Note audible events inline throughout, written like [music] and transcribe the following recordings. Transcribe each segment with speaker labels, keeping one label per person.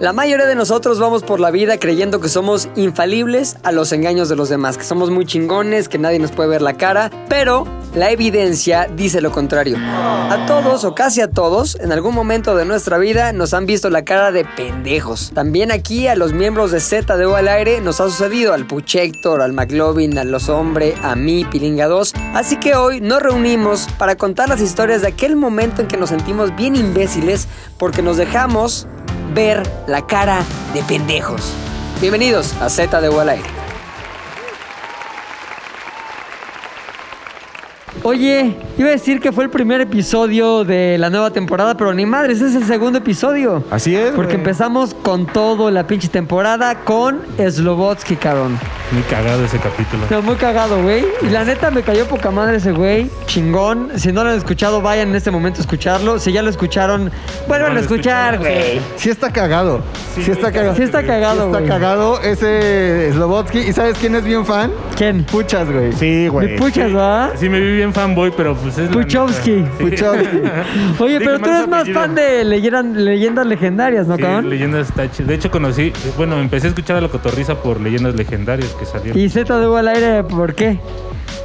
Speaker 1: La mayoría de nosotros vamos por la vida creyendo que somos infalibles a los engaños de los demás, que somos muy chingones, que nadie nos puede ver la cara, pero la evidencia dice lo contrario. A todos o casi a todos, en algún momento de nuestra vida nos han visto la cara de pendejos. También aquí a los miembros de ZDO al aire nos ha sucedido al Puchector, al McLovin, a Los Hombre, a mí, Pilinga 2. Así que hoy nos reunimos para contar las historias de aquel momento en que nos sentimos bien imbéciles porque nos dejamos ver la cara de pendejos. Bienvenidos a ZDO al aire. Oye, iba a decir que fue el primer episodio de la nueva temporada, pero ni madre, ese es el segundo episodio.
Speaker 2: Así es.
Speaker 1: Porque
Speaker 2: güey.
Speaker 1: empezamos con todo la pinche temporada con Slobotsky, cabrón.
Speaker 3: Muy cagado ese capítulo.
Speaker 1: No, muy cagado, güey. Y la neta me cayó poca madre ese güey. Chingón. Si no lo han escuchado, vayan en este momento a escucharlo. Si ya lo escucharon, vuelvan a
Speaker 3: lo
Speaker 1: escuchar,
Speaker 3: escucharon.
Speaker 1: güey.
Speaker 2: Sí está cagado. Sí,
Speaker 3: Sí,
Speaker 2: está cagado.
Speaker 1: Sí está
Speaker 2: Sí
Speaker 1: cagado,
Speaker 2: está
Speaker 1: güey.
Speaker 2: cagado ese Slobotsky. ¿Y sabes quién es bien fan?
Speaker 1: ¿Quién?
Speaker 2: Puchas, güey.
Speaker 3: Sí,
Speaker 1: De puchas, ah? ¿verdad?
Speaker 3: Pues, Sí, me vi bien fanboy, pero pues es. la
Speaker 1: Puchovsky.
Speaker 3: neta. Sí.
Speaker 2: Puchowski.
Speaker 1: Oye,
Speaker 3: [laughs] Dije
Speaker 1: pero tú
Speaker 3: mal
Speaker 1: eres más
Speaker 3: apellido.
Speaker 1: fan de leyeran- leyendas legendarias, ¿no,
Speaker 3: Sí,
Speaker 1: cabrón?
Speaker 3: leyendas está chido. De hecho, conocí. Bueno, empecé a escuchar a la cotorriza por leyendas legendarias que salieron.
Speaker 1: Y Z de al aire, ¿por qué?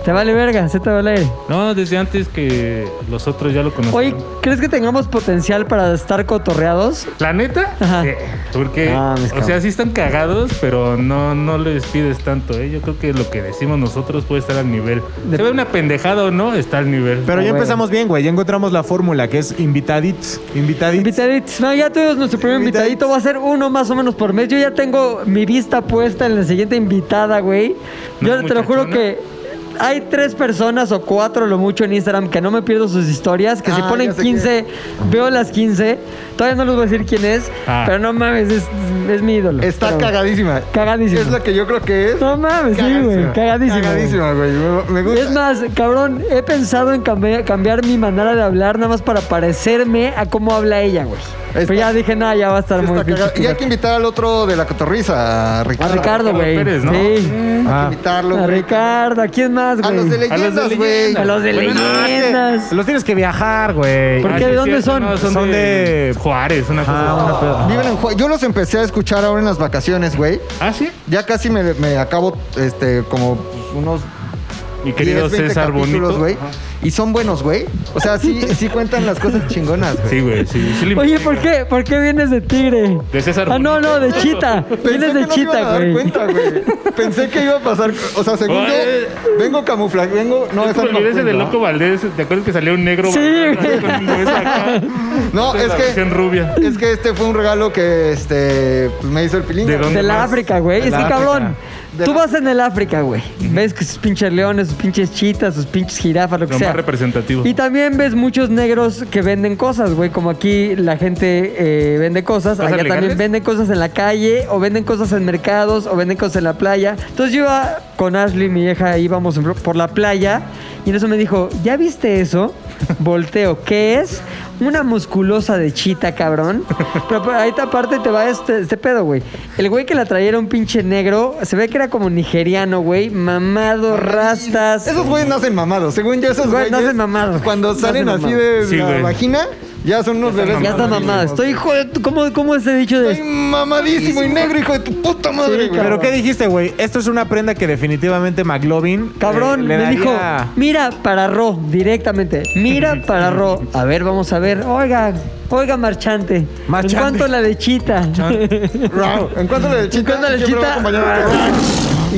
Speaker 1: Te vale verga, Z de al aire.
Speaker 3: No, desde antes que los otros ya lo conocían.
Speaker 1: Oye, ¿crees que tengamos potencial para estar cotorreados?
Speaker 3: ¿La neta?
Speaker 1: Ajá.
Speaker 3: Sí, porque,
Speaker 1: Ah, mis
Speaker 3: o sea,
Speaker 1: cabrones.
Speaker 3: sí están cagados, pero no, no les pides tanto, ¿eh? Yo creo que lo que decimos nosotros puede estar al nivel.
Speaker 1: De-
Speaker 3: Se ve una pendejada o no, está al nivel.
Speaker 2: Pero
Speaker 1: Ah,
Speaker 2: ya
Speaker 1: bueno.
Speaker 2: empezamos bien, güey. Ya encontramos la fórmula que es invitadits. Invitadits.
Speaker 1: Invitaditos. No, ya tuvimos nuestro primer
Speaker 2: Invitaditos.
Speaker 1: invitadito. Va a ser uno más o menos por mes. Yo ya tengo mi vista puesta en la siguiente invitada, güey.
Speaker 3: ¿No
Speaker 1: Yo
Speaker 3: es
Speaker 1: te lo juro
Speaker 3: muchachona?
Speaker 1: que hay tres personas o cuatro lo mucho en Instagram que no me pierdo sus historias. Que si
Speaker 2: Ah,
Speaker 1: ponen
Speaker 2: ya sé
Speaker 1: 15, veo las 15. Todavía no les voy a decir quién es.
Speaker 3: Ah.
Speaker 1: Pero no mames, es, es mi ídolo.
Speaker 2: Está
Speaker 1: Pero-
Speaker 2: cagadísima.
Speaker 1: Cagadísima.
Speaker 2: Es lo que yo creo que es.
Speaker 1: No mames, sí, güey. Cagadísimo.
Speaker 2: Cagadísima, güey. Me, me gusta.
Speaker 1: Es más, cabrón, he pensado en cambi- cambiar mi manera de hablar nada más para parecerme a cómo habla ella, güey. Pero
Speaker 2: Está-
Speaker 1: ya dije, nada, ya va a estar
Speaker 2: Sí
Speaker 1: muy
Speaker 2: está
Speaker 1: pinche Ah.
Speaker 2: cagado. Y hay que invitar al otro de la cotorriza, a
Speaker 1: A
Speaker 2: Ricardo.
Speaker 1: Ricardo, güey.
Speaker 3: Pérez, ¿no?
Speaker 1: Sí.
Speaker 2: Hay Ah. que invitarlo,
Speaker 1: A
Speaker 2: güey.
Speaker 1: Ricardo, ¿a quién más,
Speaker 2: A
Speaker 1: güey?
Speaker 2: los de leyendas, güey.
Speaker 1: A los de
Speaker 3: Bueno, no, es que-
Speaker 1: leyendas.
Speaker 4: Los tienes que viajar, güey.
Speaker 1: ¿Por
Speaker 3: Ah,
Speaker 1: qué?
Speaker 3: sí,
Speaker 1: ¿De
Speaker 3: es
Speaker 1: dónde son?
Speaker 3: son,
Speaker 4: Son
Speaker 3: de,
Speaker 4: de-
Speaker 3: Juárez, una cosa.
Speaker 4: Ah, una peda.
Speaker 2: Viven en Juárez. Yo los empecé a escuchar ahora en las vacaciones, güey.
Speaker 3: Ah, sí.
Speaker 2: Ya casi me, me acabo, este, como unos
Speaker 3: Mi querido
Speaker 2: 10, 20
Speaker 3: César
Speaker 2: capítulos,
Speaker 3: Bonito.
Speaker 2: güey. Y son buenos, güey. O
Speaker 1: [laughs]
Speaker 2: sea, sí, sí cuentan las cosas chingonas, güey.
Speaker 3: Sí, güey, sí. sí le
Speaker 1: Oye,
Speaker 3: investigo.
Speaker 1: ¿por qué, ¿por qué vienes de tigre?
Speaker 3: De César
Speaker 1: Ah, no,
Speaker 3: Bonito.
Speaker 1: no, de
Speaker 3: [laughs]
Speaker 1: chita.
Speaker 2: [laughs]
Speaker 1: vienes de
Speaker 2: que no me iban a
Speaker 1: chita,
Speaker 2: dar
Speaker 1: güey.
Speaker 2: cuenta, güey. Pensé que iba a pasar. O sea, según
Speaker 3: Oye.
Speaker 2: yo, vengo camuflaje, vengo. No,
Speaker 3: No, es
Speaker 2: esa
Speaker 3: como el
Speaker 2: no
Speaker 3: video
Speaker 2: fui,
Speaker 3: ese de
Speaker 2: ¿no?
Speaker 3: Loco Valdés. ¿Te acuerdas que salió un negro?
Speaker 1: Sí,
Speaker 3: bailando
Speaker 1: güey.
Speaker 3: con un acá?
Speaker 2: [laughs] No,
Speaker 3: Entonces,
Speaker 2: es
Speaker 3: la versión
Speaker 2: que.
Speaker 3: rubia.
Speaker 2: Es que este fue un regalo que este pues, me hizo el pilinga.
Speaker 3: ¿De dónde?
Speaker 1: De la
Speaker 3: más?
Speaker 1: África, güey.
Speaker 4: De
Speaker 1: Es que,
Speaker 4: la
Speaker 1: cabrón,
Speaker 4: África.
Speaker 2: De
Speaker 1: tú
Speaker 2: la-
Speaker 1: vas en el África, güey. Ves que sus pinches leones, sus pinches chitas, sus pinches jirafas, lo que
Speaker 3: Lo
Speaker 1: sea.
Speaker 3: más representativo.
Speaker 1: Y también ves muchos negros que venden cosas, güey. Como aquí la gente eh, vende cosas.
Speaker 3: ¿Cosas
Speaker 1: Allá también
Speaker 3: legales?
Speaker 1: venden cosas en la calle, o venden cosas en mercados, o venden cosas en la playa. Entonces yo iba con Ashley, mi hija, íbamos en- por la playa. Y en eso me dijo, ¿ya viste eso? Volteo, ¿qué es? Una musculosa de chita, cabrón. Pero por ahí aparte te va este, este pedo, güey. El güey que la traía era un pinche negro. Se ve que era como nigeriano, güey. Mamado, rastas.
Speaker 2: Esos güeyes nacen mamados. Según yo, esos
Speaker 1: Güey,
Speaker 2: güeyes.
Speaker 1: nacen mamados.
Speaker 2: Cuando
Speaker 1: Nacen
Speaker 2: salen así
Speaker 1: mamados.
Speaker 2: de
Speaker 3: Sí,
Speaker 2: la
Speaker 3: güey.
Speaker 2: vagina, ya son unos bebés.
Speaker 1: Pues Ya está mamada. Estoy hijo de tu- ¿Cómo, cómo es ese dicho de
Speaker 2: Estoy mamadísimo y negro, hijo de tu puta madre, güey.
Speaker 4: Pero ¿qué dijiste, güey? Esto es una prenda que definitivamente McLovin. eh,
Speaker 1: Cabrón,
Speaker 4: le
Speaker 1: me
Speaker 4: daría-
Speaker 1: dijo, mira para Ro, directamente.
Speaker 4: [laughs]
Speaker 1: Mira para Ro. A ver, vamos a ver. Oiga, oiga, marchante.
Speaker 4: Marchante.
Speaker 1: ¿En cuánto la lechita?
Speaker 2: Rau, Ah, En cuanto le
Speaker 1: ¿En
Speaker 2: chita,
Speaker 1: cuánto la
Speaker 2: siempre va
Speaker 1: lechita?
Speaker 2: acompañada
Speaker 3: ah,
Speaker 2: de-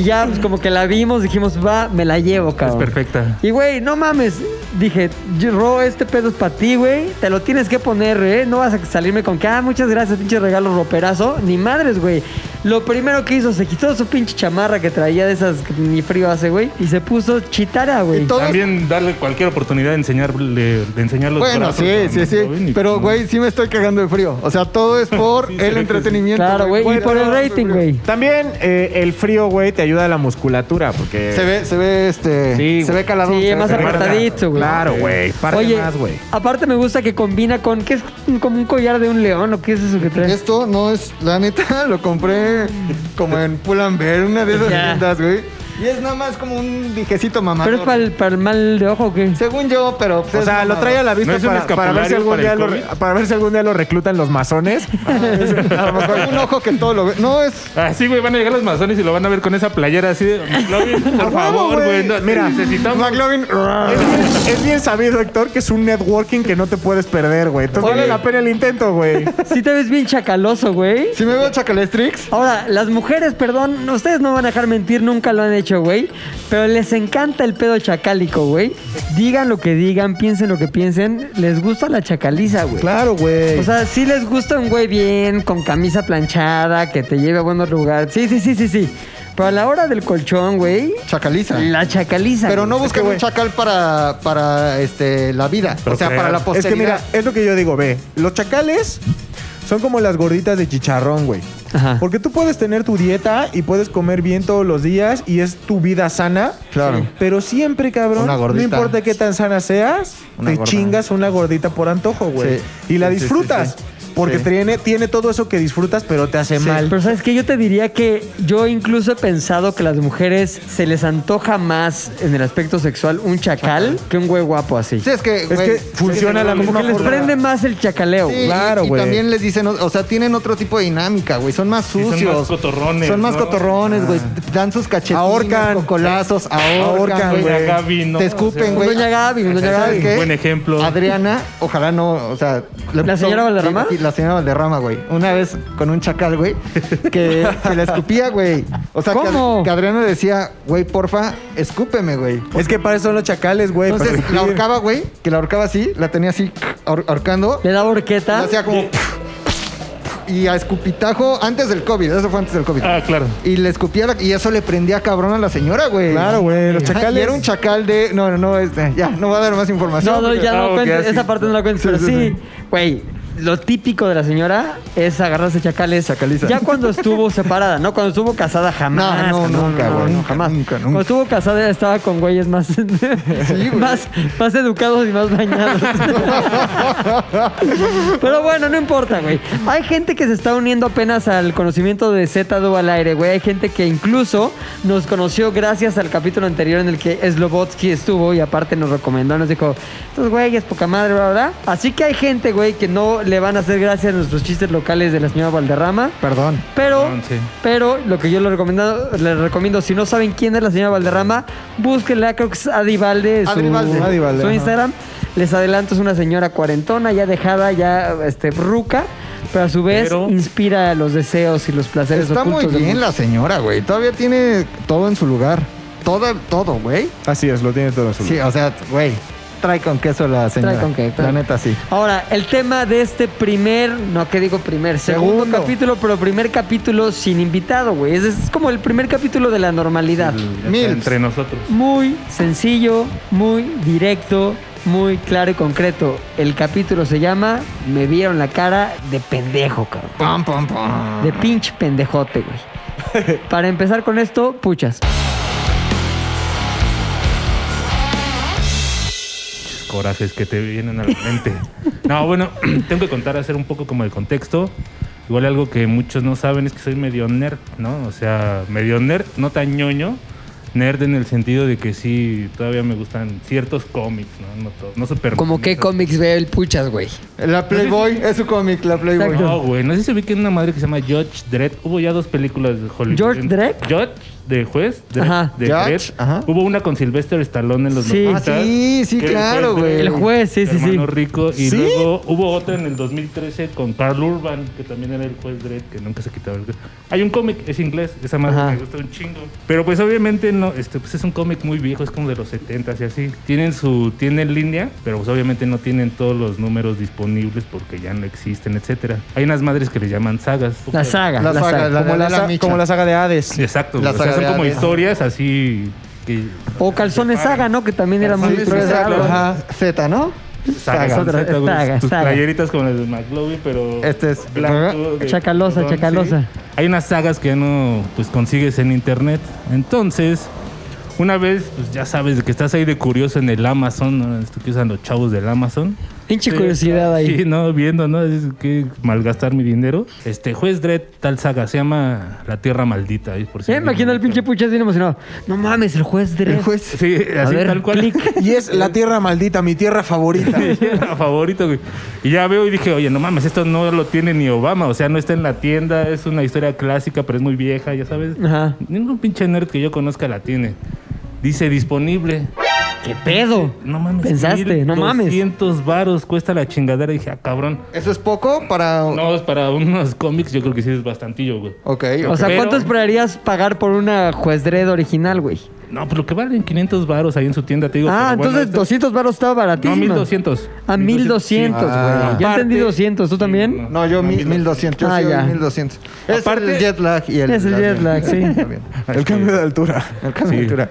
Speaker 1: [laughs] Y ya, pues como que la vimos, dijimos, va, me la llevo, cabrón.
Speaker 3: perfecta.
Speaker 1: Y güey, no mames. Dije, yo, Ro, este pedo es para ti, güey. Te lo tienes que poner, ¿eh? No vas a salirme con que, ah, muchas gracias, pinche regalo roperazo. Ni madres, güey. Lo primero que hizo, se quitó su pinche chamarra que traía de esas que ni frío hace, güey. Y se puso chitara,
Speaker 2: Y
Speaker 1: güey.
Speaker 2: todo- Todos-
Speaker 3: También darle cualquier oportunidad de enseñarle, de enseñar los
Speaker 2: Bueno,
Speaker 3: brazos
Speaker 2: sí,
Speaker 3: a
Speaker 2: sí,
Speaker 3: McLovin
Speaker 2: sí.
Speaker 3: y-
Speaker 2: Pero, güey, sí me estoy cagando de frío. O sea, todo es por
Speaker 3: Sí, se ve que
Speaker 2: el
Speaker 3: sí.
Speaker 2: entretenimiento.
Speaker 1: Claro, güey. Y
Speaker 2: Bueno,
Speaker 1: por el
Speaker 2: no,
Speaker 1: rating,
Speaker 2: no,
Speaker 1: güey.
Speaker 4: También eh, el frío, güey, te ayuda a la musculatura, porque.
Speaker 2: Se ve, se ve, este...
Speaker 4: Sí,
Speaker 2: se
Speaker 4: güey.
Speaker 2: ve caladón.
Speaker 1: Sí,
Speaker 2: se ve
Speaker 1: más
Speaker 2: caladón.
Speaker 4: marca.
Speaker 1: apretadito, güey.
Speaker 4: Claro, güey. Parte
Speaker 1: Oye,
Speaker 4: más, güey.
Speaker 1: aparte me gusta que combina con, ¿qué es como un collar de un león o qué es eso que trae?
Speaker 2: Esto [laughs] no es... La neta, lo compré como en Pull&Bear, una de esas
Speaker 1: Ya.
Speaker 2: tiendas, güey. Y es nada más como un dijecito mamador.
Speaker 1: ¿Pero es para el, para el mal de ojo o qué?
Speaker 2: Según yo, pero... pues,
Speaker 4: O
Speaker 2: es
Speaker 4: sea, lo
Speaker 2: mamador.
Speaker 4: trae a la vista
Speaker 3: ¿No es un
Speaker 4: para, para ver si
Speaker 3: escapulario
Speaker 4: algún
Speaker 3: para
Speaker 4: día
Speaker 3: el
Speaker 4: lo,
Speaker 3: COVID? Ah,
Speaker 4: para ver si algún día lo reclutan los
Speaker 3: [laughs]
Speaker 4: masones.
Speaker 2: [laughs] A lo mejor un ojo que todo lo ve. No, es...
Speaker 3: Así, Ah, güey, van a llegar los masones y lo van a ver con esa playera así de.
Speaker 2: [laughs]
Speaker 3: "McLovin,
Speaker 4: A
Speaker 3: por
Speaker 4: huevo,
Speaker 3: favor,
Speaker 4: güey.
Speaker 3: güey. no- te
Speaker 4: Mira,
Speaker 3: necesitamos.
Speaker 2: McLovin...
Speaker 4: Es bien, es bien sabido, Héctor, que es un networking que no te puedes perder, güey. Entonces vale la pena el intento,
Speaker 3: [laughs]
Speaker 4: güey.
Speaker 1: Sí te ves bien chacaloso, güey.
Speaker 2: Si me veo Chacalestrix...
Speaker 1: Ahora, las mujeres, perdón, ustedes no van a dejar mentir, nunca lo han hecho, güey. Pero les encanta el pedo chacálico, güey. Digan lo que digan, piensen lo que piensen, les gusta la chacaliza, güey.
Speaker 4: Claro, güey.
Speaker 1: O sea, sí les gusta un güey bien, con camisa planchada, que te lleve a buenos lugares. Sí, sí, sí, sí, sí. Pero a la hora del colchón, güey,
Speaker 2: Chacaliza.
Speaker 1: la chacaliza.
Speaker 2: Pero
Speaker 1: güey.
Speaker 2: no busquen
Speaker 4: güey.
Speaker 2: un chacal para, para este, la vida. o
Speaker 3: Pero
Speaker 2: sea,
Speaker 3: crean.
Speaker 2: para la
Speaker 4: es que
Speaker 2: posteridad.
Speaker 4: mira, es lo que yo digo, ve. Los chacales son como las gorditas de chicharrón, güey.
Speaker 1: Ajá.
Speaker 4: Porque tú puedes tener tu dieta y puedes comer bien todos los días y es tu vida sana.
Speaker 2: Claro.
Speaker 4: Pero siempre, cabrón,
Speaker 2: Una
Speaker 4: no
Speaker 2: gordita.
Speaker 4: importa qué tan sana seas,
Speaker 2: Una
Speaker 4: te
Speaker 2: gorda.
Speaker 4: chingas una gordita por antojo, güey.
Speaker 2: Sí.
Speaker 4: Y la
Speaker 2: Sí, sí,
Speaker 4: disfrutas.
Speaker 2: sí, sí.
Speaker 4: Porque
Speaker 2: Sí.
Speaker 4: tiene, tiene todo eso que disfrutas, pero te hace
Speaker 2: Sí.
Speaker 4: mal.
Speaker 1: Pero sabes que yo te diría que yo incluso he pensado que a las mujeres se les antoja más en el aspecto sexual un chacal que un güey guapo así.
Speaker 2: Sí, es que,
Speaker 4: Es que funciona la misma
Speaker 1: Porque les
Speaker 4: fórmula.
Speaker 1: prende más el chacaleo. güey.
Speaker 4: Claro,
Speaker 2: claro, y,
Speaker 4: güey.
Speaker 2: también les dicen, o- o sea, tienen otro tipo de dinámica, güey. Son más
Speaker 3: son más
Speaker 2: sucios.
Speaker 3: cotorrones,
Speaker 2: Son más
Speaker 3: ¿no?
Speaker 2: cotorrones, güey.
Speaker 1: Ah.
Speaker 2: Dan sus cachetines,
Speaker 4: Ahorcan.
Speaker 2: cocolazos,
Speaker 4: Ahorcan,
Speaker 2: ahorcan,
Speaker 3: Doña
Speaker 4: güey.
Speaker 2: güey.
Speaker 3: Gaby, ¿no?
Speaker 2: Te
Speaker 3: O
Speaker 2: escupen,
Speaker 3: sea,
Speaker 2: güey.
Speaker 1: Pues Doña Gaby, doña
Speaker 2: ¿Sabes
Speaker 1: Gaby.
Speaker 2: qué?
Speaker 3: Buen ejemplo.
Speaker 2: Adriana, ojalá no, o sea... le-
Speaker 1: ¿La señora Valderrama?
Speaker 2: Sí, La señora Valderrama, güey. Una vez con un chacal, güey, que, que la escupía, güey. O sea, que-
Speaker 1: ¿Cómo?
Speaker 2: Que, Adriana le decía, güey, porfa, escúpeme, güey.
Speaker 4: Es que para eso son los chacales, güey. para
Speaker 2: Entonces la
Speaker 4: escupir.
Speaker 2: ahorcaba, güey, que la ahorcaba así, la tenía así, ahor- ahorcando.
Speaker 1: Le da
Speaker 2: Y
Speaker 1: horqueta.
Speaker 2: hacía como. Y a escupitajo antes del COVID. Eso fue antes del COVID.
Speaker 3: Ah, claro.
Speaker 2: Y le escupía la- y eso le prendía cabrón a la señora, güey.
Speaker 4: Claro, güey, los
Speaker 2: Ajá,
Speaker 4: chacales.
Speaker 2: y era un chacal de. No, no, no. este, ya, no va a dar más información.
Speaker 1: No, no, ya
Speaker 3: Ah,
Speaker 1: no
Speaker 3: ok,
Speaker 1: cuento.
Speaker 3: así.
Speaker 1: Esa parte no la cuento.
Speaker 2: Sí,
Speaker 1: pero
Speaker 2: sí,
Speaker 1: sí, güey. Lo típico de la señora es agarrarse chacales.
Speaker 2: Chacaliza.
Speaker 1: Ya cuando estuvo separada, ¿no? Cuando estuvo casada jamás.
Speaker 2: No, no,
Speaker 1: cabrón,
Speaker 2: nunca, güey, nunca,
Speaker 1: jamás.
Speaker 2: nunca, nunca.
Speaker 1: Cuando estuvo casada estaba con güeyes más, [laughs]
Speaker 2: güey.
Speaker 1: más, más educados y más
Speaker 2: [laughs]
Speaker 1: bañados. Pero bueno, no importa, güey. Hay gente que se está uniendo apenas al conocimiento de Z2 al aire, güey. Hay gente que incluso nos conoció gracias al capítulo anterior en el que Slobotsky estuvo y aparte nos recomendó, nos dijo, estos güeyes, poca madre, bla, bla, bla". Así que hay gente, güey, que no le van a hacer gracias a nuestros chistes locales de la señora Valderrama.
Speaker 2: Perdón.
Speaker 1: Pero,
Speaker 3: Perdón, sí.
Speaker 1: pero lo que yo les recomiendo, les recomiendo, si no saben quién es la señora Valderrama, búsquenla, creo que es Adi Valde, su,
Speaker 2: Adri Valde.
Speaker 4: Adri Valde,
Speaker 1: su
Speaker 4: ajá.
Speaker 1: Instagram. Les adelanto, es una señora cuarentona, ya dejada, ya este, ruca, pero a su vez
Speaker 3: Pero-
Speaker 1: inspira los deseos y los placeres
Speaker 2: Está muy
Speaker 1: ocultos. del
Speaker 2: bien
Speaker 1: mundo.
Speaker 2: la señora, güey. Todavía tiene todo en su lugar. Todo, todo, güey.
Speaker 4: Así es, lo tiene todo en su
Speaker 2: Sí, o sea, güey. Trae con queso la señora.
Speaker 1: con qué, trae-
Speaker 2: La neta, sí.
Speaker 1: Ahora, el tema de este primer, no que digo primer, segundo,
Speaker 4: Segundo.
Speaker 1: capítulo, pero primer capítulo sin invitado, güey. Es, es como el primer capítulo de la normalidad.
Speaker 2: Mil.
Speaker 3: Entre nosotros.
Speaker 1: Muy sencillo, muy directo, muy claro y concreto. El capítulo se llama Me vieron la cara de pendejo, cabrón.
Speaker 2: Pam, pam, pam.
Speaker 1: De pinche pendejote, güey.
Speaker 3: [laughs]
Speaker 1: Para empezar con esto, puchas.
Speaker 3: corajes que te vienen a la mente. No, bueno, [clears throat] tengo que contar, hacer un poco como el contexto. Igual algo que muchos no saben es que soy medio nerd, ¿no? O sea, medio nerd, no tan ñoño. Nerd en el sentido de que sí, todavía me gustan ciertos cómics, ¿no? No, todos, no super...
Speaker 1: Como qué cómics ve el puchas, güey.
Speaker 2: La Playboy es su cómic, la Playboy.
Speaker 1: Exacto.
Speaker 3: No, güey, no sé si se ve que una madre que se llama George Dredd. Hubo ya dos películas de Hollywood.
Speaker 1: ¿George Dredd?
Speaker 3: George, de juez, Dredd,
Speaker 1: Ajá.
Speaker 3: de
Speaker 2: George,
Speaker 3: Dredd.
Speaker 2: ajá.
Speaker 3: Hubo una con Sylvester Stallone en los
Speaker 1: Sí.
Speaker 3: 90.
Speaker 2: Ah, sí, sí, claro, güey.
Speaker 1: El juez, sí, sí, sí.
Speaker 3: Hermano rico. Y
Speaker 4: ¿Sí?
Speaker 3: luego hubo otra en el 2013 con Carl Urban, que también era el juez Dredd, que nunca se quitaba el Hay un cómic, es inglés, esa madre
Speaker 1: Ajá.
Speaker 3: me gusta un chingo. Pero pues obviamente no, este, pues es un cómic muy viejo, es como de los 70 y así. Tienen su, tienen línea, pero pues obviamente no tienen todos los números disponibles porque ya no existen, etcétera. Hay unas madres que le llaman sagas.
Speaker 1: La saga, la,
Speaker 2: La saga,
Speaker 1: saga.
Speaker 2: la-
Speaker 4: Como la,
Speaker 2: de
Speaker 4: sa-
Speaker 2: Micha.
Speaker 4: como la saga de
Speaker 2: [laughs]
Speaker 4: Hades.
Speaker 3: Exacto,
Speaker 2: La
Speaker 3: güey. O sea,
Speaker 2: saga de
Speaker 3: son como
Speaker 2: Hades.
Speaker 3: historias así que...
Speaker 1: O calzones saga, ¿no? Que también era muy...
Speaker 2: Sí, pero es
Speaker 3: sí, claro.
Speaker 2: ajá, Z, ¿no?
Speaker 3: Saga,
Speaker 1: Saga,
Speaker 3: saga, güey.
Speaker 1: saga,
Speaker 3: Tus
Speaker 1: saga.
Speaker 3: playeritas como las de McLovin, pero.
Speaker 2: Este es-
Speaker 3: blanco, de
Speaker 1: Chacalosa,
Speaker 3: algodón,
Speaker 1: chacalosa.
Speaker 3: sí. Hay unas sagas que ya no pues, consigues en internet. Entonces, una vez, pues ya sabes de que estás ahí de curioso en el Amazon, ¿no? Esto que usan los chavos del Amazon.
Speaker 1: Pinche curiosidad ahí.
Speaker 3: Sí, no, viendo, ¿no? Es que malgastar mi dinero. Este, juez Dredd, tal saga, se llama La Tierra Maldita. ahí por si
Speaker 1: Ya me
Speaker 3: alguien-
Speaker 1: imagino al pinche puchas bien emocionado. No mames, el juez Dredd.
Speaker 2: El juez.
Speaker 3: Sí,
Speaker 1: A
Speaker 3: así
Speaker 1: ver,
Speaker 3: tal cual.
Speaker 1: clic.
Speaker 4: Y es la tierra maldita, mi tierra favorita.
Speaker 3: Era [laughs] favorito, güey. Y ya veo y dije, oye, no mames, esto no lo tiene ni Obama. O sea, no está en la tienda, es una historia clásica, pero es muy vieja, ya sabes.
Speaker 1: Ajá.
Speaker 3: Ningún pinche nerd que yo conozca la tiene. Dice disponible.
Speaker 1: ¿Qué pedo?
Speaker 3: No mames.
Speaker 1: Pensaste, no mames.
Speaker 3: 200 varos cuesta la chingadera. Y dije, ah, cabrón.
Speaker 2: ¿Eso es poco para...?
Speaker 3: No, es para unos cómics, yo creo que sí es bastantillo, güey.
Speaker 2: Ok,
Speaker 1: O sea,
Speaker 3: Pero-
Speaker 1: ¿cuánto esperarías pagar por una juez Dredd original, güey?
Speaker 3: No, pues lo que valen 500 varos ahí en su tienda, te digo.
Speaker 1: Ah,
Speaker 3: pero bueno,
Speaker 1: entonces
Speaker 3: esto-
Speaker 1: 200 baros estaba
Speaker 3: No,
Speaker 1: baratísimo.
Speaker 3: 1200.
Speaker 1: Ah, 1200, güey.
Speaker 2: Ah.
Speaker 1: ya
Speaker 4: Aparte-
Speaker 1: entendí 200, ¿tú también?
Speaker 2: No, yo mi- 1200. Yo
Speaker 1: Ah,
Speaker 2: sí doy
Speaker 1: ya.
Speaker 2: 1200. Es
Speaker 3: Aparte-
Speaker 2: el jet lag y el...
Speaker 1: Es el
Speaker 2: las-
Speaker 1: jet lag, sí.
Speaker 2: Está bien.
Speaker 4: El cambio de altura.
Speaker 2: El cambio
Speaker 3: Sí.
Speaker 2: de altura.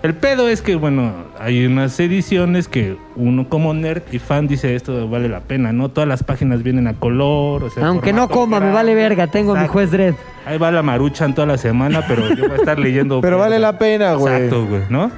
Speaker 3: El pedo es que, bueno, hay unas ediciones que uno como nerd y fan dice esto vale la pena, ¿no? Todas las páginas vienen a color, o sea,
Speaker 1: Aunque no
Speaker 3: formato
Speaker 1: coma, me
Speaker 3: grande.
Speaker 1: vale verga, tengo mi
Speaker 3: Exacto.
Speaker 1: juez Dredd.
Speaker 3: Ahí va la maruchan toda la semana, pero yo voy a estar leyendo.
Speaker 4: [laughs] Pero vale la pena, güey.
Speaker 3: Exacto, güey, ¿no?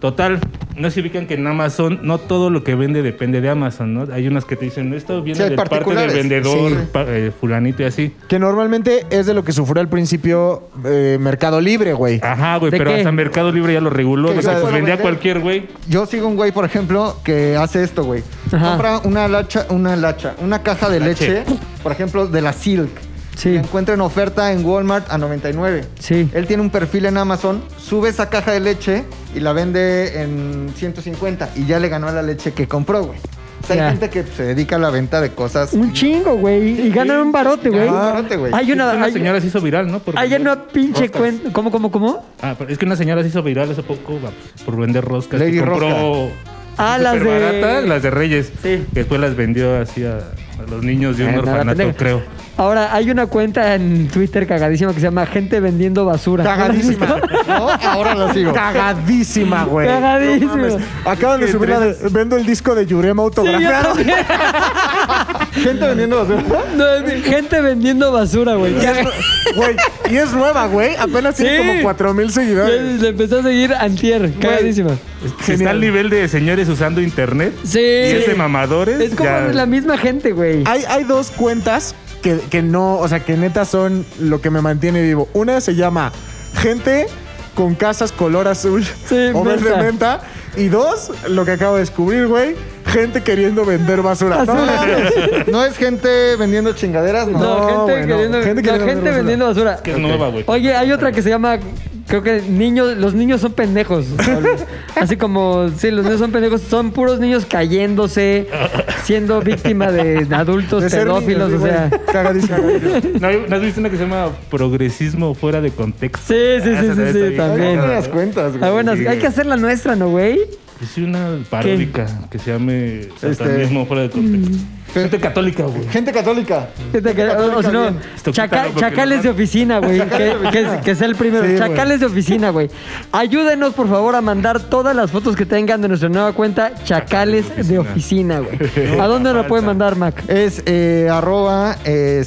Speaker 3: Total, no se ubican que en Amazon no todo lo que vende depende de Amazon, ¿no? Hay unas que te dicen, esto viene
Speaker 2: Sí, hay
Speaker 3: de parte del
Speaker 2: particulares.
Speaker 3: vendedor,
Speaker 2: Sí.
Speaker 3: pa- eh, fulanito y así.
Speaker 4: Que normalmente es de lo que sufrió al principio eh, Mercado Libre, güey.
Speaker 3: Ajá, güey,
Speaker 1: ¿De
Speaker 3: pero
Speaker 1: qué?
Speaker 3: hasta Mercado Libre ya lo reguló.
Speaker 2: Que
Speaker 3: O sea,
Speaker 2: yo
Speaker 3: pues
Speaker 2: puedo
Speaker 3: vendía
Speaker 2: vender.
Speaker 3: cualquier güey.
Speaker 2: Yo sigo un güey, por ejemplo, que hace esto, güey.
Speaker 1: Ajá.
Speaker 2: Compra una lacha, una lacha, una caja de
Speaker 3: Lache.
Speaker 2: leche, por ejemplo, de la Silk.
Speaker 1: Sí.
Speaker 2: Que encuentra en oferta en Walmart a 99.
Speaker 1: Sí.
Speaker 2: Él tiene un perfil en Amazon, sube esa caja de leche y la vende en 150 y ya le ganó a la leche que compró, güey. O sea,
Speaker 1: Ya.
Speaker 2: hay gente que se dedica a la venta de cosas.
Speaker 1: Un chingo, güey. Y ganan un barote, güey.
Speaker 2: Ah, barote, güey.
Speaker 1: Hay
Speaker 3: Es que
Speaker 1: una,
Speaker 3: una
Speaker 1: hay,
Speaker 3: señora se hizo viral, ¿no? Por
Speaker 1: hay
Speaker 3: vender
Speaker 1: una pinche
Speaker 3: roscas.
Speaker 1: cuenta. ¿Cómo, cómo, cómo?
Speaker 3: Ah, pero es que una señora se hizo viral hace poco va, por vender roscas.
Speaker 2: Lady
Speaker 3: que compró
Speaker 1: Ah,
Speaker 3: súper
Speaker 1: las de-
Speaker 3: baratas, las de Reyes.
Speaker 1: Sí.
Speaker 3: Que después las vendió así a, a los niños de un
Speaker 1: Eh, nada,
Speaker 3: orfanato,
Speaker 1: pendeja.
Speaker 3: creo.
Speaker 1: Ahora, hay una cuenta en Twitter cagadísima que se llama Gente Vendiendo Basura.
Speaker 2: Cagadísima. [laughs] ¿No? Ahora la sigo.
Speaker 4: Cagadísima, güey.
Speaker 1: Cagadísima.
Speaker 4: No mames. Acaban de
Speaker 3: Qué
Speaker 4: subir la de- Vendo el disco de Yurema
Speaker 1: Sí, yo
Speaker 4: autografiado.
Speaker 1: también.
Speaker 2: Gente vendiendo basura.
Speaker 1: No, es- gente vendiendo basura, güey.
Speaker 4: Y
Speaker 1: Ya-
Speaker 4: es nue- Güey, y es nueva, güey. Apenas tiene
Speaker 1: Sí.
Speaker 4: como 4 mil
Speaker 1: Le,
Speaker 4: seguidores.
Speaker 1: le empezó a seguir Antier, cagadísima.
Speaker 3: Está
Speaker 4: Genial.
Speaker 3: al nivel de señores usando internet.
Speaker 1: Sí.
Speaker 3: Y es de mamadores.
Speaker 1: Es como
Speaker 3: ya-
Speaker 1: la misma gente, güey.
Speaker 4: Hay, hay dos cuentas que, que no, o sea, que neta son lo que me mantiene vivo. Una se llama Gente con Casas Color Azul
Speaker 1: Sí,
Speaker 4: o Verde
Speaker 1: menta.
Speaker 4: Menta. Y dos, lo que acabo de descubrir, güey. Gente queriendo vender basura. No,
Speaker 1: Basura.
Speaker 4: mames.
Speaker 2: No es gente vendiendo chingaderas, no.
Speaker 1: No,
Speaker 4: No,
Speaker 1: gente,
Speaker 4: güey, no.
Speaker 1: queriendo-
Speaker 4: Gente
Speaker 1: no,
Speaker 4: queriendo
Speaker 1: gente
Speaker 4: vender
Speaker 1: vendiendo basura.
Speaker 3: Que es nueva, güey.
Speaker 1: Oye, hay otra que se llama, creo que niños, los niños son pendejos. Así como, sí, los niños son pendejos, son puros niños cayéndose, siendo víctima de adultos
Speaker 4: De ser
Speaker 1: pedófilos, o
Speaker 4: niños, güey.
Speaker 1: sea.
Speaker 4: [laughs] Cagadísimo.
Speaker 3: [laughs] ¿No, hay- no has visto una que se llama progresismo fuera de contexto?
Speaker 1: Sí, sí,
Speaker 3: Ah,
Speaker 1: sí,
Speaker 3: esa
Speaker 1: sí,
Speaker 3: está
Speaker 1: sí,
Speaker 3: bien
Speaker 1: también.
Speaker 3: cagada,
Speaker 2: Hay
Speaker 3: ¿no?
Speaker 2: cuentas, güey.
Speaker 1: Ah, buenas,
Speaker 3: Sí.
Speaker 1: hay que hacer la nuestra, ¿no, güey?
Speaker 3: Es una paródica que se llame satanismo fuera de contexto.
Speaker 1: Mm.
Speaker 3: Gente católica, güey.
Speaker 2: Gente católica.
Speaker 1: Que te- que- O o si no,
Speaker 3: Esto
Speaker 1: chaca-
Speaker 3: quítalo porque
Speaker 1: chacales
Speaker 3: no-
Speaker 1: de oficina, güey. Que, que- que sea el primero.
Speaker 4: Sí, güey.
Speaker 1: chacales de oficina, güey. Ayúdenos, por favor, a mandar todas las fotos que tengan de nuestra nueva cuenta, chacales de oficina, güey.
Speaker 3: [laughs]
Speaker 1: ¿A dónde la pueden mandar, Mac?
Speaker 2: Es eh, arroba eh,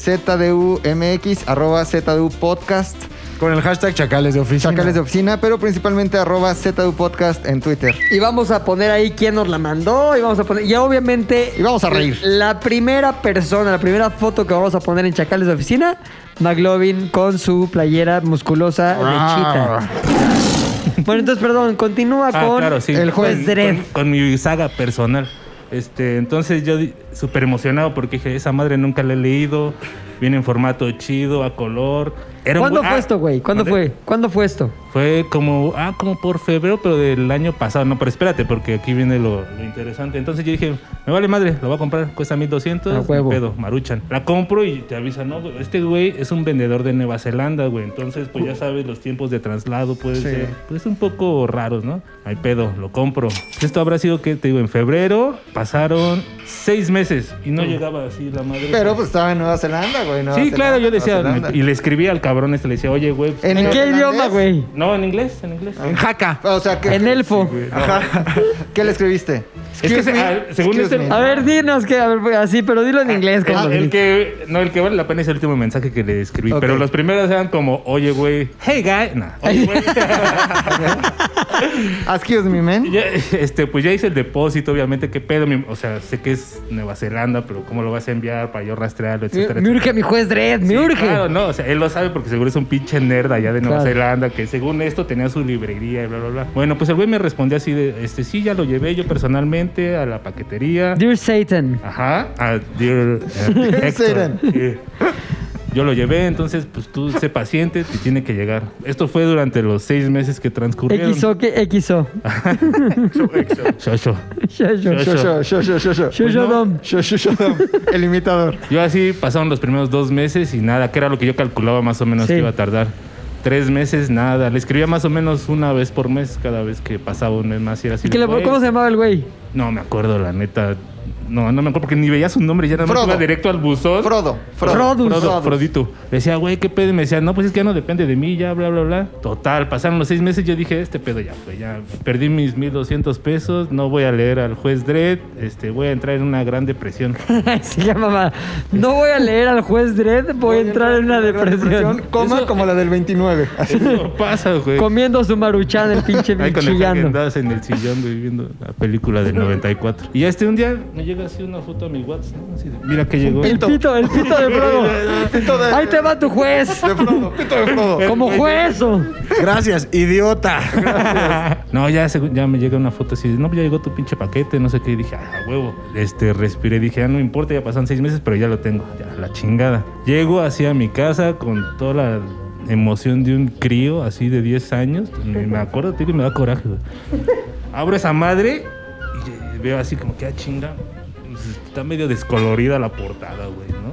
Speaker 2: ZDUMX, arroba ZDU Podcast,
Speaker 4: Con el hashtag Chacales de Oficina.
Speaker 2: Chacales de Oficina, pero principalmente arroba ZDU Podcast en Twitter.
Speaker 1: Y vamos a poner ahí quién nos la mandó. Y vamos a poner. Y obviamente.
Speaker 2: Y vamos a reír.
Speaker 1: La primera persona, la primera foto que vamos a poner en Chacales de Oficina, McLovin con su playera musculosa
Speaker 2: Ah.
Speaker 1: de chita. Bueno, entonces, perdón, continúa
Speaker 3: Ah,
Speaker 1: con
Speaker 3: claro, sí.
Speaker 1: el juez
Speaker 3: Con-
Speaker 1: Dredd.
Speaker 3: Con, con mi saga personal. Este, entonces yo di- súper emocionado porque dije, esa madre nunca la he leído. Viene en formato chido, a color. Era un
Speaker 1: ¿Cuándo
Speaker 3: bu-
Speaker 1: fue
Speaker 3: ah,
Speaker 1: esto, güey? ¿Cuándo
Speaker 3: ¿mande?
Speaker 1: fue? ¿Cuándo fue esto?
Speaker 3: Fue como, ah, como por febrero, pero del año pasado. No, pero espérate, porque aquí viene lo, lo interesante. Entonces yo dije, me vale madre, lo voy a comprar, cuesta 1200.
Speaker 1: A
Speaker 3: ni
Speaker 1: huevo.
Speaker 3: Pedo, maruchan. La compro y te avisan, no, güey, este güey es un vendedor de Nueva Zelanda, güey. Entonces, pues ya sabes, los tiempos de traslado pueden ser, pues un poco raros, ¿no? Hay pedo, lo compro. Esto habrá sido que, te digo, en febrero pasaron seis meses y no llegaba así la madre.
Speaker 2: Pero pues estaba en Nueva Zelanda, güey. Nueva
Speaker 3: sí,
Speaker 1: pues,
Speaker 2: Zelanda,
Speaker 3: claro, yo
Speaker 2: Nueva
Speaker 3: decía,
Speaker 2: Zelanda.
Speaker 3: y le escribí al cabrón este, le decía, oye, güey. pues,
Speaker 1: ¿En qué Ah,
Speaker 2: neozelandés?
Speaker 1: idioma, güey?
Speaker 3: no, en inglés, en inglés.
Speaker 4: En Jaca.
Speaker 2: O Ah, sea, ¿qué,
Speaker 1: En elfo.
Speaker 2: ¿qué le escribiste?
Speaker 3: Es que,
Speaker 2: Excuse
Speaker 3: se-
Speaker 2: me,
Speaker 3: ah, según
Speaker 2: excuse
Speaker 3: este,
Speaker 2: me.
Speaker 1: A ver, dinos que, a ver, pues, así, pero dilo en inglés.
Speaker 3: Ah, El-
Speaker 1: compadre.
Speaker 3: el, que, no, el que vale la pena es el último mensaje que le escribí.
Speaker 2: Ok.
Speaker 3: Pero los primeros eran como, oye, güey, hey, guy. No, [laughs] oye, güey.
Speaker 2: Excuse me, man.
Speaker 3: Ya, este, pues ya hice el depósito, obviamente. ¿Qué pedo? Mi- O sea, sé que es Nueva Zelanda, pero ¿cómo lo vas a enviar para yo rastrearlo,
Speaker 1: Me,
Speaker 3: etcétera?
Speaker 1: me
Speaker 3: etcétera?
Speaker 1: urge mi juez Dredd, me
Speaker 3: Sí,
Speaker 1: urge.
Speaker 3: Claro, no, o sea, él lo sabe porque seguro es un pinche nerd allá de Nueva
Speaker 1: Claro.
Speaker 3: Zelanda que según esto tenía su librería y bla, bla, bla. Bueno, pues el güey me respondió así de, este, sí, ya lo llevé yo personalmente a la paquetería.
Speaker 1: Dear Satan.
Speaker 3: Ajá, a Dear,
Speaker 2: [laughs]
Speaker 3: eh, Hector.
Speaker 2: Satan.
Speaker 3: Sí. Yo lo llevé, entonces, pues tú sé paciente, te tiene que llegar. Esto fue durante los seis meses que transcurrieron.
Speaker 1: XO, ¿qué? XO.
Speaker 3: Ah.
Speaker 1: [laughs]
Speaker 3: Xoxo.
Speaker 1: Shosho.
Speaker 3: Shosho.
Speaker 2: Yo, yo, yo, yo, yo, yo.
Speaker 1: Shosho
Speaker 3: Pues no.
Speaker 1: Dom.
Speaker 2: Yo, yo, yo, yo. El imitador.
Speaker 3: Yo así pasaron los primeros dos meses y nada, que era lo que yo calculaba más o menos
Speaker 1: Sí.
Speaker 3: que iba a tardar. Tres meses, nada. Le escribía más o menos una vez por mes, cada vez que pasaba un mes más y era así.
Speaker 1: ¿Y que
Speaker 3: de,
Speaker 1: le-
Speaker 3: "Güey".
Speaker 1: ¿Cómo se llamaba el güey? [laughs]
Speaker 3: No me acuerdo, la neta. No, no me acuerdo porque ni veía su nombre, ya nada más
Speaker 2: Frodo.
Speaker 3: iba directo al buzón.
Speaker 2: Frodo. Frodo.
Speaker 1: Frodus.
Speaker 3: Frodo,
Speaker 2: Frodus.
Speaker 3: Frodito. Le decía, güey, qué pedo. Y me decía, no, pues es que ya no depende de mí, ya, bla, bla, bla. Total, pasaron los seis meses. Yo dije, este pedo ya fue, ya perdí mis 1200 pesos. No voy a leer al juez Dredd. Este, voy a entrar en una gran depresión.
Speaker 1: Ay, sí, ya, mamá. No voy a leer al juez Dredd, voy a entrar en una depresión.
Speaker 2: Coma como la del 29. Así.
Speaker 3: Eso pasa, güey.
Speaker 1: Comiendo su maruchan, el pinche
Speaker 3: Ahí con el
Speaker 1: chillando.
Speaker 3: Häagen-Dazs en el sillón güey, viendo la película del 94. Y este un día me llega así una foto a mi WhatsApp. ¿no? Así de, mira que llegó.
Speaker 1: El pito, el pito
Speaker 3: [laughs]
Speaker 1: de Frodo.
Speaker 2: Pito de,
Speaker 1: Ahí te va tu juez.
Speaker 2: de Frodo. Pito de Frodo.
Speaker 1: Como juez. o-
Speaker 4: Gracias, idiota.
Speaker 3: No, ya, según- ya me llega una foto así. de, No, ya llegó tu pinche paquete, no sé qué. Y dije, ah, huevo. Este, respiré. Dije, ah, no importa, ya pasan seis meses, pero ya lo tengo. Ya, la chingada. Llego así a mi casa con toda la emoción de un crío así de 10 años. Me, me acuerdo, tío, y me da coraje. güey. Abro esa madre y veo así como que, ah, chinga. pues, Está medio descolorida la portada, güey, ¿no?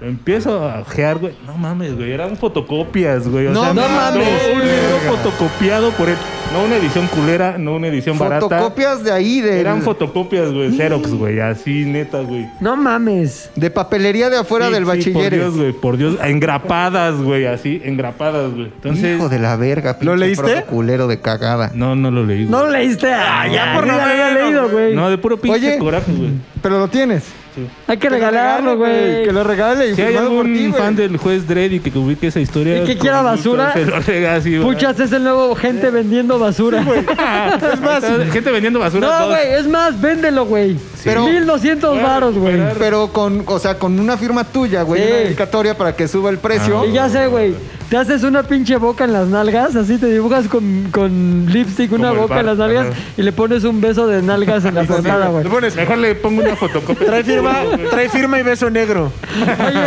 Speaker 3: Lo Empiezo a ojear, güey. No mames, güey. Eran fotocopias, güey. O
Speaker 2: No
Speaker 3: sea,
Speaker 2: mames.
Speaker 3: Un libro fotocopiado por él. No una edición culera, no una edición barata.
Speaker 2: Fotocopias de ahí, de,
Speaker 3: Eran fotocopias, güey. Xerox, güey. Así, neta, güey.
Speaker 1: No mames.
Speaker 2: de papelería de afuera
Speaker 3: Sí,
Speaker 2: del
Speaker 3: sí, Por Dios,
Speaker 2: bachilleres.
Speaker 3: güey. Por Dios. Engrapadas, güey. Así, engrapadas, güey. Entonces.
Speaker 2: Hijo de la verga.
Speaker 4: ¿Lo
Speaker 2: pinche
Speaker 4: leíste?
Speaker 2: Frodo culero de cagada.
Speaker 3: No, no lo leí. güey.
Speaker 1: No lo leíste. Ah, ya por lo había leído, güey.
Speaker 3: No, de puro pinche
Speaker 2: Oye.
Speaker 3: coraje,
Speaker 2: [laughs]
Speaker 3: güey.
Speaker 2: Pero lo tienes.
Speaker 1: Hay que regalarlo, güey.
Speaker 2: Que lo regale y
Speaker 3: Si hay
Speaker 2: firmado por ti,
Speaker 3: algún
Speaker 2: güey.
Speaker 3: fan del juez Dredd y que ubique esa historia.
Speaker 1: Y que quiera
Speaker 3: con gusto
Speaker 1: basura,
Speaker 3: Se lo rega así, güey.
Speaker 1: Puchas es el nuevo gente vendiendo basura. [laughs]
Speaker 3: Es más, gente vendiendo basura.
Speaker 1: No,
Speaker 3: todos.
Speaker 1: güey, es más, véndelo, güey.
Speaker 2: Pero-
Speaker 1: 1200
Speaker 3: Bueno,
Speaker 1: varos, güey.
Speaker 3: pero-
Speaker 2: Pero con, o sea, con una firma tuya, güey.
Speaker 1: Sí.
Speaker 2: Una dedicatoria para que suba el
Speaker 3: Ah.
Speaker 2: precio.
Speaker 1: Y ya sé, güey. Te haces una pinche boca en las nalgas, así te dibujas con, con lipstick una
Speaker 3: Como el
Speaker 1: boca en las
Speaker 3: bar,
Speaker 1: nalgas
Speaker 3: ajá.
Speaker 1: y le pones un beso de nalgas en la portada, güey.
Speaker 3: Le pones, Mejor le pongo una fotocopia.
Speaker 4: Trae firma, trae firma y beso negro.
Speaker 1: Oye,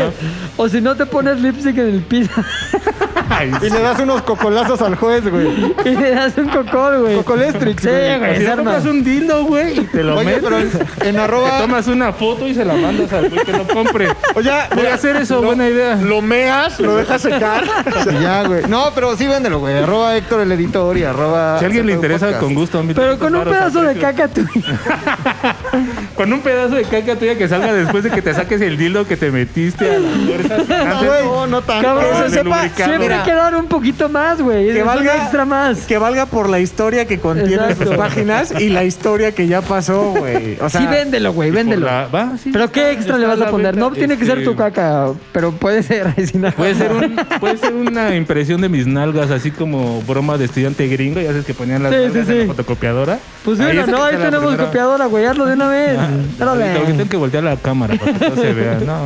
Speaker 1: o si no te pones lipstick en el piso
Speaker 3: [laughs]
Speaker 1: [laughs]
Speaker 3: Ay,
Speaker 2: Y le das unos cocolazos al juez, güey.
Speaker 1: y le das un cocol, güey.
Speaker 2: Cocolestrix,
Speaker 1: Sí,
Speaker 2: güey.
Speaker 1: güey,
Speaker 3: Si
Speaker 1: se
Speaker 3: te
Speaker 1: arma.
Speaker 3: compras un dildo, güey, y te lo
Speaker 2: Oye,
Speaker 3: metes.
Speaker 2: pero en, en
Speaker 3: Te
Speaker 2: arroba.
Speaker 3: tomas una foto y se la mandas al güey que lo compre.
Speaker 4: Oye,
Speaker 3: Voy a hacer eso, buena idea.
Speaker 4: lo meas, lo dejas
Speaker 1: [laughs]
Speaker 4: secar.
Speaker 2: y [laughs] Ya, güey. No, pero sí véndelo, güey. Arroba Héctor el editor y arroba.
Speaker 3: Si a alguien le
Speaker 2: Héctor
Speaker 3: interesa,
Speaker 2: Podcast.
Speaker 3: con gusto. mil
Speaker 1: Pero
Speaker 3: quinientos
Speaker 1: con un
Speaker 3: varos,
Speaker 1: pedazo de
Speaker 3: aprecio.
Speaker 1: caca tú.
Speaker 3: Con un pedazo de caca tuya que salga después de que te saques el dildo que te metiste a la fuerza.
Speaker 2: Ah,
Speaker 3: Antes-
Speaker 2: güey, [laughs] No, no tanto.
Speaker 1: Cabrón,
Speaker 3: Con el
Speaker 4: se sepa,
Speaker 3: lubricante.
Speaker 1: Siempre
Speaker 4: Mira.
Speaker 1: hay que dar un poquito más, güey. Es
Speaker 4: Que
Speaker 1: un
Speaker 4: valga,
Speaker 1: extra más.
Speaker 4: que valga por la historia que contiene
Speaker 1: Exacto.
Speaker 4: sus páginas y la historia que ya pasó, güey. O sea,
Speaker 1: sí, véndelo, güey,
Speaker 3: Por
Speaker 1: véndelo.
Speaker 3: la- va, sí,
Speaker 1: Pero
Speaker 3: está-
Speaker 1: qué extra
Speaker 3: está
Speaker 1: le vas
Speaker 3: la
Speaker 1: a poner.
Speaker 3: venta.
Speaker 1: No tiene que ser
Speaker 3: Este,
Speaker 1: tu caca, pero puede ser. [laughs] ay, si no.
Speaker 3: Puede ser, un- puede ser una impresión de mis nalgas, así como broma de estudiante gringo. Ya sabes que ponían las
Speaker 1: Sí,
Speaker 3: nalgas
Speaker 1: sí,
Speaker 3: en
Speaker 1: sí.
Speaker 3: la fotocopiadora.
Speaker 1: Pues
Speaker 3: Ahí
Speaker 1: bueno,
Speaker 3: sacaste
Speaker 1: no, ahí
Speaker 3: la
Speaker 1: tenemos
Speaker 3: primera- Ah,
Speaker 1: copiadora, güey. Hazlo de una vez. Dale.
Speaker 3: Ahorita, ahorita tengo que voltear la cámara para que no se vea. No.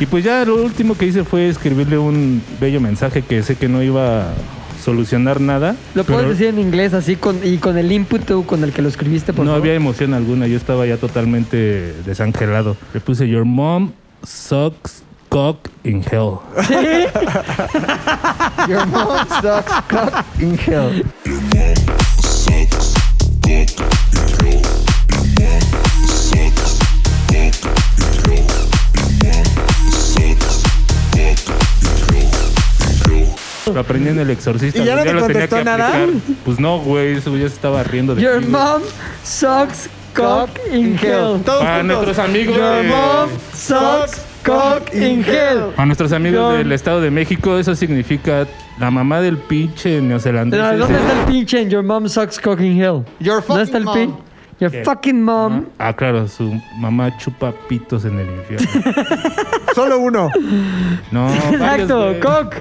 Speaker 3: Y pues ya lo último que hice fue escribirle un bello mensaje que sé que no iba a solucionar nada.
Speaker 1: Lo puedes
Speaker 3: pero
Speaker 1: decir en inglés así con, y con el input tú, con el que lo escribiste, por
Speaker 3: No
Speaker 1: favor.
Speaker 3: había emoción alguna, yo estaba ya totalmente desangelado. Le puse Your mom sucks cock in hell.
Speaker 2: [laughs] Your mom sucks cock in hell.
Speaker 3: Lo aprendí en el exorcista.
Speaker 4: ¿Y ya
Speaker 3: güey,
Speaker 4: no te
Speaker 3: lo tenía
Speaker 4: contestó
Speaker 3: que
Speaker 4: nada?
Speaker 3: aplicar. Pues no, güey, eso ya se estaba riendo de
Speaker 1: Your
Speaker 3: mí, güey.
Speaker 1: mom sucks cock in hell.
Speaker 2: Todos
Speaker 3: Para
Speaker 2: juntos.
Speaker 3: Ah, nuestros amigos
Speaker 1: Your
Speaker 3: de-
Speaker 1: mom sucks cock in hell.
Speaker 3: A nuestros amigos
Speaker 1: Your-
Speaker 3: del Estado de México, eso significa la mamá del pinche neozelandés.
Speaker 1: Pero,
Speaker 3: ese.
Speaker 1: ¿Dónde está el pinche en Your mom sucks cock in hell?
Speaker 2: Your
Speaker 1: ¿Dónde está el
Speaker 2: fucking
Speaker 1: pin?
Speaker 2: mom.
Speaker 1: Your
Speaker 3: ¿Qué?
Speaker 1: fucking mom. [laughs]
Speaker 3: Ah, claro, su mamá chupa pitos en el infierno.
Speaker 4: Solo uno.
Speaker 1: [laughs]
Speaker 3: No,
Speaker 1: Exacto, cock.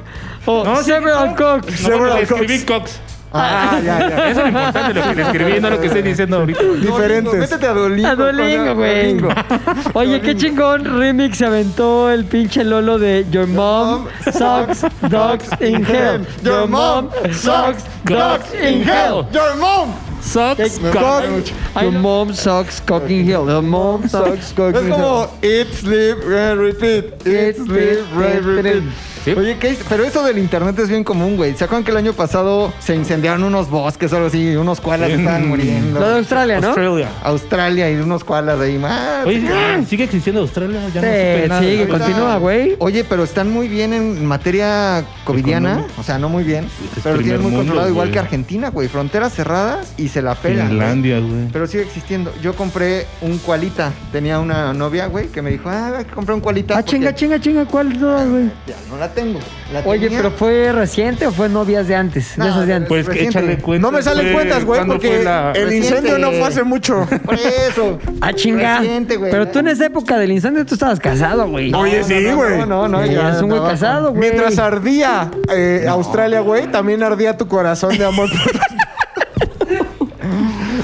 Speaker 1: O
Speaker 3: No, sí,
Speaker 1: several cock.
Speaker 3: Several
Speaker 4: Several
Speaker 3: le escribí Cox.
Speaker 2: Ah, ya, ya.
Speaker 3: Eso es lo importante, lo que le escribí, no lo que estoy diciendo ahorita.
Speaker 4: Diferentes.
Speaker 2: Dolingo, Métete a Dolingo.
Speaker 1: A Duolingo,
Speaker 2: con-
Speaker 1: güey.
Speaker 2: Dolingo.
Speaker 1: [laughs] Oye, qué chingón remix se aventó el pinche Lolo de Your Mom Sucks Dogs in Hell.
Speaker 2: Your mom sucks
Speaker 1: Dogs in Hell.
Speaker 2: Your mom.
Speaker 1: Sucks
Speaker 2: Me
Speaker 1: cock.
Speaker 2: gusta mucho.
Speaker 1: Your mom sucks cock in hell. Your mom sucks cock
Speaker 2: Es
Speaker 1: in hell.
Speaker 2: como eat, sleep, re- eh, repeat. Eat, sleep, re- repeat.
Speaker 3: Sí.
Speaker 2: Oye, ¿qué es? pero eso del internet es bien común, güey. ¿Se acuerdan que el año pasado se incendiaron unos bosques o algo así? Unos koalas
Speaker 3: Sí.
Speaker 2: estaban muriendo.
Speaker 1: Lo de Australia, ¿no?
Speaker 3: Australia.
Speaker 2: Australia y unos koalas ahí más.
Speaker 3: Oye, ah, ¿sigue existiendo Australia? Ya no supe
Speaker 1: Sí,
Speaker 3: nada.
Speaker 1: sigue, continúa, güey.
Speaker 2: Oye, pero están muy bien en materia covidiana.
Speaker 3: Económico.
Speaker 2: O sea, no muy bien.
Speaker 3: Es
Speaker 2: Pero lo
Speaker 3: primer
Speaker 2: tienen muy
Speaker 3: mundo,
Speaker 2: controlado, igual
Speaker 3: güey.
Speaker 2: que Argentina, güey. Fronteras cerradas y se la pelan. güey.
Speaker 3: Finlandia, güey.
Speaker 2: Pero sigue existiendo. Yo compré un cualita. Tenía una novia, güey, que me dijo, ah, hay que comprar un cualita.
Speaker 1: Ah,
Speaker 2: porque
Speaker 1: chinga, chinga, chinga, ¿cuál duda, güey?
Speaker 2: Ya no la tengo. La
Speaker 1: Oye,
Speaker 2: tenía.
Speaker 1: pero ¿fue reciente o fue novias de antes? De
Speaker 2: No,
Speaker 1: esas de antes.
Speaker 3: Pues
Speaker 2: Reciente.
Speaker 3: échale cuentas.
Speaker 4: No me salen cuentas, güey,
Speaker 3: ¿Cuándo
Speaker 4: porque
Speaker 3: fue la-
Speaker 4: el
Speaker 2: Reciente.
Speaker 4: incendio no fue
Speaker 1: [laughs]
Speaker 4: hace mucho.
Speaker 2: Por eso.
Speaker 1: Ah, chinga.
Speaker 2: Reciente, güey.
Speaker 1: Pero tú en esa época del instante tú estabas casado, güey.
Speaker 4: Oye, sí,
Speaker 2: no,
Speaker 4: güey.
Speaker 2: No, no, no.
Speaker 1: Ya
Speaker 2: ya
Speaker 1: eres un güey
Speaker 2: estaba-
Speaker 1: casado, güey.
Speaker 4: Mientras ardía eh, Australia, güey, también ardía tu corazón de amor.
Speaker 3: [laughs]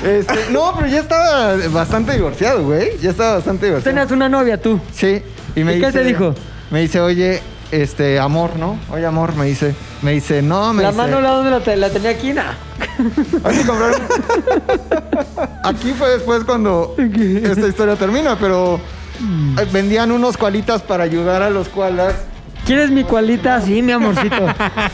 Speaker 2: Este, no, pero ya estaba bastante divorciado, güey. Ya estaba bastante divorciado.
Speaker 1: Tenías una novia tú.
Speaker 2: Sí. Y,
Speaker 1: ¿Y qué te dijo?
Speaker 2: Me dice, oye, este, amor, ¿no? Oye, amor, me dice. Me dice, no, me
Speaker 1: La
Speaker 2: dice.
Speaker 1: mano la donde la, te- la tenía aquí, na.
Speaker 2: Hay que comprar un- [laughs] Aquí fue después cuando esta historia termina, pero eh, vendían unos cualitas para ayudar a los koalas.
Speaker 1: ¿Quieres mi cualita? Sí, mi amorcito. [laughs]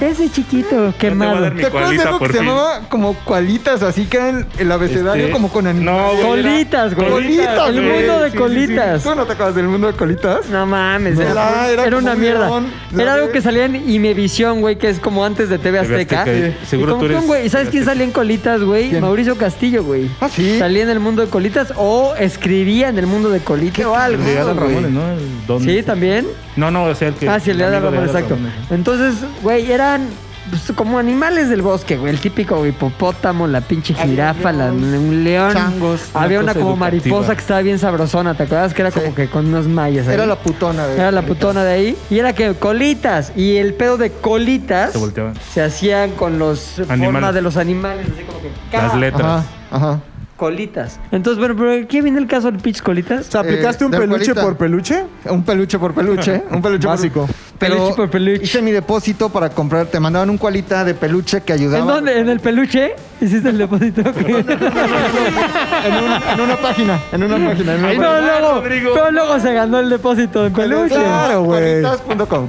Speaker 1: Ese chiquito quemado.
Speaker 3: dar Mi
Speaker 2: ¿Te acuerdas de
Speaker 3: cualita,
Speaker 2: algo que
Speaker 3: por
Speaker 2: se
Speaker 3: fin.
Speaker 2: llamaba como cualitas? Así que era el, el abecedario
Speaker 3: Este,
Speaker 2: como con
Speaker 3: no,
Speaker 2: animales.
Speaker 3: güey.
Speaker 1: Colitas, güey.
Speaker 2: Colitas,
Speaker 1: El
Speaker 2: güey.
Speaker 1: mundo de
Speaker 2: Sí, sí, sí.
Speaker 1: colitas.
Speaker 2: ¿Tú no te acuerdas del mundo de colitas?
Speaker 1: No mames,
Speaker 2: No,
Speaker 1: era,
Speaker 2: era- era
Speaker 1: era
Speaker 2: como
Speaker 1: una
Speaker 2: un
Speaker 1: mierda.
Speaker 2: león, la
Speaker 1: era algo
Speaker 2: de-
Speaker 1: que salía en Imevisión, güey, que es como antes de TV
Speaker 3: TV
Speaker 1: Azteca.
Speaker 3: Azteca,
Speaker 1: Sí.
Speaker 3: y seguro
Speaker 1: Y como
Speaker 3: tú eres-
Speaker 1: que un güey- ¿Y sabes quién salía en Colitas, güey?
Speaker 2: ¿Quién?
Speaker 1: Mauricio Castillo, güey.
Speaker 2: Ah, sí.
Speaker 1: Salía en el mundo de Colitas o escribía en el mundo de Colitas o algo.
Speaker 3: El de Adal
Speaker 1: güey.
Speaker 3: Ramones, ¿no? El don-
Speaker 1: Sí, también.
Speaker 3: No, no, o sea, el que.
Speaker 1: Ah, sí, el de Adal
Speaker 3: amigo
Speaker 1: Ramones,
Speaker 3: Adal
Speaker 1: exacto.
Speaker 3: Ramones.
Speaker 1: Entonces, güey, eran pues, como animales del bosque, güey. El típico hipopótamo, la pinche jirafa, la- un león.
Speaker 2: Changos.
Speaker 1: Había una
Speaker 3: Una cosa
Speaker 1: como
Speaker 3: educativa.
Speaker 1: mariposa que estaba bien sabrosona, ¿te acuerdas? Que era como que con unos mayas. ahí.
Speaker 2: Era la putona. de-
Speaker 1: Era la putona de ahí. Y era que colitas. Y el pedo de colitas
Speaker 3: Se volteaban.
Speaker 1: se hacían con los
Speaker 3: Animales.
Speaker 1: formas de los animales, así como que
Speaker 3: Las
Speaker 1: ca-
Speaker 3: letras.
Speaker 2: Ajá, ajá.
Speaker 1: colitas. Entonces, bueno, pero ¿qué viene el caso del pitch colitas?
Speaker 4: O sea, ¿aplicaste
Speaker 2: Eh,
Speaker 4: un
Speaker 2: de
Speaker 4: peluche
Speaker 2: Juanita.
Speaker 4: por peluche?
Speaker 2: Un peluche
Speaker 1: [laughs]
Speaker 2: por peluche. Un peluche
Speaker 4: Básico.
Speaker 2: Por, pero
Speaker 1: Peluche por peluche.
Speaker 2: Hice mi depósito para comprar. Te mandaban un cualita de peluche que ayudaba.
Speaker 1: ¿En dónde? ¿En el peluche? ¿Hiciste el depósito?
Speaker 2: En, un- en una página. En una página. En una
Speaker 1: Pero
Speaker 2: página.
Speaker 1: luego,
Speaker 3: Rodrigo.
Speaker 1: pero luego se ganó el depósito de peluche.
Speaker 4: Claro, güey.
Speaker 2: Cualitas.com.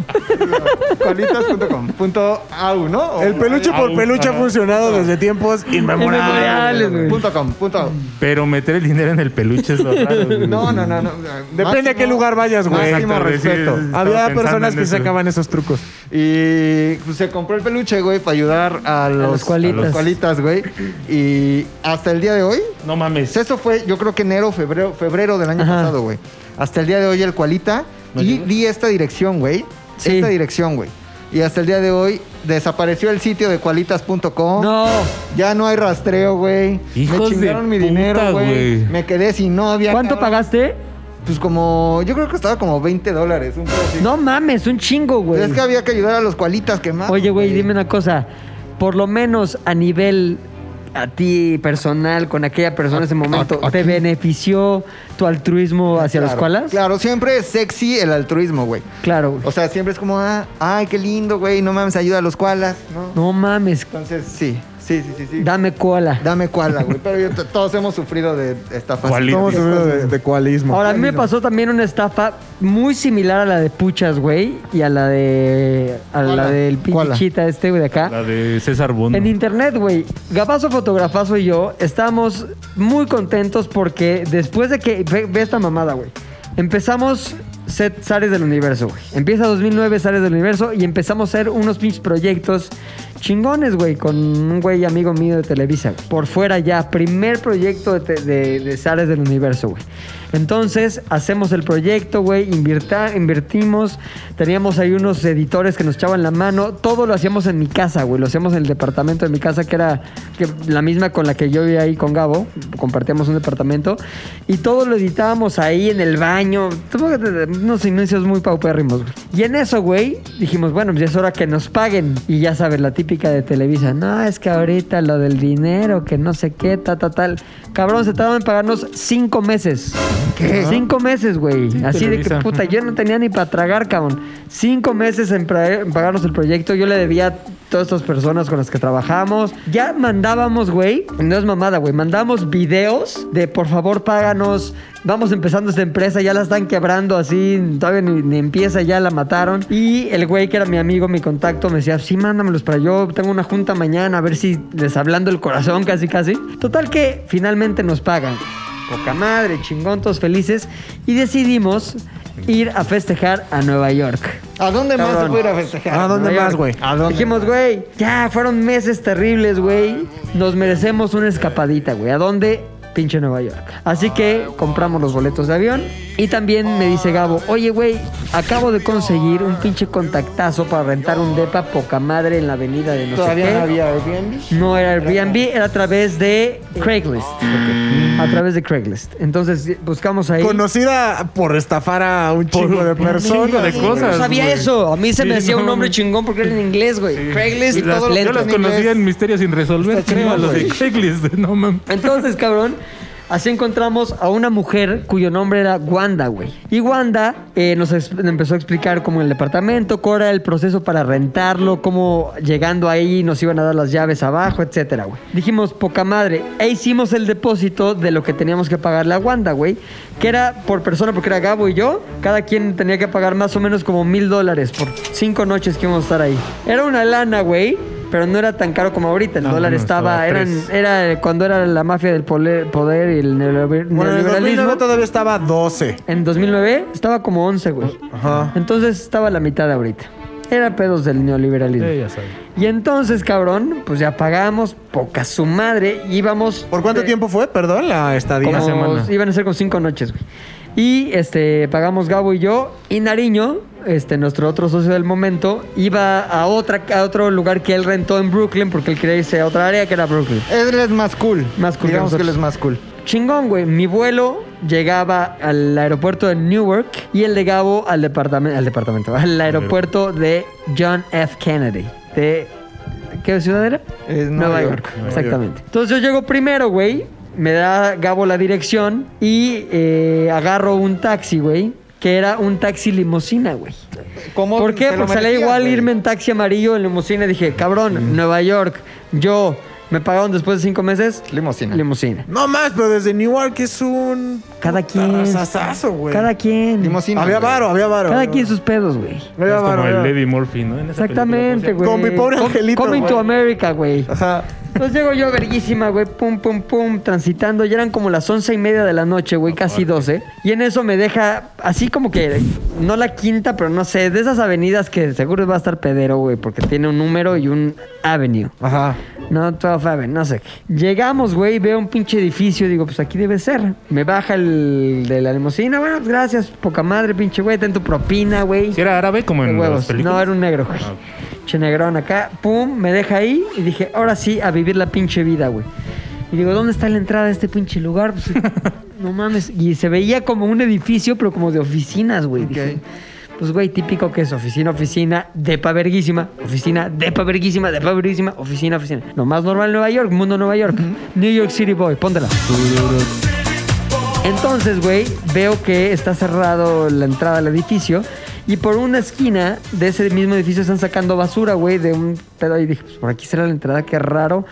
Speaker 2: Cualitas.com. Punto au, ¿no? O-
Speaker 4: El peluche
Speaker 3: Ah,
Speaker 4: por
Speaker 3: un-
Speaker 4: peluche ha
Speaker 3: ah,
Speaker 4: funcionado desde tiempos inmemorables.
Speaker 1: Inmemoriales, güey.
Speaker 2: Punto com, punto au.
Speaker 3: Pero meter el dinero en el peluche es lo raro. güey.
Speaker 2: No, no, no. no.
Speaker 4: Depende a qué lugar vayas, güey.
Speaker 2: Máximo
Speaker 3: Exacto,
Speaker 2: respeto.
Speaker 3: sí, sí, sí.
Speaker 4: Había
Speaker 3: pensando
Speaker 4: personas
Speaker 3: en
Speaker 4: que
Speaker 3: eso.
Speaker 4: sacaban esos trucos.
Speaker 2: Y pues, se compró el peluche, güey, para ayudar a los,
Speaker 1: los cualitas.
Speaker 2: a los cualitas, güey. Y hasta el día de hoy,
Speaker 3: No mames.
Speaker 2: Pues eso fue, yo creo que enero, febrero, febrero del año
Speaker 1: Ajá.
Speaker 2: pasado, güey. Hasta el día de hoy el cualita. Y di esta dirección, güey.
Speaker 1: Sí.
Speaker 2: Esta dirección, güey. Y hasta el día de hoy desapareció el sitio de cualitas.com.
Speaker 1: No.
Speaker 2: Ya no hay rastreo, güey.
Speaker 3: Hijos
Speaker 2: Me
Speaker 3: de
Speaker 2: chingaron mi
Speaker 3: puta,
Speaker 2: dinero, güey.
Speaker 3: güey.
Speaker 2: Me quedé sin novia.
Speaker 1: ¿Cuánto
Speaker 2: cabrón.
Speaker 1: pagaste?
Speaker 2: Pues como, yo creo que estaba como 20 dólares. Un pedo así.
Speaker 1: No mames, un chingo, güey.
Speaker 2: Es que había que ayudar a los cualitas quemados.
Speaker 1: Oye, güey, dime una cosa. Por lo menos a nivel a ti personal, con aquella persona en ese momento, ¿te benefició tu altruismo hacia
Speaker 2: Claro,
Speaker 1: los koalas?
Speaker 2: Claro, siempre es sexy el altruismo, güey.
Speaker 1: Claro, güey.
Speaker 2: O sea, siempre es como, ah, ay, qué lindo, güey, no mames, ayuda a los koalas, ¿no?
Speaker 1: No mames,
Speaker 2: Entonces, sí, sí, sí, sí, sí.
Speaker 1: dame koala.
Speaker 2: Dame koala, güey. Pero yo- t- todos hemos sufrido de estafas.
Speaker 3: Koalitis.
Speaker 4: Estamos hablando de, de cualismo.
Speaker 1: Ahora, a mí me pasó también una estafa muy similar a la de Puchas, güey, y a la de. a la
Speaker 2: Koala.
Speaker 1: del pinche
Speaker 2: Koala.
Speaker 1: chita este, güey, de acá.
Speaker 3: La de César Bono.
Speaker 1: En internet, güey, Gabazo Fotografazo y yo estamos muy contentos porque después de que... Ve, ve esta mamada, güey. Empezamos set Zares del Universo, güey. Empieza 2009 Zares del Universo y empezamos a hacer unos pinches proyectos chingones, güey, con un güey amigo mío de Televisa. Por fuera ya, primer proyecto de, te- de, de Zares del Universo, güey.
Speaker 5: Entonces, hacemos el proyecto, güey, invirta- invertimos, teníamos ahí unos editores que nos echaban la mano, todo lo hacíamos en mi casa, güey, lo hacíamos en el departamento de mi casa, que era que- la misma con la que yo vivía ahí con Gabo, compartíamos un departamento, y todo lo editábamos ahí en el baño, tuvo unos inicios muy paupérrimos, güey. Y en eso, güey, dijimos, bueno, pues ya es hora que nos paguen, y ya sabes, la típica de Televisa, no, es que ahorita lo del dinero, que no sé qué, ta, ta, tal. Cabrón, se tardaban en pagarnos cinco meses. ¿Qué? Cinco meses, güey. Así de que,
Speaker 6: Televisa.
Speaker 5: puta, yo no tenía ni para tragar, cabrón. Cinco meses en, pra- en pagarnos el proyecto. Yo le debía a todas estas personas con las que trabajamos. Ya mandábamos, güey. No es mamada, güey. Mandábamos videos de, por favor, páganos. Vamos empezando esta empresa, ya la están quebrando así, todavía ni, ni empieza, ya la mataron. Y el güey que era mi amigo, mi contacto, me decía, sí, mándamelos para yo, tengo una junta mañana, a ver si les hablando el corazón, casi, casi. Total que finalmente nos pagan. Poca madre, chingón, todos felices. Y decidimos ir a festejar a Nueva York.
Speaker 2: ¿A dónde más se
Speaker 5: Cabrón.
Speaker 2: puede ir a festejar?
Speaker 4: ¿A dónde
Speaker 5: Nueva
Speaker 4: más,
Speaker 5: York.
Speaker 4: güey?
Speaker 2: ¿A dónde
Speaker 5: Dijimos, güey, ya fueron meses terribles, güey. Nos merecemos una escapadita, güey. ¿A dónde? Pinche Nueva York. Así que compramos los boletos de avión. Y también me dice Gabo, oye, güey, acabo de conseguir un pinche contactazo para rentar un depa poca madre en la avenida de no sé
Speaker 2: Todavía
Speaker 5: qué".
Speaker 2: no había Airbnb.
Speaker 5: No era Airbnb, era a través de Craigslist. A través de Craigslist. Entonces buscamos ahí.
Speaker 4: Conocida por estafar a un chingo de personas.
Speaker 3: chingo de cosas.
Speaker 5: No sabía
Speaker 3: güey.
Speaker 5: eso. A mí se
Speaker 3: Sí,
Speaker 5: me decía
Speaker 3: no,
Speaker 5: un nombre chingón porque era en inglés, güey. Craigslist
Speaker 3: Y
Speaker 5: y
Speaker 3: las-
Speaker 5: todo
Speaker 3: yo
Speaker 5: lento.
Speaker 3: las
Speaker 2: en
Speaker 3: conocía
Speaker 2: inglés.
Speaker 3: en Misterios sin resolver,
Speaker 2: Está
Speaker 3: creo, a
Speaker 2: chingón,
Speaker 3: los de
Speaker 2: güey.
Speaker 3: checklist. No mames.
Speaker 5: [laughs] Entonces, cabrón, así encontramos a una mujer cuyo nombre era Wanda, güey. Y Wanda eh, nos ex- empezó a explicar cómo el departamento, cómo era el proceso para rentarlo, cómo llegando ahí nos iban a dar las llaves abajo, etcétera, güey. Dijimos, poca madre, e hicimos el depósito de lo que teníamos que pagarle a Wanda, güey, que era por persona, porque era Gabo y yo, cada quien tenía que pagar más o menos como mil dólares por cinco noches que íbamos a estar ahí. Era una lana, güey, pero no era tan caro como ahorita, el
Speaker 3: No,
Speaker 5: dólar
Speaker 3: no,
Speaker 5: estaba,
Speaker 3: estaba
Speaker 5: eran,
Speaker 3: tres.
Speaker 5: era cuando era la mafia del pole- poder y el neoliber-
Speaker 4: Bueno, en el
Speaker 5: neoliberalismo.
Speaker 4: 2009 todavía estaba 12.
Speaker 5: En 2009 estaba como 11, güey.
Speaker 4: Ajá.
Speaker 5: Entonces estaba la mitad de ahorita. Era pedos del neoliberalismo.
Speaker 3: Eh, ya sabes.
Speaker 5: Y entonces, cabrón, pues ya pagamos, poca su madre, íbamos...
Speaker 4: ¿Por cuánto
Speaker 5: eh,
Speaker 4: tiempo fue? Perdón, la estadía.
Speaker 5: como,
Speaker 3: Una semana.
Speaker 5: Iban a ser con cinco noches, güey. Y este, pagamos Gabo y yo. Y Nariño, este, nuestro otro socio del momento, iba a, otra, a otro lugar que él rentó en Brooklyn porque él quería irse a otra área que era Brooklyn.
Speaker 2: Él es más cool.
Speaker 5: Más cool que
Speaker 2: Digamos que él
Speaker 5: nosotros.
Speaker 2: es más cool.
Speaker 5: Chingón, güey. Mi vuelo llegaba al aeropuerto de Newark y el de Gabo al departamento, al departamento, al aeropuerto de John F. Kennedy. De, ¿Qué ciudad era?
Speaker 2: Es
Speaker 5: Nueva
Speaker 2: Nueva
Speaker 5: York.
Speaker 2: York.
Speaker 4: Nueva
Speaker 5: Exactamente. Entonces yo llego primero, güey. Me da Gabo la dirección y eh, agarro un taxi, güey. Que era un taxi limusina, güey.
Speaker 2: ¿Cómo
Speaker 5: ¿Por qué?
Speaker 2: te lo
Speaker 5: Porque salía
Speaker 2: merecías,
Speaker 5: igual
Speaker 2: güey?
Speaker 5: irme en taxi amarillo en limusina. Dije, cabrón, Nueva York, yo. Me pagaron después de cinco meses.
Speaker 2: Limusina.
Speaker 5: Limusina.
Speaker 4: No más, pero desde Newark es un.
Speaker 5: Cada
Speaker 4: puta
Speaker 5: quien.
Speaker 4: razazazo, güey.
Speaker 5: Cada quien.
Speaker 2: Limusina.
Speaker 4: Había
Speaker 2: güey.
Speaker 4: varo, había varo.
Speaker 5: Cada
Speaker 4: había
Speaker 5: quien
Speaker 4: varo.
Speaker 5: sus pedos, güey.
Speaker 4: Había varo,
Speaker 3: Es como
Speaker 4: había
Speaker 3: el
Speaker 4: varo.
Speaker 3: Lady Murphy, ¿no? En esa película,
Speaker 5: Exactamente,
Speaker 3: ¿cómo
Speaker 4: Con
Speaker 5: güey.
Speaker 4: mi pobre
Speaker 5: Com-
Speaker 4: angelito,
Speaker 5: Coming to
Speaker 4: güey.
Speaker 5: America, güey.
Speaker 4: Ajá.
Speaker 5: Entonces llego yo, verguísima, güey, pum, pum, pum, transitando. Ya eran como las once y media de la noche, güey, casi doce. Y en eso me deja, así como que, no la quinta, pero no sé, de esas avenidas que seguro va a estar pedero, güey, porque tiene un número y un avenue.
Speaker 4: Ajá.
Speaker 5: No, 12 Avenue, no sé qué. Llegamos, güey, veo un pinche edificio, digo, pues aquí debe ser. Me baja el de la limusina, bueno, pues gracias, poca madre, pinche güey, ten tu propina, güey.
Speaker 3: se llama? Si era árabe, como
Speaker 5: De
Speaker 3: en las
Speaker 5: huevos.
Speaker 3: películas.
Speaker 5: No, era un negro, güey.
Speaker 3: Ah, ok.
Speaker 5: Che negrón acá, pum, me deja ahí y dije, ahora sí, a vivir la pinche vida, güey. Y digo, ¿dónde está la entrada de este pinche lugar?
Speaker 3: [laughs]
Speaker 5: Pues, no mames. Y se veía como un edificio, pero como de oficinas, güey. Dije, Pues, güey, típico que es oficina, oficina, depa verguísima, oficina, depa verguísima, depa verguísima, oficina, oficina. Lo más normal en Nueva York, mundo Nueva York. New York City Boy, póntela. Entonces, güey, veo que está cerrado la entrada al edificio y por una esquina de ese mismo edificio están sacando basura, güey, de un pedo y dije, pues por aquí será la entrada, qué raro.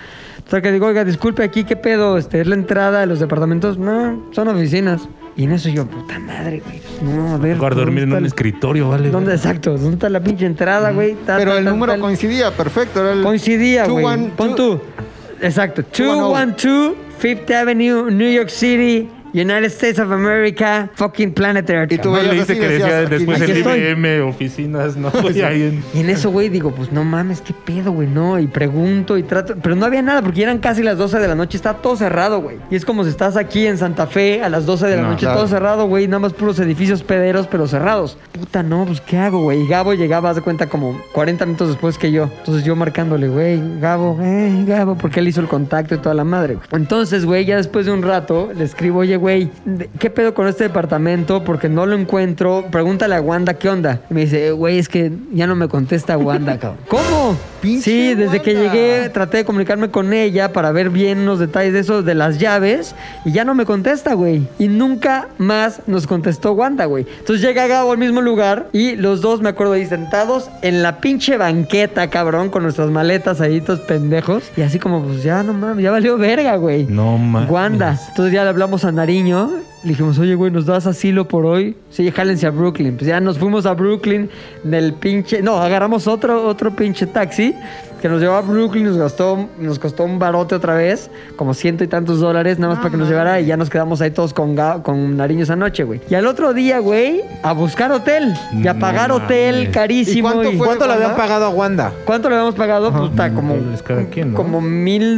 Speaker 5: O sea, que digo, oiga, disculpe aquí, qué pedo, este, es la entrada de los departamentos, no, son oficinas. Y en eso yo, puta madre, güey, no, a ver.
Speaker 3: Mejor dormir en
Speaker 5: ¿dónde
Speaker 3: un
Speaker 5: está
Speaker 3: escritorio, ¿vale?
Speaker 5: la- ¿Dónde exacto? ¿Dónde está la pinche entrada, güey? Ta,
Speaker 2: Pero
Speaker 5: ta,
Speaker 2: el
Speaker 5: ta,
Speaker 2: número
Speaker 5: tal.
Speaker 2: coincidía, perfecto. Era el
Speaker 5: Coincidía,
Speaker 2: Two
Speaker 5: güey.
Speaker 2: one-
Speaker 5: Pon
Speaker 2: two-
Speaker 5: tú. Exacto.
Speaker 2: 210.
Speaker 5: 212 Fifth Avenue, New York City, United States of America, fucking planet Earth.
Speaker 2: Y tú
Speaker 3: No
Speaker 2: veías
Speaker 3: leíste
Speaker 2: así,
Speaker 3: que
Speaker 2: decías,
Speaker 3: decía
Speaker 2: "Aquí-
Speaker 3: después
Speaker 2: aquí
Speaker 3: el
Speaker 2: estoy".
Speaker 3: IBM, oficinas, ¿no? [laughs] Y ahí en-
Speaker 5: Y en eso, güey, digo, pues no mames, qué pedo, güey, no. Y pregunto y trato. Pero no había nada, porque ya eran casi las 12 de la noche, está todo cerrado, güey. Y es como si estás aquí en Santa Fe a las 12 de la
Speaker 3: No,
Speaker 5: noche,
Speaker 2: claro.
Speaker 5: todo cerrado, güey, nada más puros edificios pederos, pero cerrados. Puta, no, pues qué hago, güey. Y Gabo llegaba, haz de cuenta, como 40 minutos después que yo. Entonces yo marcándole, güey, Gabo, eh, Gabo, porque él hizo el contacto y toda la madre, güey. Entonces, güey, ya después de un rato le escribo, oye, güey, de- ¿qué pedo con este departamento? Porque no lo encuentro. Pregúntale a Wanda qué onda. Y me dice, eh, güey, es que ya no me contesta Wanda, cabrón. ¿Cómo?
Speaker 2: Pinche
Speaker 5: sí, desde que
Speaker 2: Wanda.
Speaker 5: llegué traté de comunicarme con ella para ver bien unos detalles de esos de las llaves y ya no me contesta, güey. Y nunca más nos contestó Wanda, güey. Entonces llega Gabo al mismo lugar y los dos, me acuerdo, ahí sentados en la pinche banqueta, cabrón, con nuestras maletas ahí, todos pendejos. Y así como, pues ya no mames, ya valió verga, güey.
Speaker 3: No mames.
Speaker 5: Wanda. Entonces ya le hablamos a Nariño. Le dijimos, oye, güey, ¿nos das asilo por hoy? Sí, jálense a Brooklyn. Pues ya nos fuimos a Brooklyn del pinche... No, agarramos otro, otro pinche taxi que nos llevó a Brooklyn. Nos, gastó, nos costó un barote otra vez, como ciento y tantos dólares, nada más para que nos llevara. Y ya nos quedamos ahí todos con, Ga- con Nariño esa noche, güey. Y al otro día, güey, a buscar hotel. Y a
Speaker 3: No
Speaker 5: pagar
Speaker 3: mames.
Speaker 5: hotel
Speaker 3: ¿Y
Speaker 5: carísimo.
Speaker 2: cuánto fue?
Speaker 4: ¿Cuánto le habían
Speaker 2: Wanda?
Speaker 4: pagado a Wanda?
Speaker 5: ¿Cuánto le habíamos pagado? Pues está como...
Speaker 3: dólares cada quien, ¿no?
Speaker 5: Como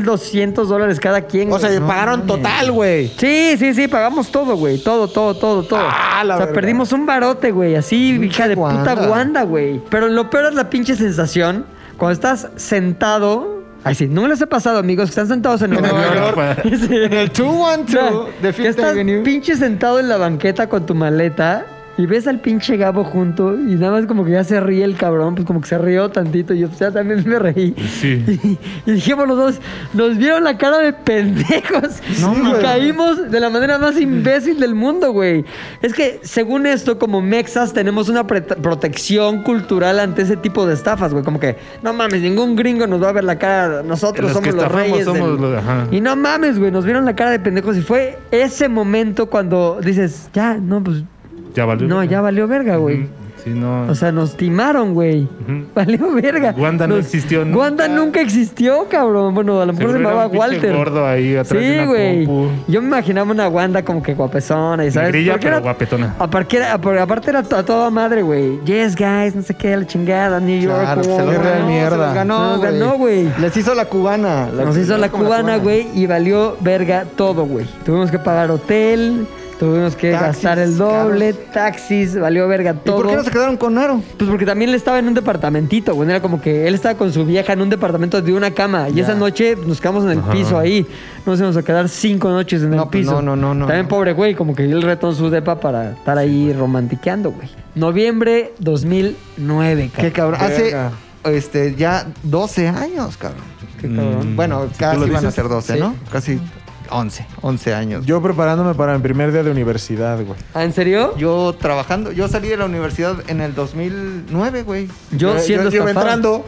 Speaker 5: 1.200 dólares cada quien.
Speaker 4: O
Speaker 5: güey.
Speaker 4: sea, le pagaron total, güey.
Speaker 5: Sí, sí, sí, pagamos todo, güey. Todo, todo, todo, todo.
Speaker 4: Ah, la
Speaker 5: o sea,
Speaker 4: verga.
Speaker 5: perdimos un barote, güey. Así, hija de puta
Speaker 2: Wanda.
Speaker 5: Wanda, güey. Pero lo peor es la pinche sensación cuando estás sentado. Ay, sí, no me les he pasado, amigos, que están sentados en Nueva
Speaker 2: Nueva
Speaker 5: York. [laughs] Sí.
Speaker 2: En el
Speaker 5: No,
Speaker 2: 212 de
Speaker 5: que
Speaker 2: Fifth
Speaker 5: estás
Speaker 2: Avenue.
Speaker 5: pinche sentado en la banqueta con tu maleta y ves al pinche Gabo junto y nada más como que ya se ríe el cabrón, pues como que se rió tantito y yo pues, ya también me reí.
Speaker 3: Sí.
Speaker 5: [laughs] Y, y dijimos los dos, nos vieron la cara de pendejos
Speaker 2: No,
Speaker 5: y
Speaker 2: güey.
Speaker 5: caímos de la manera más imbécil del mundo, güey. Es que según esto, como mexas, tenemos una pre- protección cultural ante ese tipo de estafas, güey. Como que, no mames, ningún gringo nos va a ver la cara, nosotros
Speaker 3: Los que
Speaker 5: somos los
Speaker 3: estafamos
Speaker 5: reyes
Speaker 3: somos
Speaker 5: del-
Speaker 3: los- ajá.
Speaker 5: y no mames, güey, nos vieron la cara de pendejos y fue ese momento cuando dices, ya, no, pues,
Speaker 3: Ya valió.
Speaker 5: no, ya valió verga, güey.
Speaker 3: Ujú. Sí, no.
Speaker 5: O sea, nos timaron, güey.
Speaker 3: Ujú.
Speaker 5: [laughs] Valió verga.
Speaker 3: Wanda no
Speaker 5: Nos-
Speaker 3: existió nunca.
Speaker 5: Wanda nunca existió, cabrón. Bueno, a lo mejor se
Speaker 3: Seguro era
Speaker 5: llamaba
Speaker 3: un pinche
Speaker 5: Walter.
Speaker 3: gordo ahí atrás de
Speaker 5: sí,
Speaker 3: una
Speaker 5: güey.
Speaker 3: compu.
Speaker 5: Yo me imaginaba una Wanda como que guapezona y sabes.
Speaker 3: Negrilla,
Speaker 5: Porque
Speaker 3: pero guapetona.
Speaker 5: Aparte era, apar- aparte era to- a toda madre, güey. Yes, guys, no sé qué, la chingada, New York.
Speaker 2: Claro, pues se
Speaker 5: wow,
Speaker 2: los
Speaker 5: wow,
Speaker 4: guerra de
Speaker 2: ganó,
Speaker 4: mierda.
Speaker 2: se los
Speaker 5: Se los
Speaker 2: ganó,
Speaker 5: ganó, güey.
Speaker 2: Les hizo la cubana.
Speaker 5: Nos hizo la cubana, güey, y valió verga todo, güey. Tuvimos que pagar hotel, tuvimos que
Speaker 2: Taxis,
Speaker 5: gastar el doble, taxis, valió verga
Speaker 2: ¿Y
Speaker 5: todo.
Speaker 2: por qué no se quedaron con Aro?
Speaker 5: Pues porque también él estaba en un departamentito, güey. Era como que él estaba con su vieja en un departamento de una cama. Y
Speaker 2: Ya.
Speaker 5: esa noche nos quedamos en el
Speaker 3: Ajá.
Speaker 5: piso ahí. Nos íbamos a quedar cinco noches en
Speaker 2: No,
Speaker 5: el
Speaker 2: pues,
Speaker 5: piso.
Speaker 2: no, no, no, no,
Speaker 5: También
Speaker 2: no.
Speaker 5: pobre güey, como que él retó su depa para estar ahí romantiqueando, güey. Noviembre 2009,
Speaker 2: Qué
Speaker 5: cabrón.
Speaker 2: cabrón.
Speaker 4: Verga.
Speaker 2: Hace este, ya 12 años, cabrón.
Speaker 5: Qué cabrón.
Speaker 3: Mm.
Speaker 2: Bueno,
Speaker 3: Si tú
Speaker 2: casi
Speaker 3: lo
Speaker 2: van a
Speaker 3: dices,
Speaker 2: ser 12,
Speaker 5: sí.
Speaker 2: ¿no? Casi 11. 11 años. Yo,
Speaker 4: Yo preparándome para mi primer día de universidad, güey.
Speaker 5: ¿Ah, en serio?
Speaker 2: yo trabajando, yo salí de la universidad en el 2009, güey.
Speaker 5: Yo siendo
Speaker 4: yo
Speaker 5: estafado.
Speaker 4: entrando.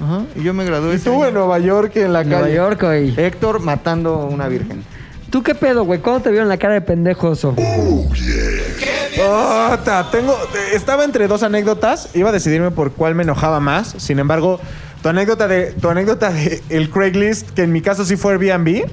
Speaker 2: Ajá, y yo me gradué.
Speaker 4: Y
Speaker 2: ese
Speaker 4: tú
Speaker 2: año.
Speaker 4: en Nueva York, en la
Speaker 5: Nueva
Speaker 4: calle.
Speaker 5: York, güey.
Speaker 2: Héctor matando a una virgen.
Speaker 5: ¿Tú qué pedo, güey? ¿Cómo te vieron la cara de pendejo oso?
Speaker 4: Ota, tengo, estaba entre dos anécdotas. Iba a decidirme por cuál me enojaba más. Sin embargo, tu anécdota de, tu anécdota de el Craigslist, que en mi caso sí fue Airbnb.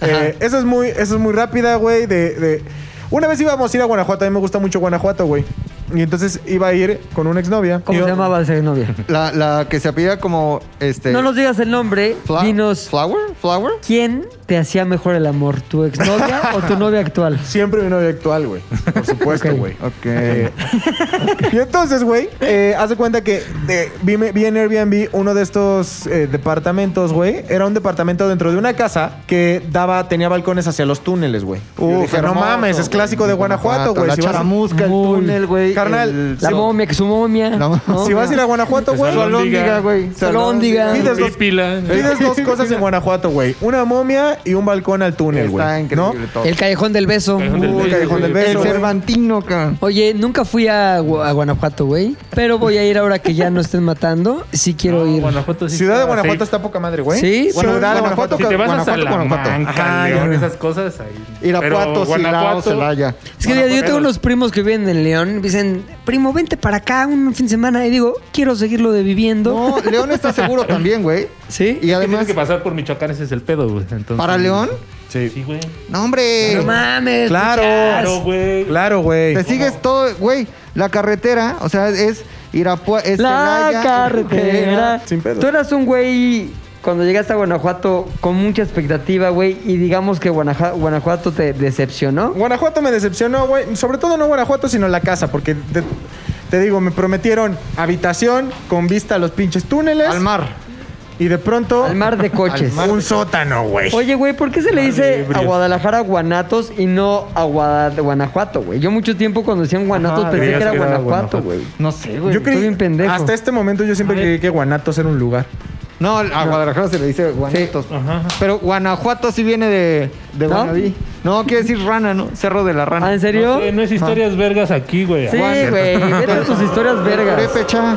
Speaker 4: eh, esa es muy, esa es muy rápida, güey. De, de- Una vez íbamos a ir a Guanajuato. A mí me gusta mucho Guanajuato, güey. Y entonces iba a ir con una exnovia.
Speaker 5: ¿Cómo
Speaker 4: Y-
Speaker 5: se llamaba esa novia?
Speaker 2: La, la que se apellida como este.
Speaker 5: No nos digas el nombre,
Speaker 2: Fla-
Speaker 5: dinos
Speaker 2: Flower? Flower?
Speaker 5: quién te hacía mejor el amor, tu
Speaker 2: [laughs]
Speaker 5: exnovia o tu novia actual.
Speaker 4: Siempre mi novia actual, güey. Por supuesto,
Speaker 5: Ok.
Speaker 4: güey.
Speaker 2: Ok.
Speaker 4: Eh, [laughs] y entonces, güey, eh, haz de cuenta que eh, vi, me- vi en Airbnb uno de estos eh, departamentos, güey. Era un departamento dentro de una casa que daba, tenía balcones hacia los túneles, güey.
Speaker 2: Yo
Speaker 4: Uf,
Speaker 2: dije,
Speaker 4: no
Speaker 2: hermoso,
Speaker 4: mames, es
Speaker 2: güey,
Speaker 4: clásico de Guanajuato, güey.
Speaker 2: La
Speaker 4: Si vas,
Speaker 2: charamusca, el
Speaker 5: Muy.
Speaker 2: túnel, güey.
Speaker 4: Carnal,
Speaker 2: el-
Speaker 5: La
Speaker 4: Sí,
Speaker 5: momia, que su momia.
Speaker 2: La
Speaker 5: ¿no?
Speaker 2: mo-
Speaker 4: si vas a ir a Guanajuato, güey.
Speaker 3: Salón-
Speaker 2: Salóndiga, güey.
Speaker 5: Salóndiga.
Speaker 4: Pides dos-
Speaker 3: Pipila.
Speaker 4: Pides dos cosas en Guanajuato, güey. Una momia y un balcón al túnel, güey.
Speaker 2: Está
Speaker 4: ¿no?
Speaker 2: increíble todo.
Speaker 5: El callejón del beso.
Speaker 3: Callejón del
Speaker 5: Uy.
Speaker 3: Beso.
Speaker 4: Uy, Callejón del
Speaker 2: El
Speaker 4: Beso, güey.
Speaker 2: Cervantino, cabrón.
Speaker 5: Oye, nunca fui a, Gua- a Guanajuato, güey. Pero voy a ir ahora que ya no estén matando. Sí quiero
Speaker 3: No,
Speaker 5: ir.
Speaker 3: Guanajuato sí
Speaker 4: Ciudad de
Speaker 3: está
Speaker 4: Guanajuato
Speaker 3: safe.
Speaker 4: está poca madre, güey.
Speaker 5: Sí,
Speaker 4: Ciudad de Guanajuato,
Speaker 2: Guanajuato,
Speaker 3: Si te vas a
Speaker 2: Guanajuato, Guanajuato.
Speaker 3: Salamanca,
Speaker 4: Ajá,
Speaker 3: León,
Speaker 4: ya.
Speaker 3: esas cosas ahí.
Speaker 2: Irapuato,
Speaker 3: Pero
Speaker 2: Silao, Celaya.
Speaker 5: Es que mira, yo tengo unos primos que viven en León. me Dicen, primo, vente para acá un fin de semana. Y digo, quiero seguirlo de viviendo.
Speaker 2: No, León está seguro también, güey.
Speaker 5: ¿Sí?
Speaker 2: Y
Speaker 3: Además,
Speaker 2: además,
Speaker 3: tienes que pasar por Michoacán, ese es el pedo, güey. Entonces,
Speaker 2: para León,
Speaker 3: Sí, güey.
Speaker 2: No, hombre.
Speaker 5: No mames.
Speaker 4: Claro.
Speaker 3: Claro,
Speaker 5: muchachos.
Speaker 3: güey.
Speaker 4: Claro, güey.
Speaker 2: Te sigues todo, güey. La carretera, o sea, es Irapuato, es
Speaker 5: La
Speaker 2: Celaya,
Speaker 5: carretera.
Speaker 4: Sin pedos.
Speaker 5: Tú eras un güey cuando llegaste a Guanajuato con mucha expectativa, güey, y digamos que Guanaja- Guanajuato te decepcionó.
Speaker 4: Guanajuato me decepcionó, güey. Sobre todo no Guanajuato, sino la casa, porque te, te digo, me prometieron habitación con vista a los pinches túneles.
Speaker 2: Al mar.
Speaker 4: Y de pronto.
Speaker 3: [laughs]
Speaker 5: Al mar de coches.
Speaker 4: Un sótano, güey.
Speaker 5: Oye, güey, ¿por qué se le dice a Guadalajara Guanatos y no a Guada- Guanajuato, güey? Yo mucho tiempo cuando decían Guanatos
Speaker 3: Ajá,
Speaker 5: pensé que
Speaker 3: creías
Speaker 5: era
Speaker 3: que era Guanajuato.
Speaker 5: Guanajuato, güey.
Speaker 2: No sé, güey.
Speaker 4: Yo
Speaker 5: estoy
Speaker 4: creí.
Speaker 5: bien pendejo.
Speaker 4: Hasta este momento yo siempre creí que Guanatos era un lugar.
Speaker 2: No, a Guadalajara se le dice Guanatos.
Speaker 3: Ajá.
Speaker 2: Pero Guanajuato sí viene de, de
Speaker 5: ¿No?
Speaker 2: Guanabí. No, quiere decir rana, ¿no? Cerro de la
Speaker 5: ¿Ah,
Speaker 2: rana.
Speaker 5: en serio?
Speaker 3: No, sé, no es historias vergas aquí, güey.
Speaker 5: Sí, güey. Vete a
Speaker 3: [laughs]
Speaker 5: tus historias vergas.
Speaker 2: Pepecha,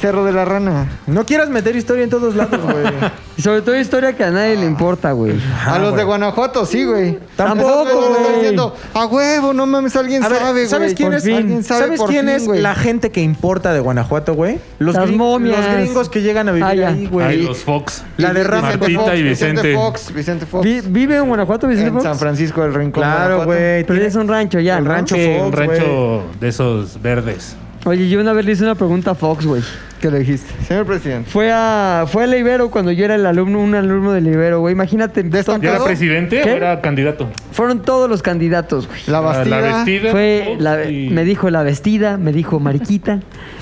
Speaker 2: Cerro de la rana.
Speaker 4: No quieras meter historia en todos lados, güey. Están
Speaker 5: Y sobre todo historia que a nadie le
Speaker 3: [laughs]
Speaker 5: importa, güey.
Speaker 2: a los
Speaker 4: güey.
Speaker 2: de Guanajuato, sí, güey.
Speaker 4: Tampoco,
Speaker 2: Esos güeyes están
Speaker 4: güey.
Speaker 2: diciendo, a huevo, no mames, alguien
Speaker 4: A ver,
Speaker 2: sabe, güey.
Speaker 4: ¿sabes quién
Speaker 2: Por
Speaker 4: es,
Speaker 2: fin.
Speaker 4: alguien sabe ¿sabes
Speaker 2: por
Speaker 4: quién
Speaker 2: fin,
Speaker 4: es
Speaker 2: güey.
Speaker 4: la gente que importa de Guanajuato, güey? Los,
Speaker 5: Las
Speaker 4: gring-
Speaker 5: momias.
Speaker 4: los gringos que llegan a vivir
Speaker 5: Ah, ya.
Speaker 4: ahí,
Speaker 3: Ay,
Speaker 4: güey.
Speaker 3: los Fox.
Speaker 4: La de Rafa
Speaker 3: Martita
Speaker 2: Fox,
Speaker 3: y Vicente.
Speaker 2: Fox, Vicente Fox.
Speaker 5: Vi- ¿Vive en Guanajuato, Vicente
Speaker 2: en
Speaker 5: Fox?
Speaker 2: San Francisco del Rincón.
Speaker 4: Claro,
Speaker 2: Guanajuato.
Speaker 4: güey.
Speaker 5: Pero es un rancho ya,
Speaker 4: El
Speaker 5: ¿no?
Speaker 4: rancho.
Speaker 3: Sí, un
Speaker 4: Fox,
Speaker 3: rancho de esos verdes.
Speaker 5: Oye, yo una vez le hice una pregunta a Fox, güey.
Speaker 2: ¿Qué le dijiste? Señor presidente.
Speaker 5: Fue a, fue a la Ibero cuando yo era el alumno, un alumno del Ibero, güey. Imagínate,
Speaker 3: ¿Ya
Speaker 2: Destacado.
Speaker 5: son-
Speaker 3: era
Speaker 2: ¿Todo?
Speaker 3: presidente
Speaker 5: ¿Qué?
Speaker 3: o era candidato? Ah,
Speaker 5: fueron todos los candidatos, güey.
Speaker 2: La Bastida.
Speaker 3: La vestida.
Speaker 5: Fue
Speaker 3: Fox
Speaker 5: la,
Speaker 3: y-
Speaker 5: me dijo la vestida, me dijo
Speaker 3: [laughs]
Speaker 5: mariquita.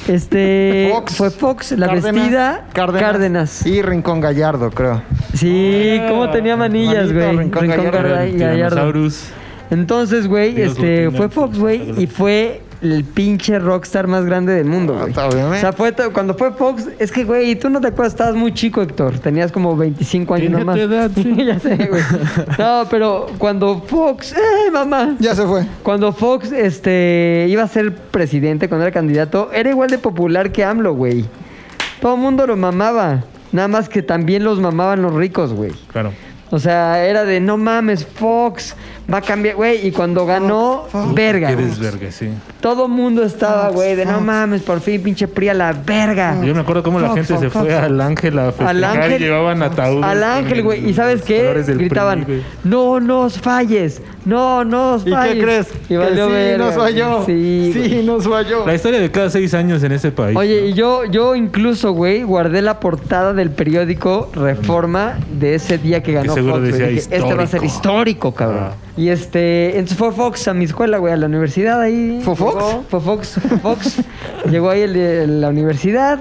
Speaker 5: Este
Speaker 2: Fox.
Speaker 5: fue Fox, la
Speaker 2: Cárdenas,
Speaker 5: vestida, Cárdenas.
Speaker 2: Y Rincón Gallardo, creo.
Speaker 5: Sí,
Speaker 3: Ah,
Speaker 5: cómo tenía manillas,
Speaker 2: manito,
Speaker 5: güey.
Speaker 2: Rincón Gallardo,
Speaker 5: Garda-
Speaker 3: El
Speaker 5: Gallardo.
Speaker 3: Tyrannosaurus.
Speaker 5: Entonces, güey,
Speaker 3: Dios lo
Speaker 5: este
Speaker 3: tenga.
Speaker 5: fue Fox, güey, y fue el pinche rockstar más grande del mundo, güey.
Speaker 2: Ah, obviamente.
Speaker 5: O sea, fue to- cuando fue Fox, es que, güey, tú no te acuerdas, estabas muy chico, Héctor. Tenías como 25 años
Speaker 3: Tenía
Speaker 5: nomás.
Speaker 3: tu
Speaker 5: [laughs]
Speaker 3: edad, sí.
Speaker 5: ya sé, güey. No, pero cuando Fox, ¡eh, mamá!
Speaker 2: Ya se fue.
Speaker 5: Cuando Fox este, iba a ser presidente, cuando era candidato, era igual de popular que AMLO, güey. Todo el mundo lo mamaba. Nada más que también los mamaban los ricos, güey.
Speaker 3: Claro.
Speaker 5: O sea, era de no mames, Fox va a cambiar, güey. Y cuando ganó, verga.
Speaker 3: Eres
Speaker 5: güey.
Speaker 3: verga, sí.
Speaker 5: Todo mundo estaba, güey, de no mames, por fin, pinche Pri a la verga.
Speaker 3: Yo me acuerdo cómo la
Speaker 5: Ah. Fox,
Speaker 3: gente
Speaker 5: Fox,
Speaker 3: se fue
Speaker 5: Fox.
Speaker 3: al ángel a festejar
Speaker 5: Al ángel.
Speaker 3: y llevaban ataúdes.
Speaker 5: Al
Speaker 3: con
Speaker 5: ángel, güey. ¿Y
Speaker 3: los
Speaker 5: sabes qué?
Speaker 3: colores del PRI,
Speaker 5: Gritaban,
Speaker 3: güey.
Speaker 5: no nos falles, no nos
Speaker 2: ¿Y
Speaker 5: falles.
Speaker 2: qué crees?
Speaker 5: Y
Speaker 2: Que
Speaker 5: valió
Speaker 2: sí,
Speaker 5: verga,
Speaker 2: nos
Speaker 5: güey.
Speaker 2: falló.
Speaker 5: Sí, güey.
Speaker 2: nos falló.
Speaker 3: La historia de cada seis años en ese país.
Speaker 5: Oye, y yo, yo incluso, güey, guardé la portada del periódico Reforma de ese día que ganó
Speaker 3: seguro
Speaker 5: Fox. güey.
Speaker 3: decía
Speaker 5: Dije, este va a ser histórico, cabrón.
Speaker 3: Ah.
Speaker 5: Y este, entonces fue Fox a mi escuela, güey, a la universidad ahí.
Speaker 2: ¿Fue Fox?
Speaker 5: Llegó, Fue Fox, fue Fox. [laughs] llegó ahí el de la universidad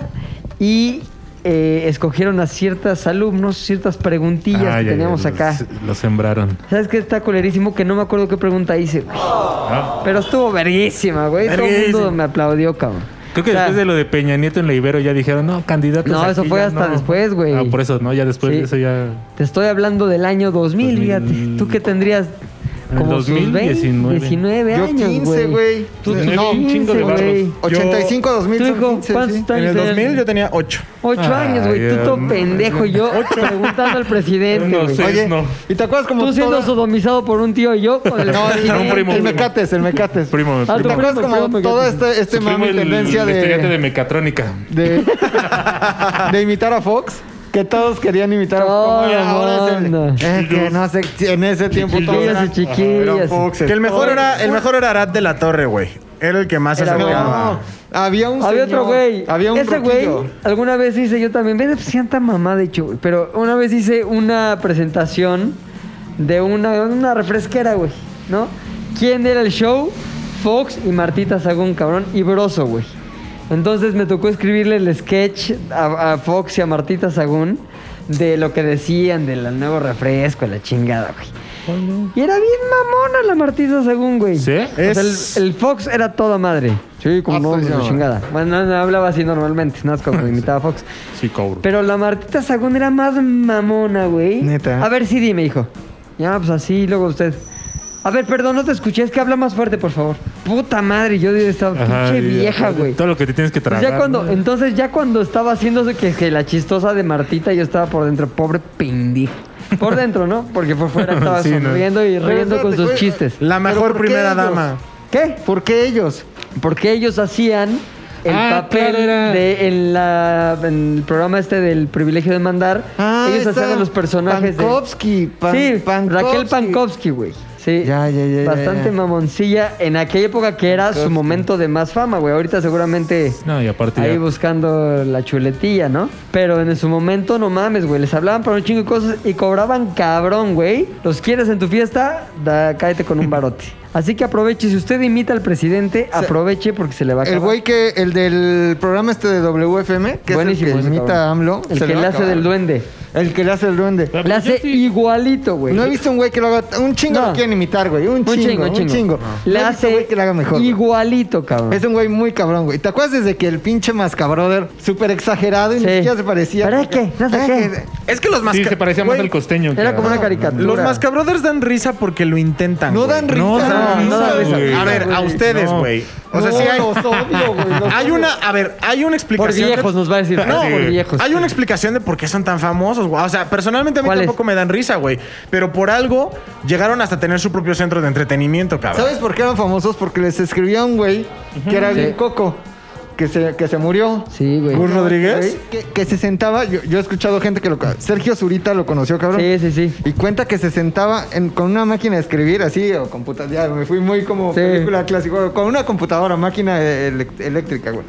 Speaker 5: y eh, escogieron a ciertas alumnos, ciertas preguntillas
Speaker 3: Ah,
Speaker 5: que
Speaker 3: ya, ya,
Speaker 5: teníamos
Speaker 3: los-
Speaker 5: acá.
Speaker 3: Los sembraron.
Speaker 5: ¿Sabes qué está culerísimo? Que no me acuerdo qué pregunta hice, güey.
Speaker 3: Ah,
Speaker 5: Pero estuvo verguísima, güey. Todo el mundo me aplaudió, cabrón.
Speaker 3: Creo que
Speaker 5: O sea,
Speaker 3: después de lo de Peña Nieto en la Ibero ya dijeron, no, candidatos.
Speaker 5: No, eso
Speaker 3: aquí
Speaker 5: fue
Speaker 3: ya
Speaker 5: hasta
Speaker 3: no".
Speaker 5: después, güey.
Speaker 3: Ah, por eso, ¿no? Ya después
Speaker 5: Sí.
Speaker 3: de eso ya.
Speaker 5: Te estoy hablando del año 2000,
Speaker 3: 2000.
Speaker 5: fíjate. ¿Tú qué tendrías?
Speaker 3: En
Speaker 5: Como sus
Speaker 3: 2019.
Speaker 5: 19
Speaker 2: Yo
Speaker 5: años,
Speaker 2: 15, güey.
Speaker 5: Tú
Speaker 2: Sí.
Speaker 5: tenías
Speaker 2: No,
Speaker 3: un chingo de
Speaker 5: 15, güey.
Speaker 3: barros.
Speaker 2: 85 2000
Speaker 5: Tu
Speaker 2: son
Speaker 5: hijo,
Speaker 2: 15,
Speaker 5: ¿cuántos
Speaker 2: sí.
Speaker 5: años
Speaker 4: En el
Speaker 5: tenías?
Speaker 4: 2000 yo tenía 8.
Speaker 5: Ocho
Speaker 3: Ay,
Speaker 5: años, güey. Tú
Speaker 3: eh,
Speaker 5: todo
Speaker 3: mm,
Speaker 5: pendejo. y Yo preguntando al presidente,
Speaker 3: No
Speaker 5: güey.
Speaker 3: sé.
Speaker 2: Oye,
Speaker 3: no.
Speaker 2: ¿y te acuerdas como
Speaker 5: Tú siendo
Speaker 2: toda-
Speaker 5: sodomizado por un tío
Speaker 2: [laughs]
Speaker 5: y yo con el
Speaker 2: No, el,
Speaker 5: presidente.
Speaker 3: [laughs] un primo,
Speaker 2: el
Speaker 3: primo.
Speaker 2: mecates, el mecates.
Speaker 3: Primo, mi
Speaker 2: ¿Te
Speaker 5: Ah,
Speaker 3: primo.
Speaker 2: acuerdas
Speaker 5: primo,
Speaker 2: como
Speaker 5: primo,
Speaker 2: toda
Speaker 5: Mecates.
Speaker 2: este, este
Speaker 3: Su primo,
Speaker 2: mami
Speaker 3: el,
Speaker 2: tendencia
Speaker 3: el estudiante de
Speaker 2: de,
Speaker 3: mecatrónica.
Speaker 2: de, de [laughs] imitar a Fox? Que todos querían imitar a Fox.
Speaker 5: Todo
Speaker 2: Como ahora es el-
Speaker 5: mundo.
Speaker 2: es que no sé, en ese tiempo todos
Speaker 5: Chiquillos y
Speaker 2: eran-
Speaker 5: chiquillas.
Speaker 2: Fox,
Speaker 4: Que el mejor
Speaker 2: todo.
Speaker 4: era, el mejor era Arad de la Torre, güey. Era el que más se
Speaker 5: Era
Speaker 4: acercaba.
Speaker 2: No, había un
Speaker 5: Había
Speaker 2: señor,
Speaker 5: otro güey.
Speaker 2: Había un
Speaker 5: Ese güey,
Speaker 2: ruquillo.
Speaker 5: alguna vez hice yo también. Ve de tanta mamá, de hecho, güey. Pero una vez hice una presentación de una, una refresquera, güey. ¿No? ¿Quién era el show? Fox y Martita Sagún, cabrón. Y Broso, güey. Entonces me tocó escribirle el sketch a, a Fox y a Martita Sagún de lo que decían del nuevo refresco, la chingada, güey. Y era bien mamona la Martita Sagún, güey.
Speaker 3: ¿Sí?
Speaker 5: O sea,
Speaker 4: Es-
Speaker 5: el, el Fox era toda madre. Sí,
Speaker 3: Ah,
Speaker 2: como no,
Speaker 5: no,
Speaker 2: pues, la
Speaker 5: chingada. Bueno, no, no, hablaba así normalmente, no es como imitaba
Speaker 3: [laughs]
Speaker 5: a Fox.
Speaker 3: Sí, cobro.
Speaker 5: Pero la Martita Sagún era más mamona, güey.
Speaker 2: Neta.
Speaker 5: A ver, sí, dime, hijo. Ya, pues así, luego usted. A ver, perdón, no te escuché, es que habla más fuerte, por favor. Puta madre, yo de esta
Speaker 3: Ajá,
Speaker 5: pinche
Speaker 3: y
Speaker 5: vieja,
Speaker 3: aparte,
Speaker 5: güey.
Speaker 3: Todo lo que te tienes que
Speaker 5: Pues
Speaker 3: tragar.
Speaker 5: ya cuando,
Speaker 3: ¿no?
Speaker 5: entonces ya cuando estaba haciéndose que, que la chistosa de Martita, yo estaba por dentro, pobre pendejo. Por dentro, ¿no? Porque
Speaker 3: [laughs]
Speaker 5: por fuera estaba
Speaker 3: Sí, ¿no?
Speaker 5: sonriendo y
Speaker 2: Pero
Speaker 5: riendo con
Speaker 2: espérate,
Speaker 5: sus
Speaker 2: güey,
Speaker 5: chistes.
Speaker 4: La
Speaker 2: ¿Pero
Speaker 4: mejor
Speaker 2: por qué
Speaker 4: primera
Speaker 2: ellos?
Speaker 4: dama.
Speaker 5: ¿Qué?
Speaker 2: ¿Por qué ellos?
Speaker 5: Porque ellos hacían el
Speaker 3: Ah,
Speaker 5: papel
Speaker 3: claro, era-
Speaker 5: de en, la, en el programa este del privilegio de mandar.
Speaker 2: Ah,
Speaker 5: ellos
Speaker 2: esta
Speaker 5: hacían a los personajes
Speaker 2: Pankowski,
Speaker 5: de.
Speaker 2: Pan-
Speaker 5: sí,
Speaker 2: Pankowski.
Speaker 5: Raquel Pankowski, güey. Sí.
Speaker 2: Ya, ya, ya, ya,
Speaker 5: Bastante
Speaker 2: ya.
Speaker 5: mamoncilla en aquella época que era su
Speaker 2: Pankowski.
Speaker 5: momento de más fama, güey. Ahorita seguramente.
Speaker 3: No, y aparte
Speaker 5: Ahí
Speaker 3: ya-
Speaker 5: buscando la chuletilla, ¿no? Pero en su momento, no mames, güey. Les hablaban para un chingo de cosas y cobraban cabrón, güey. ¿Los quieres en tu fiesta? Da, cállate con
Speaker 2: [laughs]
Speaker 5: un barote. Así que aproveche. Si usted imita al presidente, aproveche porque se le va a acabar.
Speaker 2: El güey que, el del programa este de WFM, que
Speaker 5: Buenísimo
Speaker 2: es el
Speaker 5: ese
Speaker 2: que imita
Speaker 5: cabrón.
Speaker 2: a AMLO.
Speaker 5: El
Speaker 2: se
Speaker 5: que
Speaker 2: va
Speaker 5: le
Speaker 2: a
Speaker 5: hace del
Speaker 2: acabar.
Speaker 5: duende.
Speaker 2: El que le hace el duende.
Speaker 3: Pero
Speaker 5: Le
Speaker 3: yo
Speaker 5: hace
Speaker 3: sí-
Speaker 5: igualito, güey.
Speaker 2: No he visto un güey que lo haga. Un chingo
Speaker 5: No.
Speaker 2: lo quieren imitar, güey. Un chingo, un chingo.
Speaker 5: Le
Speaker 2: No he visto
Speaker 5: hace
Speaker 2: un güey que lo haga mejor. güey.
Speaker 5: igualito, cabrón.
Speaker 2: Es un güey muy cabrón, güey. ¿Te acuerdas desde que el pinche Mascabrother, súper exagerado y
Speaker 5: Sí.
Speaker 2: ni siquiera se parecía?
Speaker 5: ¿Pero es qué? No sé
Speaker 2: Ah,
Speaker 5: qué.
Speaker 7: Es que los más.
Speaker 3: Sí, se parecía más
Speaker 4: Güey,
Speaker 3: al costeño. que
Speaker 5: Era
Speaker 3: a-
Speaker 5: como una caricatura.
Speaker 4: Los mascabrothers dan risa porque lo intentan.
Speaker 2: No
Speaker 4: güey.
Speaker 2: dan risa.
Speaker 3: No,
Speaker 2: güey.
Speaker 5: no dan risa.
Speaker 3: güey.
Speaker 4: A ver, a ustedes,
Speaker 3: No.
Speaker 4: güey. O sea,
Speaker 2: No,
Speaker 4: sí hay.
Speaker 2: los odio, güey, los
Speaker 4: Hay
Speaker 2: odio.
Speaker 4: una. A ver, hay una
Speaker 5: Por
Speaker 4: explicación. de-
Speaker 5: viejos, nos va a decir.
Speaker 4: No,
Speaker 5: por
Speaker 4: güey.
Speaker 5: viejos.
Speaker 4: Hay una explicación de por qué son tan famosos, güey. O sea, personalmente a mí
Speaker 5: ¿Cuál es?
Speaker 4: tampoco me dan risa, güey. Pero por algo llegaron hasta tener su propio centro de entretenimiento, cabrón.
Speaker 2: ¿Sabes por qué eran famosos? Porque les escribía un güey que era
Speaker 5: Sí.
Speaker 2: bien coco, que se, que se murió.
Speaker 5: Sí, güey.
Speaker 4: Gus Rodríguez.
Speaker 2: Que, que se sentaba, yo, yo he escuchado gente que lo... Sergio Zurita lo conoció, cabrón.
Speaker 5: Sí, sí, sí.
Speaker 2: Y cuenta que se sentaba en- con una máquina de escribir así, o computadora, ya me fui muy como
Speaker 5: Sí.
Speaker 2: película clásica, con una computadora, máquina elec- eléctrica, güey.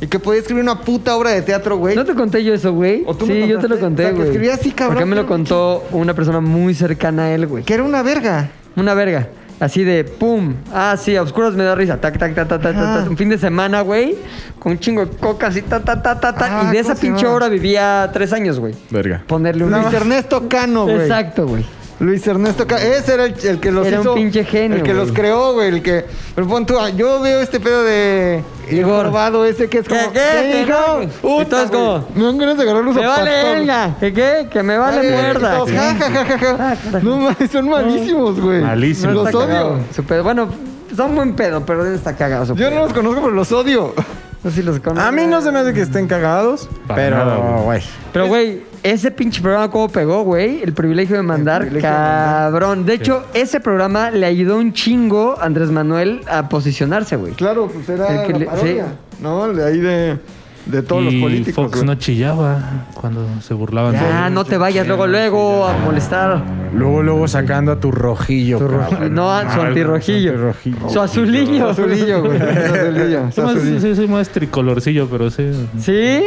Speaker 2: Y que podía escribir una puta obra de teatro, güey.
Speaker 5: No te conté yo eso, güey.
Speaker 2: ¿O tú me
Speaker 5: Sí, yo
Speaker 2: contaste?
Speaker 5: te lo
Speaker 2: O
Speaker 5: conté,
Speaker 2: sea, que
Speaker 5: güey.
Speaker 2: escribía así, cabrón,
Speaker 5: Porque me lo
Speaker 2: pero-
Speaker 5: contó una persona muy cercana a él, güey.
Speaker 2: Que era una verga.
Speaker 5: Una verga. Así de pum. Ah, sí, a oscuras me da risa. Tac, tac, tac, tac, tac,
Speaker 2: Ajá.
Speaker 5: tac. Un fin de semana, güey. Con un chingo de cocas y ta, ta, ta, ta, ta.
Speaker 2: Ah,
Speaker 5: y de esa
Speaker 2: ¿cómo se
Speaker 5: pinche
Speaker 2: llama?
Speaker 5: hora vivía tres años, güey.
Speaker 4: Verga.
Speaker 5: Ponerle un
Speaker 2: Luis Ernesto Cano, güey.
Speaker 5: Exacto, güey.
Speaker 2: Luis Ernesto Ca- Ese era el, el que los
Speaker 5: Era un
Speaker 2: hizo-
Speaker 5: pinche genio,
Speaker 2: El que los
Speaker 5: güey.
Speaker 2: creó, güey. El que. Pero pon tú, ah, yo veo este pedo de. El
Speaker 5: Igor.
Speaker 2: jorobado ese que es como.
Speaker 5: ¿Qué, qué, qué, no, güey?
Speaker 2: Puta,
Speaker 5: Entonces,
Speaker 2: güey.
Speaker 5: ¿cómo?
Speaker 2: Me dan ganas de agarrar los
Speaker 5: Me vale verga. ¿Qué, qué? Que me vale muerda.
Speaker 2: Todos, ja, ja, ja, ja, ja. No mames, son malísimos, güey.
Speaker 3: Malísimos.
Speaker 2: Los
Speaker 5: está
Speaker 2: odio.
Speaker 5: cagado. Súper- bueno, son buen pedo, pero deben estar cagados.
Speaker 2: Yo no los conozco, pero los odio. [laughs]
Speaker 5: No sé si los conozco.
Speaker 4: A mí no se me hace que estén cagados,
Speaker 3: Para
Speaker 4: pero,
Speaker 3: nada, güey.
Speaker 4: güey.
Speaker 5: Pero, güey, ese pinche programa cómo pegó, güey. El privilegio de mandar,
Speaker 2: privilegio de mandar.
Speaker 5: cabrón. De hecho, ese programa le ayudó un chingo a Andrés Manuel a posicionarse, güey.
Speaker 2: Claro, pues era
Speaker 5: El que
Speaker 2: la
Speaker 5: le-
Speaker 2: parodia.
Speaker 5: sí.
Speaker 2: No, de ahí de. De todos los
Speaker 3: Y
Speaker 2: políticos.
Speaker 3: Fox
Speaker 2: güey.
Speaker 3: no chillaba cuando se burlaban de
Speaker 5: Ya,
Speaker 3: él.
Speaker 5: no te vayas luego, luego a molestar.
Speaker 4: Luego, luego sacando a tu rojillo.
Speaker 5: Tu roji-
Speaker 4: cabrón.
Speaker 5: no, a su antirrojillo.
Speaker 4: Ah, Su antirrojillo.
Speaker 5: Su azulillo.
Speaker 3: [laughs]
Speaker 2: Azulillo, güey. Azulillo.
Speaker 3: Soy más-
Speaker 2: azulillo.
Speaker 3: sí, soy más tricolorcillo, pero sí.
Speaker 5: [laughs] ¿Sí?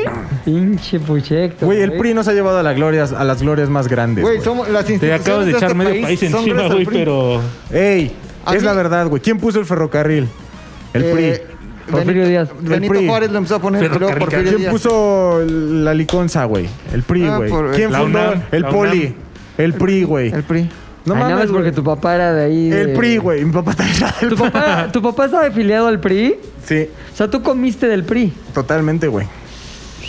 Speaker 5: Pinche puchecto.
Speaker 4: Güey, el PRI nos ha llevado a, las glorias, a las glorias más grandes.
Speaker 2: Güey,
Speaker 4: Güey,
Speaker 2: somos las
Speaker 3: Te
Speaker 2: instituciones
Speaker 3: acabas de echar
Speaker 2: este
Speaker 3: medio país,
Speaker 2: son
Speaker 3: encima,
Speaker 2: gracias al
Speaker 3: güey,
Speaker 2: PRI.
Speaker 3: pero.
Speaker 4: Ey,
Speaker 2: A
Speaker 4: es
Speaker 2: mí-
Speaker 4: la verdad, güey. ¿Quién puso el ferrocarril? El
Speaker 2: Eh,
Speaker 5: Porfirio Díaz.
Speaker 2: Benito
Speaker 4: El PRI.
Speaker 2: Juárez lo empezó a poner,
Speaker 3: Pero
Speaker 2: y luego
Speaker 3: Carrica-
Speaker 4: PRI.
Speaker 2: Porfirio
Speaker 4: ¿Quién
Speaker 2: Díaz.
Speaker 4: puso la liconza, güey? El PRI,
Speaker 2: Ah,
Speaker 4: güey.
Speaker 2: por-
Speaker 4: ¿Quién
Speaker 3: La
Speaker 4: fundó?
Speaker 3: UNAM,
Speaker 4: el
Speaker 3: la
Speaker 4: Poli.
Speaker 3: UNAM.
Speaker 4: El PRI, güey.
Speaker 2: El PRI.
Speaker 5: No mames, porque
Speaker 4: güey.
Speaker 5: tu papá era de ahí. de-
Speaker 4: El PRI, güey. Mi papá también era del
Speaker 5: [laughs] ¿Tu
Speaker 4: PRI.
Speaker 5: papá, ¿Tu papá estaba afiliado al PRI?
Speaker 4: Sí,
Speaker 5: O sea, tú comiste del Pri.
Speaker 4: totalmente, güey.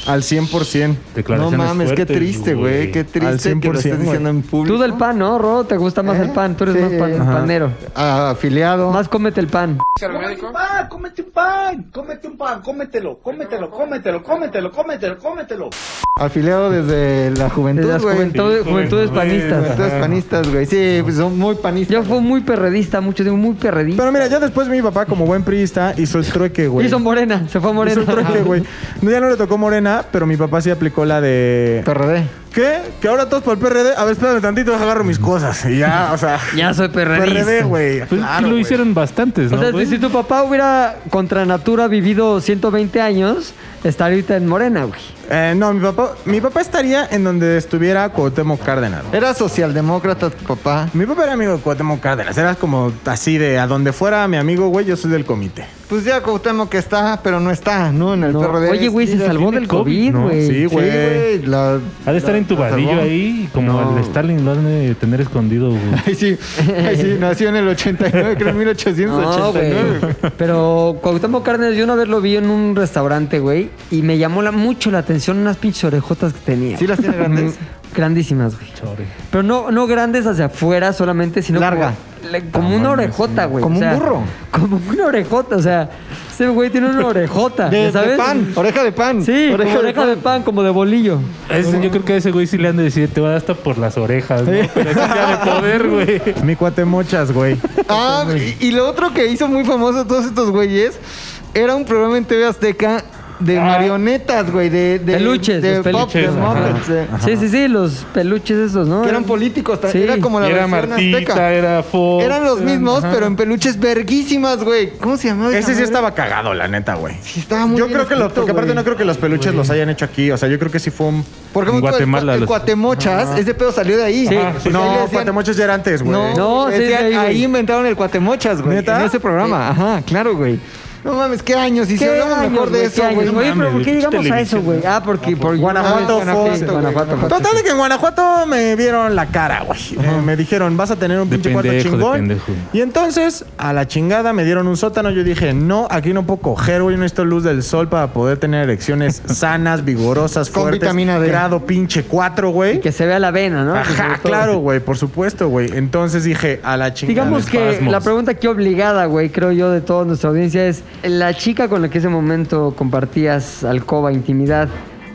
Speaker 4: Al 100%.
Speaker 2: No
Speaker 3: Declaraciones
Speaker 2: mames, qué
Speaker 3: fuertes, Pues
Speaker 2: triste, güey. Qué
Speaker 4: Al
Speaker 2: triste que lo
Speaker 4: 100%,
Speaker 2: estés diciendo
Speaker 4: güey.
Speaker 2: en público.
Speaker 5: Tú del pan, ¿no, Ro? ¿Te gusta más
Speaker 2: ¿Eh?
Speaker 5: el pan? Tú eres
Speaker 2: Sí,
Speaker 5: más pan-
Speaker 2: ajá.
Speaker 5: panero.
Speaker 2: Ah, afiliado.
Speaker 5: Más cómete el pan.
Speaker 8: Cómete un pan, cómete un pan, cómete un pan, cómetelo, cómetelo, cómetelo, cómetelo, cómetelo, cómetelo.
Speaker 2: Afiliado desde la
Speaker 5: De
Speaker 2: juventud,
Speaker 5: las
Speaker 2: güey.
Speaker 5: juventud-
Speaker 3: Sí,
Speaker 5: juventudes
Speaker 3: juventud.
Speaker 5: panistas.
Speaker 2: Entonces, panistas, güey. Sí, pues son muy panistas.
Speaker 5: Yo fui muy perredista, mucho tiempo, muy perredista.
Speaker 4: Pero mira, ya después mi papá, como buen priista, hizo el trueque, güey.
Speaker 5: Hizo morena, se fue
Speaker 4: Hizo
Speaker 5: a morena.
Speaker 4: el trueque,
Speaker 5: [laughs]
Speaker 4: güey. No, ya no le tocó Morena, pero mi papá sí aplicó la de...
Speaker 2: PRD.
Speaker 4: ¿Qué? ¿Que ahora todos para el PRD? A ver, espérame tantito, agarro mis cosas. Y ya, o sea...
Speaker 5: Ya soy perredista.
Speaker 4: PRD, güey.
Speaker 3: Pues
Speaker 4: claro,
Speaker 3: sí lo
Speaker 4: güey.
Speaker 3: hicieron bastantes,
Speaker 5: O
Speaker 3: Pues, ¿no?
Speaker 5: sea,
Speaker 3: güey?
Speaker 5: si tu papá hubiera contra natura vivido 120 años, estaría ahorita en morena, güey.
Speaker 4: Eh, no, mi papá, mi papá estaría en donde estuviera Cuauhtémoc Cárdenas.
Speaker 2: Era socialdemócrata tu papá.
Speaker 4: Mi papá era amigo de Cuauhtémoc Cárdenas. Era como así de a donde fuera mi amigo, güey, yo soy del comité.
Speaker 2: Pues ya Cuauhtémoc que está, pero no está, ¿no? En el
Speaker 5: No.
Speaker 2: PRD.
Speaker 5: Oye, güey,
Speaker 2: Sí,
Speaker 5: se salvó
Speaker 3: tiene
Speaker 5: del
Speaker 3: COVID,
Speaker 5: COVID,
Speaker 3: ¿no?
Speaker 5: güey.
Speaker 4: Sí,
Speaker 2: Sí,
Speaker 4: güey.
Speaker 2: güey. la-
Speaker 3: Ha de estar en tu
Speaker 2: salvó.
Speaker 3: vadillo ahí, como
Speaker 2: No.
Speaker 3: el Stalin lo han de tener escondido. güey.
Speaker 2: [laughs] Ay, sí. Ay, sí, nació en el 89,
Speaker 5: [laughs]
Speaker 2: creo en
Speaker 5: No,
Speaker 2: 1889.
Speaker 5: güey.
Speaker 2: güey.
Speaker 5: [laughs] Pero Cuauhtémoc Cárdenas, yo una vez lo vi en un restaurante, güey, y me llamó la- mucho la atención unas pinches orejotas que tenía. Mm,
Speaker 2: ¿Sí las tiene grandes?
Speaker 5: Grandísimas, güey.
Speaker 3: Chore.
Speaker 5: Pero no, no grandes hacia afuera solamente, sino
Speaker 2: Larga.
Speaker 5: como, le- como una orejota, güey.
Speaker 2: Como
Speaker 5: o
Speaker 2: un
Speaker 5: sea,
Speaker 2: burro.
Speaker 5: Como una orejota, o sea, ese güey tiene una orejota,
Speaker 2: De,
Speaker 5: ¿ya
Speaker 2: de
Speaker 5: ¿sabes?
Speaker 2: pan, oreja de pan.
Speaker 5: Sí, como
Speaker 2: oreja
Speaker 5: oreja, de, pan. como de bolillo.
Speaker 3: Ese- yo creo que a ese güey sí le han de decir, te va a dar hasta por las orejas, ¿no? Pero eso ya de poder, güey.
Speaker 4: Mi cuatemochas, güey.
Speaker 2: Ah, y, y lo otro que hizo muy famoso todos estos güeyes era un programa en TV Azteca de marionetas, güey, de, de
Speaker 5: Peluches,
Speaker 2: de
Speaker 5: los
Speaker 2: Pop, de
Speaker 3: peluches, ajá.
Speaker 2: Muppets, de-
Speaker 5: Sí, sí, sí, los peluches esos, ¿no?
Speaker 2: que eran políticos, ta-
Speaker 5: Sí.
Speaker 2: era como la
Speaker 3: Era
Speaker 2: versión
Speaker 3: Martita,
Speaker 2: azteca.
Speaker 3: era Fox. eh,
Speaker 2: Eran los mismos,
Speaker 3: ajá.
Speaker 2: pero en peluches verguísimas, güey. ¿Cómo se llamaba? esa
Speaker 4: Ese sí
Speaker 2: madre?
Speaker 4: estaba cagado, la neta, güey.
Speaker 2: Sí, estaba muy
Speaker 4: Yo
Speaker 2: bien
Speaker 4: creo que los,
Speaker 2: escrito,
Speaker 4: porque aparte
Speaker 2: güey.
Speaker 4: no creo que los peluches los hayan hecho aquí. O sea, yo creo que sí fue un.
Speaker 2: Por
Speaker 3: En
Speaker 2: ejemplo, el
Speaker 3: Guatemala
Speaker 2: cua- el,
Speaker 3: los-
Speaker 2: Cuatemochas, ese pedo salió de ahí.
Speaker 5: Sí.
Speaker 2: Ajá, porque ahí le
Speaker 4: Ah, No,
Speaker 2: decían-
Speaker 4: Cuatemochos ya era antes, güey.
Speaker 2: No,
Speaker 5: No, sí,
Speaker 2: decían,
Speaker 5: de ahí,
Speaker 2: ahí,
Speaker 5: güey.
Speaker 2: inventaron el Cuatemochas, güey.
Speaker 4: ¿Neta?
Speaker 2: En ese programa, ajá, claro, güey. No mames, qué años. Y si hablamos
Speaker 5: años,
Speaker 2: mejor de
Speaker 5: güey?
Speaker 2: eso,
Speaker 5: ¿Qué años?
Speaker 2: güey.
Speaker 5: Oye, pero
Speaker 3: mames,
Speaker 5: ¿por qué
Speaker 3: pinche
Speaker 5: llegamos a eso,
Speaker 3: televisión.
Speaker 5: güey? Ah, porque por
Speaker 4: Guanajuato,
Speaker 5: Guanajuato,
Speaker 4: Fox,
Speaker 5: Guanajuato, Fox.
Speaker 4: Total de que en Guanajuato me vieron la cara, güey. Eh, me dijeron, vas a tener un
Speaker 3: De
Speaker 4: pinche cuarto
Speaker 3: pendejo, de
Speaker 4: chingón.
Speaker 3: pendejo.
Speaker 4: Y entonces, a la chingada, me dieron un sótano. Yo dije, no, aquí no puedo coger, güey. Necesito luz del sol para poder tener
Speaker 2: [laughs]
Speaker 4: erecciones sanas, vigorosas,
Speaker 2: Con
Speaker 4: fuertes.
Speaker 2: vitamina D.
Speaker 4: Grado pinche 4, güey.
Speaker 5: Que se vea la vena, ¿no? Que se vea
Speaker 4: Ajá,
Speaker 5: todo.
Speaker 4: claro, güey. Por supuesto, güey. Entonces dije, a la chingada.
Speaker 5: Digamos que
Speaker 3: espasmos.
Speaker 5: la pregunta aquí obligada, güey, creo yo, de toda nuestra audiencia es: ¿la chica con la que ese momento compartías alcoba, intimidad,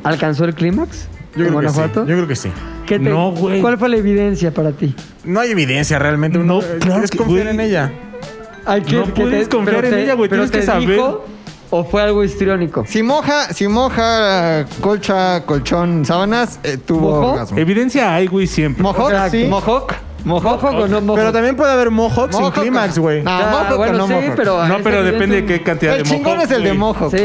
Speaker 5: alcanzó el clímax?
Speaker 4: Yo
Speaker 5: en
Speaker 4: creo, que sí.
Speaker 5: Guanajuato?
Speaker 4: yo creo que sí.
Speaker 5: ¿Qué te-
Speaker 3: No, güey.
Speaker 5: ¿Cuál fue la evidencia para ti?
Speaker 4: No hay evidencia realmente.
Speaker 3: No,
Speaker 4: Uno,
Speaker 3: claro
Speaker 4: es
Speaker 3: que,
Speaker 4: confiar
Speaker 3: güey.
Speaker 4: en ella.
Speaker 5: Ay, que-
Speaker 3: No
Speaker 5: que
Speaker 3: puedes confiar
Speaker 5: pero
Speaker 3: en ella, güey,
Speaker 5: pero
Speaker 3: tienes que
Speaker 5: te
Speaker 3: saber.
Speaker 5: dijo ¿O fue algo histriónico?
Speaker 2: Si moja, si moja colcha, colchón, sábanas, eh, tuvo
Speaker 5: ¿Mojó?
Speaker 2: orgasmo.
Speaker 3: Evidencia hay, güey, siempre.
Speaker 2: Mojoc,
Speaker 5: Exacto.
Speaker 2: sí.
Speaker 5: ¿Mojoc? ¿Mojoc o no mojoc?
Speaker 4: Pero también puede haber mohawks sin
Speaker 2: Mojoc,
Speaker 4: clímax, güey.
Speaker 2: no,
Speaker 5: Ah,
Speaker 2: mojoc o
Speaker 5: bueno,
Speaker 2: no
Speaker 5: sí,
Speaker 2: mojoc.
Speaker 5: pero...
Speaker 3: No,
Speaker 5: es
Speaker 3: pero depende de
Speaker 5: evidente-
Speaker 3: qué cantidad
Speaker 2: El
Speaker 3: de
Speaker 2: chingón
Speaker 3: mojoc,
Speaker 2: es el de
Speaker 3: güey.
Speaker 2: mojo.
Speaker 5: Sí,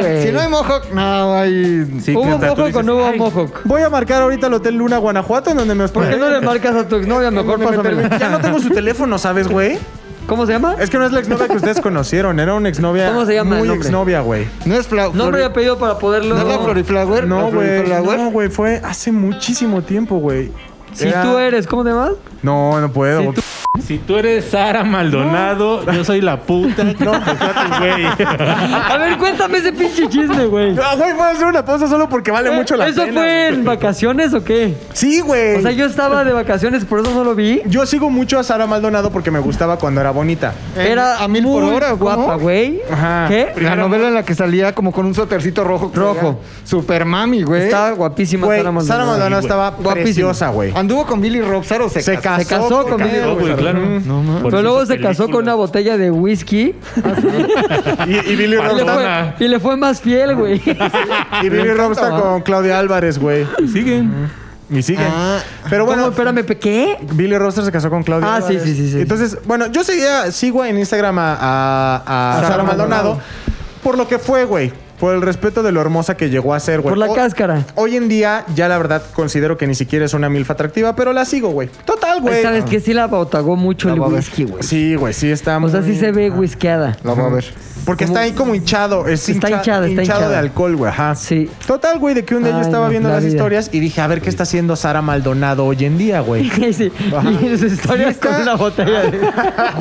Speaker 5: güey.
Speaker 2: Si no hay mojo, no hay.
Speaker 3: Sí, que
Speaker 5: ¿Hubo
Speaker 3: hasta tú
Speaker 5: mojoc o
Speaker 3: dices,
Speaker 5: no hubo
Speaker 3: "Ay,
Speaker 5: mojoc?
Speaker 4: Voy a marcar ahorita el Hotel Luna Guanajuato en donde me
Speaker 5: ¿Por qué
Speaker 4: hospedé.
Speaker 5: no le marcas a tu exnovia? Mejor
Speaker 4: Me metí-
Speaker 5: pásamela.
Speaker 4: Ya no tengo su teléfono, ¿sabes, güey?
Speaker 5: ¿Cómo se llama?
Speaker 4: Es que no es la exnovia que ustedes conocieron, era una exnovia.
Speaker 5: ¿Cómo se llama el
Speaker 4: Muy
Speaker 5: nombre?
Speaker 4: exnovia, güey.
Speaker 2: No es flau.
Speaker 5: Nombre y
Speaker 2: flori-
Speaker 5: apellido para poderlo...
Speaker 2: ¿No es la Floriflower?
Speaker 4: No,
Speaker 2: ¿La
Speaker 4: güey.
Speaker 2: Floriflower?
Speaker 4: No, güey, fue hace muchísimo tiempo, güey.
Speaker 5: Si
Speaker 4: Era-
Speaker 5: tú eres, ¿cómo te llamas?
Speaker 4: No, no puedo.
Speaker 5: Si
Speaker 4: güey.
Speaker 5: tú-
Speaker 3: Si tú eres Sara Maldonado, yo soy la puta. No, güey.
Speaker 5: [laughs] A ver, cuéntame ese pinche chisme, güey.
Speaker 4: Ah, güey, voy a hacer una pausa solo porque vale mucho la
Speaker 5: Eh, ¿Eso
Speaker 4: pena.
Speaker 5: fue en vacaciones o qué?
Speaker 4: Sí, güey.
Speaker 5: O sea, yo estaba de vacaciones, por eso no lo vi.
Speaker 4: Yo sigo mucho a Sara Maldonado porque me gustaba cuando era bonita.
Speaker 2: Eh,
Speaker 5: Era
Speaker 2: a mil por
Speaker 5: muy
Speaker 2: hora, ¿cómo?
Speaker 5: guapa, güey.
Speaker 4: Ajá.
Speaker 5: ¿Qué?
Speaker 2: La novela en la que salía como con un sotercito rojo. que
Speaker 5: Rojo.
Speaker 2: salía Super mami, güey.
Speaker 5: Estaba guapísima
Speaker 4: Güey,
Speaker 5: Sara Maldonado.
Speaker 4: Sara Maldonado
Speaker 3: Sí,
Speaker 4: estaba
Speaker 5: Guapísima.
Speaker 4: preciosa, güey.
Speaker 2: Anduvo con Billy Robsar o se,
Speaker 4: Se
Speaker 2: casó.
Speaker 4: casó,
Speaker 5: Se casó
Speaker 4: porque-
Speaker 5: con Billy
Speaker 3: No, güey, claro. Por
Speaker 5: Pero
Speaker 3: eso
Speaker 5: luego
Speaker 3: esa
Speaker 5: se casó
Speaker 3: película.
Speaker 5: con una botella de whisky
Speaker 4: Y, y Billy
Speaker 5: y le,
Speaker 4: Robstar,
Speaker 5: fue,
Speaker 3: Perdona.
Speaker 5: y le fue más fiel, güey.
Speaker 4: y Billy Robstar con Claudia Álvarez, güey.
Speaker 3: Siguen.
Speaker 4: Y sigue.
Speaker 2: Ah.
Speaker 4: Pero
Speaker 5: Bueno,
Speaker 4: bueno,
Speaker 5: espérame, ¿pe- ¿qué?
Speaker 4: Billy Robster se casó con Claudia.
Speaker 5: Ah,
Speaker 4: Álvarez.
Speaker 5: sí, sí, sí, sí.
Speaker 4: Entonces, bueno, yo seguía, sigo en Instagram a, a- a
Speaker 2: Sara
Speaker 4: Sara, Maldonado,
Speaker 2: Maldonado.
Speaker 4: por lo que fue, güey. Por el respeto de lo hermosa que llegó a ser, güey.
Speaker 5: Por la
Speaker 4: O-
Speaker 5: cáscara.
Speaker 4: Hoy en día, ya la verdad, considero que ni siquiera es una milfa atractiva, pero la sigo, güey. Total, güey.
Speaker 5: ¿Sabes qué? Sí la botagó mucho el
Speaker 2: va a ver.
Speaker 5: whisky, güey.
Speaker 4: Sí, güey, sí está
Speaker 5: O sea, sí
Speaker 4: muy-
Speaker 5: se ve whiskeada.
Speaker 2: La voy a ver.
Speaker 4: Porque está ahí como hinchado. Es
Speaker 5: Está
Speaker 4: hincha-
Speaker 5: hinchada, está
Speaker 4: hinchado de
Speaker 5: hinchada.
Speaker 4: alcohol, güey. Ajá.
Speaker 5: Sí.
Speaker 4: Total, güey, de que un día yo
Speaker 5: Ay,
Speaker 4: estaba
Speaker 5: no,
Speaker 4: viendo
Speaker 5: la
Speaker 4: las
Speaker 5: vida.
Speaker 4: historias y dije, a ver qué está haciendo Sara Maldonado hoy en día,
Speaker 5: [laughs]
Speaker 4: güey.
Speaker 5: [laughs] Sí, Y su historia
Speaker 2: está-
Speaker 5: con una botella de...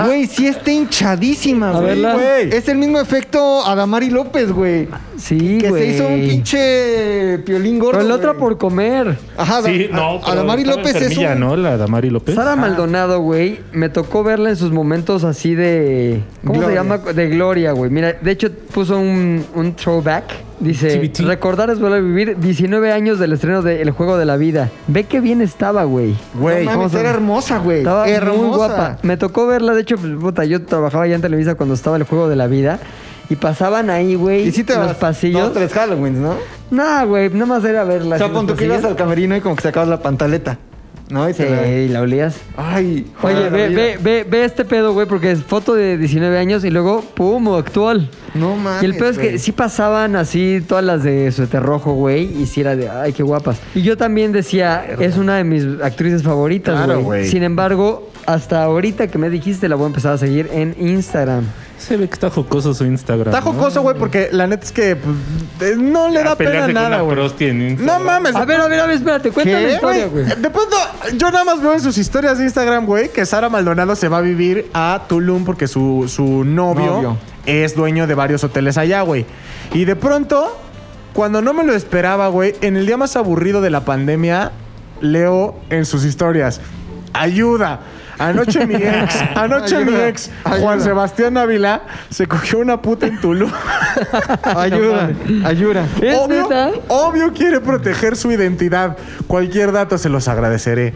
Speaker 2: Güey, sí está hinchadísima,
Speaker 5: A
Speaker 2: güey.
Speaker 5: verla.
Speaker 4: güey.
Speaker 2: Es el mismo efecto Adamari López, güey.
Speaker 5: Sí,
Speaker 2: que
Speaker 5: güey.
Speaker 2: se hizo un pinche piolín gordo.
Speaker 5: Pero la otra
Speaker 2: güey.
Speaker 5: por comer.
Speaker 2: Ajá,
Speaker 3: Sí,
Speaker 2: Adam-
Speaker 3: no, pero
Speaker 2: Adamari
Speaker 3: estaba
Speaker 2: López es
Speaker 3: enfermilla,
Speaker 2: un...
Speaker 3: ¿no? La Damari López.
Speaker 5: Sara Maldonado, güey, me tocó verla en sus momentos así de. ¿Cómo se
Speaker 2: Gloria.
Speaker 5: llama? De gloria, güey. Mira, de hecho puso un, un throwback. Dice:
Speaker 3: TBT.
Speaker 5: Recordar es volver a vivir 19 años del estreno de El juego de la vida. Ve qué bien estaba, güey.
Speaker 2: Güey,
Speaker 4: Güey.
Speaker 5: ¿cómo se
Speaker 2: era
Speaker 5: llama?
Speaker 2: hermosa, güey.
Speaker 5: Estaba
Speaker 2: hermosa.
Speaker 5: muy guapa. Me tocó verla, de hecho, pues, puta, yo trabajaba ya en Televisa cuando estaba el juego de la vida. Y pasaban ahí, güey,
Speaker 2: Y sí te
Speaker 5: en los
Speaker 2: vas
Speaker 5: pasillos.
Speaker 2: Dos, tres Halloweens, ¿no?
Speaker 5: Nah, güey, nada más era verla.
Speaker 2: O sea,
Speaker 5: así en los
Speaker 2: pon tú que
Speaker 5: pasillos.
Speaker 2: ibas al camerino y como que sacabas la pantaleta. ¿No? Y te la-
Speaker 5: Sí, la olías.
Speaker 2: Ay,
Speaker 5: Oye,
Speaker 2: joder, la
Speaker 5: ve,
Speaker 2: vida.
Speaker 5: ve, ve, ve este pedo, güey, porque es foto de 19 años y luego, pum, actual.
Speaker 2: No mames.
Speaker 5: Y el pedo es que
Speaker 2: Ah, güey.
Speaker 5: sí pasaban así todas las de suéter rojo, güey, y sí era de, ay, qué guapas. Y yo también decía, es una de mis actrices favoritas,
Speaker 4: Claro,
Speaker 5: güey.
Speaker 4: güey.
Speaker 5: Sin embargo, hasta ahorita que me dijiste, la voy a empezar a seguir en Instagram.
Speaker 3: Se ve que está jocoso su Instagram.
Speaker 4: Está
Speaker 3: ¿no?
Speaker 4: jocoso, güey, porque la neta es que pues, eh, no le
Speaker 3: A
Speaker 4: da pena
Speaker 3: pelearse con
Speaker 4: nada,
Speaker 3: una
Speaker 4: güey.
Speaker 3: prosti en
Speaker 4: No
Speaker 3: Instagram.
Speaker 4: mames.
Speaker 5: A ver, a ver, a ver, espérate, cuéntame la
Speaker 4: ¿Qué,
Speaker 5: historia, güey.
Speaker 4: De pronto, yo nada más veo en sus historias de Instagram, güey, que Sara Maldonado se va a vivir a Tulum porque su, su novio,
Speaker 2: Novio.
Speaker 4: es dueño de varios hoteles allá, güey. Y de pronto, cuando no me lo esperaba, güey, en el día más aburrido de la pandemia, leo en sus historias, ayuda. Anoche mi ex, anoche
Speaker 2: [laughs] Ayuda,
Speaker 4: mi ex,
Speaker 2: ayuda.
Speaker 4: Juan Sebastián Ávila, se cogió una puta en Tulum.
Speaker 2: [laughs] Ayuda, ayuda.
Speaker 5: ¿Es
Speaker 4: Obvio,
Speaker 5: neta?
Speaker 4: obvio quiere proteger su identidad. Cualquier dato se los
Speaker 5: [laughs]
Speaker 4: agradeceré.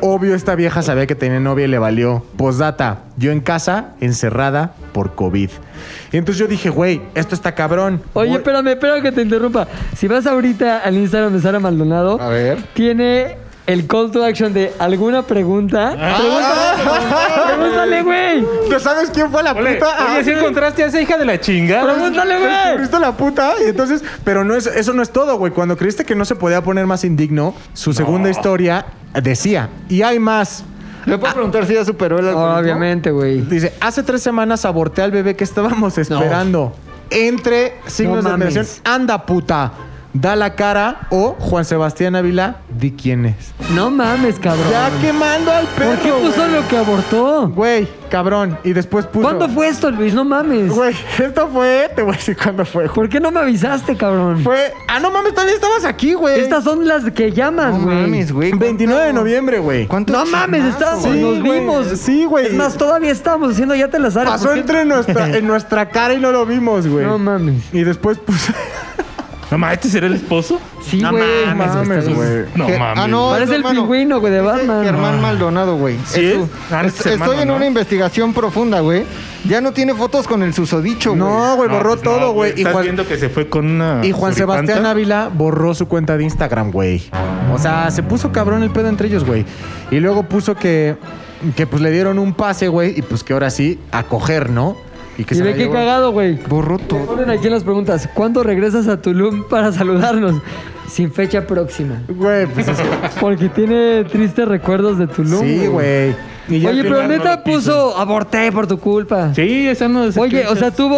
Speaker 4: Obvio esta vieja sabía que tenía novia y le valió. Postdata, yo en casa, encerrada por COVID. Y entonces yo dije, güey, esto está cabrón.
Speaker 5: Oye,
Speaker 4: Voy-
Speaker 5: espérame, espérame que te interrumpa. Si vas ahorita al Instagram de Sara Maldonado,
Speaker 2: A ver.
Speaker 5: tiene el call to action de alguna pregunta. Pregúntale, pregúntale, güey.
Speaker 4: ¿No sabes quién fue la
Speaker 3: Ole,
Speaker 4: puta? Ah,
Speaker 3: oye, ¿sí encontraste a esa hija de la chingada?
Speaker 5: Pregúntale, güey.
Speaker 4: Descubriste la puta y entonces, pero no es, eso no es todo, güey. Cuando creíste que no se podía poner más indigno, su segunda historia decía, y hay más.
Speaker 2: ¿Le
Speaker 5: Ah.
Speaker 2: puedo preguntar si ya superó el algoritmo?
Speaker 5: Obviamente, güey.
Speaker 4: Dice, hace tres semanas aborté al bebé que estábamos esperando. Entre signos de
Speaker 5: No mames.
Speaker 4: admiración, anda puta, da la cara o Juan Sebastián Ávila, di quién es.
Speaker 5: No mames, cabrón.
Speaker 4: Ya quemando al perro.
Speaker 5: ¿Por qué puso
Speaker 4: güey.
Speaker 5: lo que abortó?
Speaker 4: Güey, cabrón. Y después puso...
Speaker 5: ¿Cuándo fue esto, Luis? No mames.
Speaker 4: Güey, esto fue... Te voy a decir cuándo fue. güey.
Speaker 5: ¿Por qué no me avisaste, cabrón?
Speaker 4: Fue... Ah, no mames, todavía estabas aquí, güey.
Speaker 5: Estas son las que
Speaker 2: No
Speaker 5: llamas, güey.
Speaker 2: mames, güey.
Speaker 4: 29 de noviembre, güey.
Speaker 2: ¿Cuánto
Speaker 5: No mames,
Speaker 2: chismazo?
Speaker 5: estábamos,
Speaker 4: Sí,
Speaker 5: nos
Speaker 4: güey,
Speaker 5: vimos.
Speaker 4: sí, güey.
Speaker 5: Es más, todavía estábamos haciendo ya te las haré.
Speaker 4: Pasó
Speaker 5: ¿por qué?
Speaker 4: entre nuestra, en nuestra cara y no lo vimos, güey.
Speaker 5: No mames.
Speaker 4: Y después puso...
Speaker 3: No mames, ¿este será el esposo?
Speaker 5: Sí,
Speaker 4: [laughs] No
Speaker 5: güey.
Speaker 4: mames,
Speaker 5: mames,
Speaker 4: güey,
Speaker 5: está bien.
Speaker 4: güey.
Speaker 3: No
Speaker 2: Je-
Speaker 3: mames.
Speaker 2: Ah, no,
Speaker 5: Parece
Speaker 2: es
Speaker 5: el
Speaker 2: hermano.
Speaker 5: pingüino, güey, de
Speaker 2: Ese
Speaker 5: Batman.
Speaker 2: Germán
Speaker 5: Ah.
Speaker 2: Maldonado, güey.
Speaker 3: ¿Sí
Speaker 2: Es su-
Speaker 3: es? Ah, es
Speaker 2: est-
Speaker 3: hermano,
Speaker 2: Estoy en
Speaker 3: ¿no?
Speaker 2: una investigación profunda, güey. Ya no tiene fotos con el susodicho, güey.
Speaker 4: No, güey,
Speaker 3: No,
Speaker 4: borró
Speaker 3: pues no,
Speaker 4: todo, güey. Y
Speaker 3: Estás
Speaker 4: Juan-
Speaker 3: viendo que se fue con una.
Speaker 4: Y Juan
Speaker 3: suripanta?
Speaker 4: Sebastián Ávila borró su cuenta de Instagram, güey. O sea, se puso cabrón el pedo entre ellos, güey. Y luego puso que, que pues le dieron un pase, güey, y pues que ahora sí, a coger, ¿no? que
Speaker 5: Y
Speaker 4: se
Speaker 5: ve
Speaker 4: la
Speaker 5: qué
Speaker 4: llevó.
Speaker 5: cagado, güey.
Speaker 2: Borró
Speaker 5: Me
Speaker 2: todo.
Speaker 5: Ponen aquí en las preguntas, ¿cuándo regresas a Tulum para saludarnos? Sin fecha próxima.
Speaker 4: Güey, pues
Speaker 3: [laughs]
Speaker 4: es que-
Speaker 5: Porque tiene tristes recuerdos de Tulum.
Speaker 4: Sí, güey. Y ya
Speaker 5: Oye,
Speaker 4: que-
Speaker 5: pero
Speaker 3: primer
Speaker 5: neta
Speaker 3: no lo
Speaker 5: puso aborté por tu culpa.
Speaker 3: Sí, esa no es.
Speaker 5: Oye, o sea, tuvo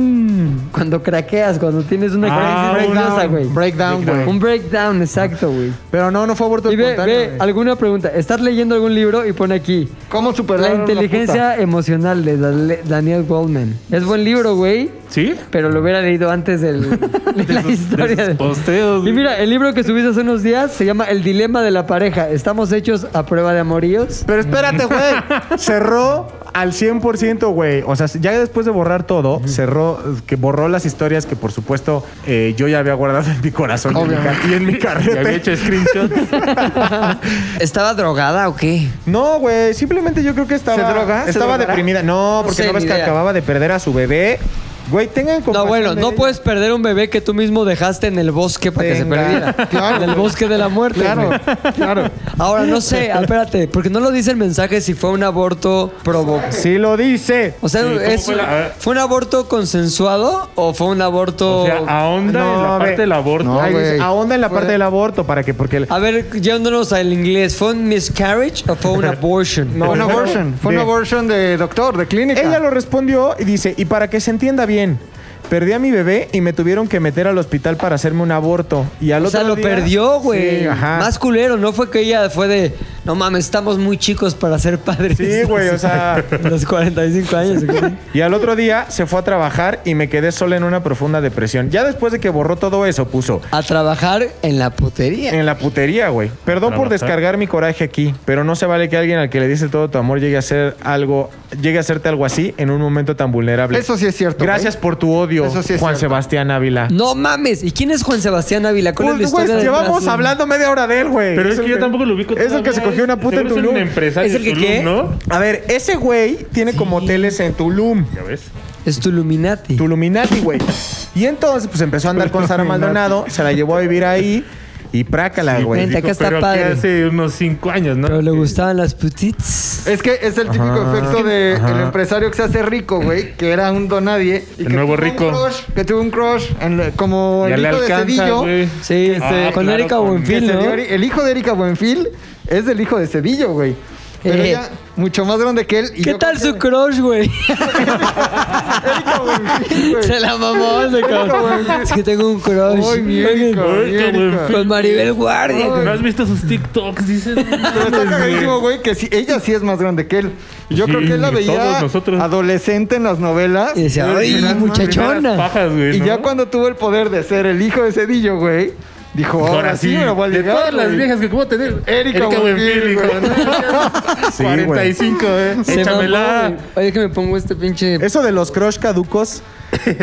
Speaker 5: un... Cuando craqueas, cuando tienes una
Speaker 3: Ah,
Speaker 5: crisis nerviosa, güey.
Speaker 4: breakdown, breakdown, güey.
Speaker 5: Un breakdown, exacto, güey.
Speaker 4: Pero no, no fue aborto
Speaker 5: Y ve,
Speaker 4: espontáneo,
Speaker 5: ve,
Speaker 4: güey.
Speaker 5: alguna pregunta. Estás leyendo algún libro y pone aquí.
Speaker 2: ¿Cómo superar
Speaker 5: La
Speaker 2: a una
Speaker 5: inteligencia emocional de Dale- Daniel Goldman. Es buen libro, güey.
Speaker 3: ¿Sí?
Speaker 5: Pero lo hubiera leído antes [laughs] del, de la historia.
Speaker 3: De sus posteos.
Speaker 5: y mira, el libro que subiste hace unos días se llama El dilema de la pareja. ¿Estamos hechos a prueba de amoríos?
Speaker 4: Pero espérate,
Speaker 3: [laughs]
Speaker 4: güey. Cerró al 100%, güey. O sea, ya después de borrar todo, cerró, que borró las historias que, por supuesto, eh, yo ya había guardado en mi corazón y en mi ca- y en mi
Speaker 3: [laughs] Ya había
Speaker 4: carrete.
Speaker 3: hecho screenshots.
Speaker 5: ¿Estaba drogada o qué?
Speaker 4: No, güey. Simplemente yo creo que estaba.
Speaker 2: ¿Se droga? ¿Se
Speaker 4: Estaba
Speaker 2: drogará?
Speaker 4: deprimida. No, porque
Speaker 5: sé,
Speaker 4: no ves
Speaker 5: ni
Speaker 4: que
Speaker 5: idea.
Speaker 4: acababa de perder a su bebé. Güey, tengan
Speaker 5: No,
Speaker 4: compasión
Speaker 5: bueno,
Speaker 4: de
Speaker 5: no
Speaker 4: ella.
Speaker 5: puedes perder un bebé que tú mismo dejaste en el bosque para que se
Speaker 2: Venga.
Speaker 5: [laughs] perdiera.
Speaker 2: Claro.
Speaker 5: En el bosque de la muerte.
Speaker 2: Claro,
Speaker 5: güey.
Speaker 2: claro.
Speaker 5: Ahora, no sé, espérate, porque no lo dice el mensaje si fue un aborto provocado.
Speaker 4: Sí lo dice.
Speaker 5: O sea,
Speaker 3: Sí, ¿cómo
Speaker 5: es-
Speaker 3: fue
Speaker 5: fue,
Speaker 3: la- a ver.
Speaker 5: un aborto consensuado o fue un aborto...?
Speaker 3: O sea, ahonda en
Speaker 4: No,
Speaker 3: la
Speaker 4: ve.
Speaker 3: parte del aborto.
Speaker 2: No,
Speaker 4: Ahí dice,
Speaker 2: güey.
Speaker 4: ahonda en la parte del aborto para que, porque el-
Speaker 5: A ver, yéndonos al inglés, ¿fue un miscarriage
Speaker 4: [laughs]
Speaker 5: o fue un abortion?
Speaker 4: No,
Speaker 2: fue una
Speaker 4: pero-
Speaker 2: abortion. Fue una
Speaker 4: Bien.
Speaker 2: abortion de doctor, de clínica.
Speaker 4: Ella lo respondió y dice, y para que se entienda bien, perdí a mi bebé y me tuvieron que meter al hospital para hacerme un aborto. Y al
Speaker 5: O
Speaker 4: otro
Speaker 5: sea, lo
Speaker 4: día-
Speaker 5: perdió, güey.
Speaker 4: Sí, ajá.
Speaker 5: Más culero, no fue que ella fue de, no mames, estamos muy chicos para ser padres.
Speaker 4: Sí, güey, o sea...
Speaker 5: [laughs] Los 45 años. güey.
Speaker 4: Y al otro día se fue a trabajar y me quedé sola en una profunda depresión. Ya después de que borró todo eso, puso...
Speaker 5: A trabajar en la putería.
Speaker 4: En la putería, güey. Perdón por
Speaker 3: Trabajar.
Speaker 4: descargar mi coraje aquí, pero no se vale que alguien al que le dices todo tu amor llegue a hacer algo, llegue a hacerte algo así en un momento tan vulnerable.
Speaker 2: Eso sí es cierto,
Speaker 4: Gracias
Speaker 2: güey.
Speaker 4: por tu odio,
Speaker 2: Eso sí es
Speaker 4: Juan
Speaker 2: cierto.
Speaker 4: Sebastián Ávila.
Speaker 5: No mames. ¿Y quién es Juan Sebastián Ávila? ¿Cuál es la
Speaker 4: Pues, güey,
Speaker 5: historia de
Speaker 4: llevamos hablando media hora de él, güey.
Speaker 3: Pero es,
Speaker 4: el
Speaker 3: que yo tampoco lo ubico.
Speaker 4: Es el que se cogió una puta en
Speaker 3: tu
Speaker 4: Tulum.
Speaker 3: empresario
Speaker 5: ¿Es el que
Speaker 3: de Tulum,
Speaker 5: qué?
Speaker 3: ¿no?
Speaker 4: A ver, ese güey tiene como hoteles en Tulum.
Speaker 3: Ya ves.
Speaker 5: Es tu Illuminati.
Speaker 4: Tuluminati, güey. Y entonces, pues empezó a andar con Sara Maldonado, se la llevó a vivir ahí y prácala, güey.
Speaker 5: Ah, Vente, acá está
Speaker 3: pero
Speaker 5: padre.
Speaker 3: Aquí hace unos cinco años, ¿no?
Speaker 5: Pero le gustaban las putits.
Speaker 2: Es que es el típico
Speaker 4: Ajá,
Speaker 2: efecto de
Speaker 4: ajá.
Speaker 2: el empresario que se hace rico, güey, que era un donadie. Y
Speaker 3: El
Speaker 2: que
Speaker 3: nuevo
Speaker 2: tuvo un
Speaker 3: rico.
Speaker 2: crush, que tuvo un crush en la- como
Speaker 3: Ya
Speaker 2: el
Speaker 3: le
Speaker 2: hijo de
Speaker 3: alcanza,
Speaker 2: Cedillo.
Speaker 3: güey.
Speaker 5: Sí,
Speaker 3: Ah,
Speaker 5: este, con
Speaker 3: claro,
Speaker 5: Erika
Speaker 3: con-
Speaker 2: Que
Speaker 5: Buenfil,
Speaker 2: se dio
Speaker 5: ¿no?
Speaker 2: Eri- el hijo de Erika Buenfil es el hijo de Cedillo, güey. Pero
Speaker 5: Eh.
Speaker 2: ella, mucho más grande que él. y
Speaker 5: ¿Qué
Speaker 2: yo
Speaker 5: tal
Speaker 2: creo
Speaker 5: su crush, güey?
Speaker 2: que-
Speaker 5: [laughs]
Speaker 2: Erika Buenfil, güey.
Speaker 5: Se la mamó ese cabrón. Es que tengo un crush.
Speaker 2: Ay, mi Erika,
Speaker 3: Ay,
Speaker 2: mi
Speaker 3: qué
Speaker 2: Erika.
Speaker 3: Buenfil.
Speaker 5: Con Maribel Guardia. güey.
Speaker 3: ¿No has visto sus TikToks? Dices.
Speaker 2: Pero está cagadísimo, güey, que sí, ella sí es más grande que él. Yo
Speaker 3: Sí,
Speaker 2: creo que él la veía
Speaker 3: todos nosotros.
Speaker 2: adolescente en las novelas.
Speaker 5: Y decía, ay,
Speaker 2: Las
Speaker 5: muchachona.
Speaker 3: Pajas, güey.
Speaker 2: Y
Speaker 3: ¿no?
Speaker 2: ya cuando tuvo el poder de ser el hijo de Cedillo, güey, Dijo, ahora sí me lo voy a
Speaker 3: De
Speaker 2: ligar,
Speaker 3: todas las
Speaker 2: güey.
Speaker 3: viejas que puedo tener,
Speaker 2: Erika
Speaker 3: Erika Buenfil,
Speaker 2: Buenfil,
Speaker 3: hijo.
Speaker 2: güey.
Speaker 5: [laughs]
Speaker 3: ¿no?
Speaker 4: Sí,
Speaker 3: 45, eh.
Speaker 5: Se mamó,
Speaker 3: Échamela.
Speaker 5: güey. Oye, que me pongo este pinche.
Speaker 4: Eso de los crush [laughs] caducos.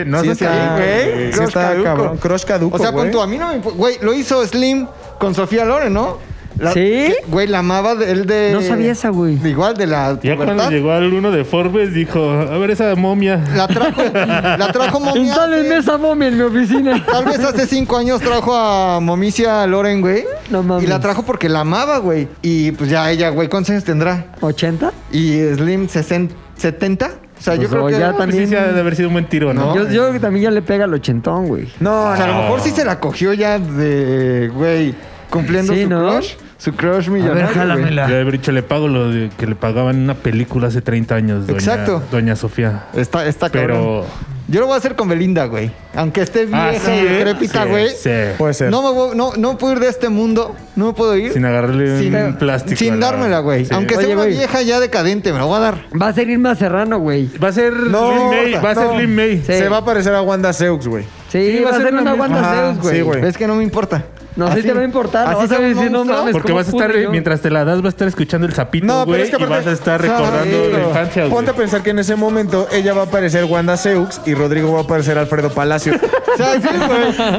Speaker 3: No
Speaker 4: sí
Speaker 3: sé
Speaker 4: está,
Speaker 2: güey.
Speaker 4: sí
Speaker 2: Crush
Speaker 4: está
Speaker 2: caduco.
Speaker 4: cabrón. Crush caduco,
Speaker 2: O sea,
Speaker 4: güey.
Speaker 2: pon tú, a mí no me impo- Güey, lo hizo Slim con Sofía Loren, ¿no? La-
Speaker 5: ¿Sí?
Speaker 2: que- Güey, la amaba de- él de.
Speaker 5: No sabía esa, güey.
Speaker 2: de Igual de la.
Speaker 3: Ya cuando
Speaker 2: pubertad.
Speaker 3: llegó al uno de Forbes dijo, a ver esa momia.
Speaker 2: La trajo. la trajo momia.
Speaker 5: Instálenme
Speaker 2: hace-
Speaker 5: esa momia en mi oficina.
Speaker 2: Tal vez hace cinco años trajo a Momicia Loren, güey.
Speaker 5: No mames.
Speaker 2: Y la trajo porque la amaba, güey. Y pues ya ella, güey, ¿cuántos años tendrá?
Speaker 5: ¿80?
Speaker 2: Y Slim, sesen- ¿70? O sea, yo
Speaker 5: Pues,
Speaker 2: creo
Speaker 5: o
Speaker 2: que.
Speaker 5: ya
Speaker 2: no,
Speaker 5: tam-
Speaker 3: Pues Sí, sí, ha de haber sido un buen tiro, ¿no?
Speaker 5: Yo, yo también ya le pega al ochentón, güey.
Speaker 4: No,
Speaker 2: O sea, a lo
Speaker 4: no.
Speaker 2: mejor sí se la cogió ya de, güey, cumpliendo
Speaker 5: Sí,
Speaker 2: su
Speaker 5: ¿no?
Speaker 2: crush. Su crush millonario. güey.
Speaker 3: Ya de haber dicho, le pago lo de- que le pagaban en una película hace 30 años, doña,
Speaker 2: Exacto.
Speaker 3: doña Sofía.
Speaker 2: Está, está cabrón.
Speaker 3: Pero...
Speaker 2: Yo lo voy a hacer con Belinda, güey. Aunque esté vieja,
Speaker 3: Ah, sí, ¿eh?
Speaker 2: decrépita,
Speaker 3: Sí,
Speaker 2: güey. Pues,
Speaker 3: sí.
Speaker 4: Puede ser.
Speaker 2: No me voy- no, no puedo ir de este mundo. No me puedo ir.
Speaker 3: Sin agarrarle un plástico. a
Speaker 2: Sin
Speaker 3: la-
Speaker 2: dármela, güey.
Speaker 3: Sí.
Speaker 2: Aunque
Speaker 5: Oye,
Speaker 2: sea una
Speaker 5: güey.
Speaker 2: vieja ya decadente, me la voy a dar.
Speaker 5: Va a ser Irma Serrano, güey.
Speaker 3: Va a ser
Speaker 4: No,
Speaker 3: Lin May, va a
Speaker 4: no.
Speaker 3: ser Lin May.
Speaker 5: Sí.
Speaker 4: Se va a parecer a Wanda Seux, güey.
Speaker 5: Sí, va a ser
Speaker 3: la
Speaker 5: una
Speaker 3: misma.
Speaker 5: Wanda
Speaker 4: Ajá,
Speaker 5: Zeus, güey.
Speaker 4: sí, güey.
Speaker 2: Es que no me importa.
Speaker 5: No, sí
Speaker 2: Así-
Speaker 5: te va a importar.
Speaker 2: así
Speaker 5: no vas a
Speaker 2: sea un
Speaker 5: decir, no
Speaker 2: monstruo.
Speaker 5: mames.
Speaker 3: Porque
Speaker 5: ¿cómo
Speaker 3: vas a estar,
Speaker 5: pude yo?
Speaker 3: mientras te la das, vas a estar escuchando el sapito,
Speaker 4: No, pero
Speaker 3: güey,
Speaker 4: es que
Speaker 3: y
Speaker 4: aparte-
Speaker 3: vas a estar
Speaker 2: Exacto.
Speaker 3: recordando la
Speaker 2: Pero-
Speaker 3: infancia, güey.
Speaker 4: Ponte a pensar que en ese momento ella va a aparecer Wanda Seux y Rodrigo va a aparecer Alfredo Palacio. [laughs]
Speaker 2: O sea, sí, güey.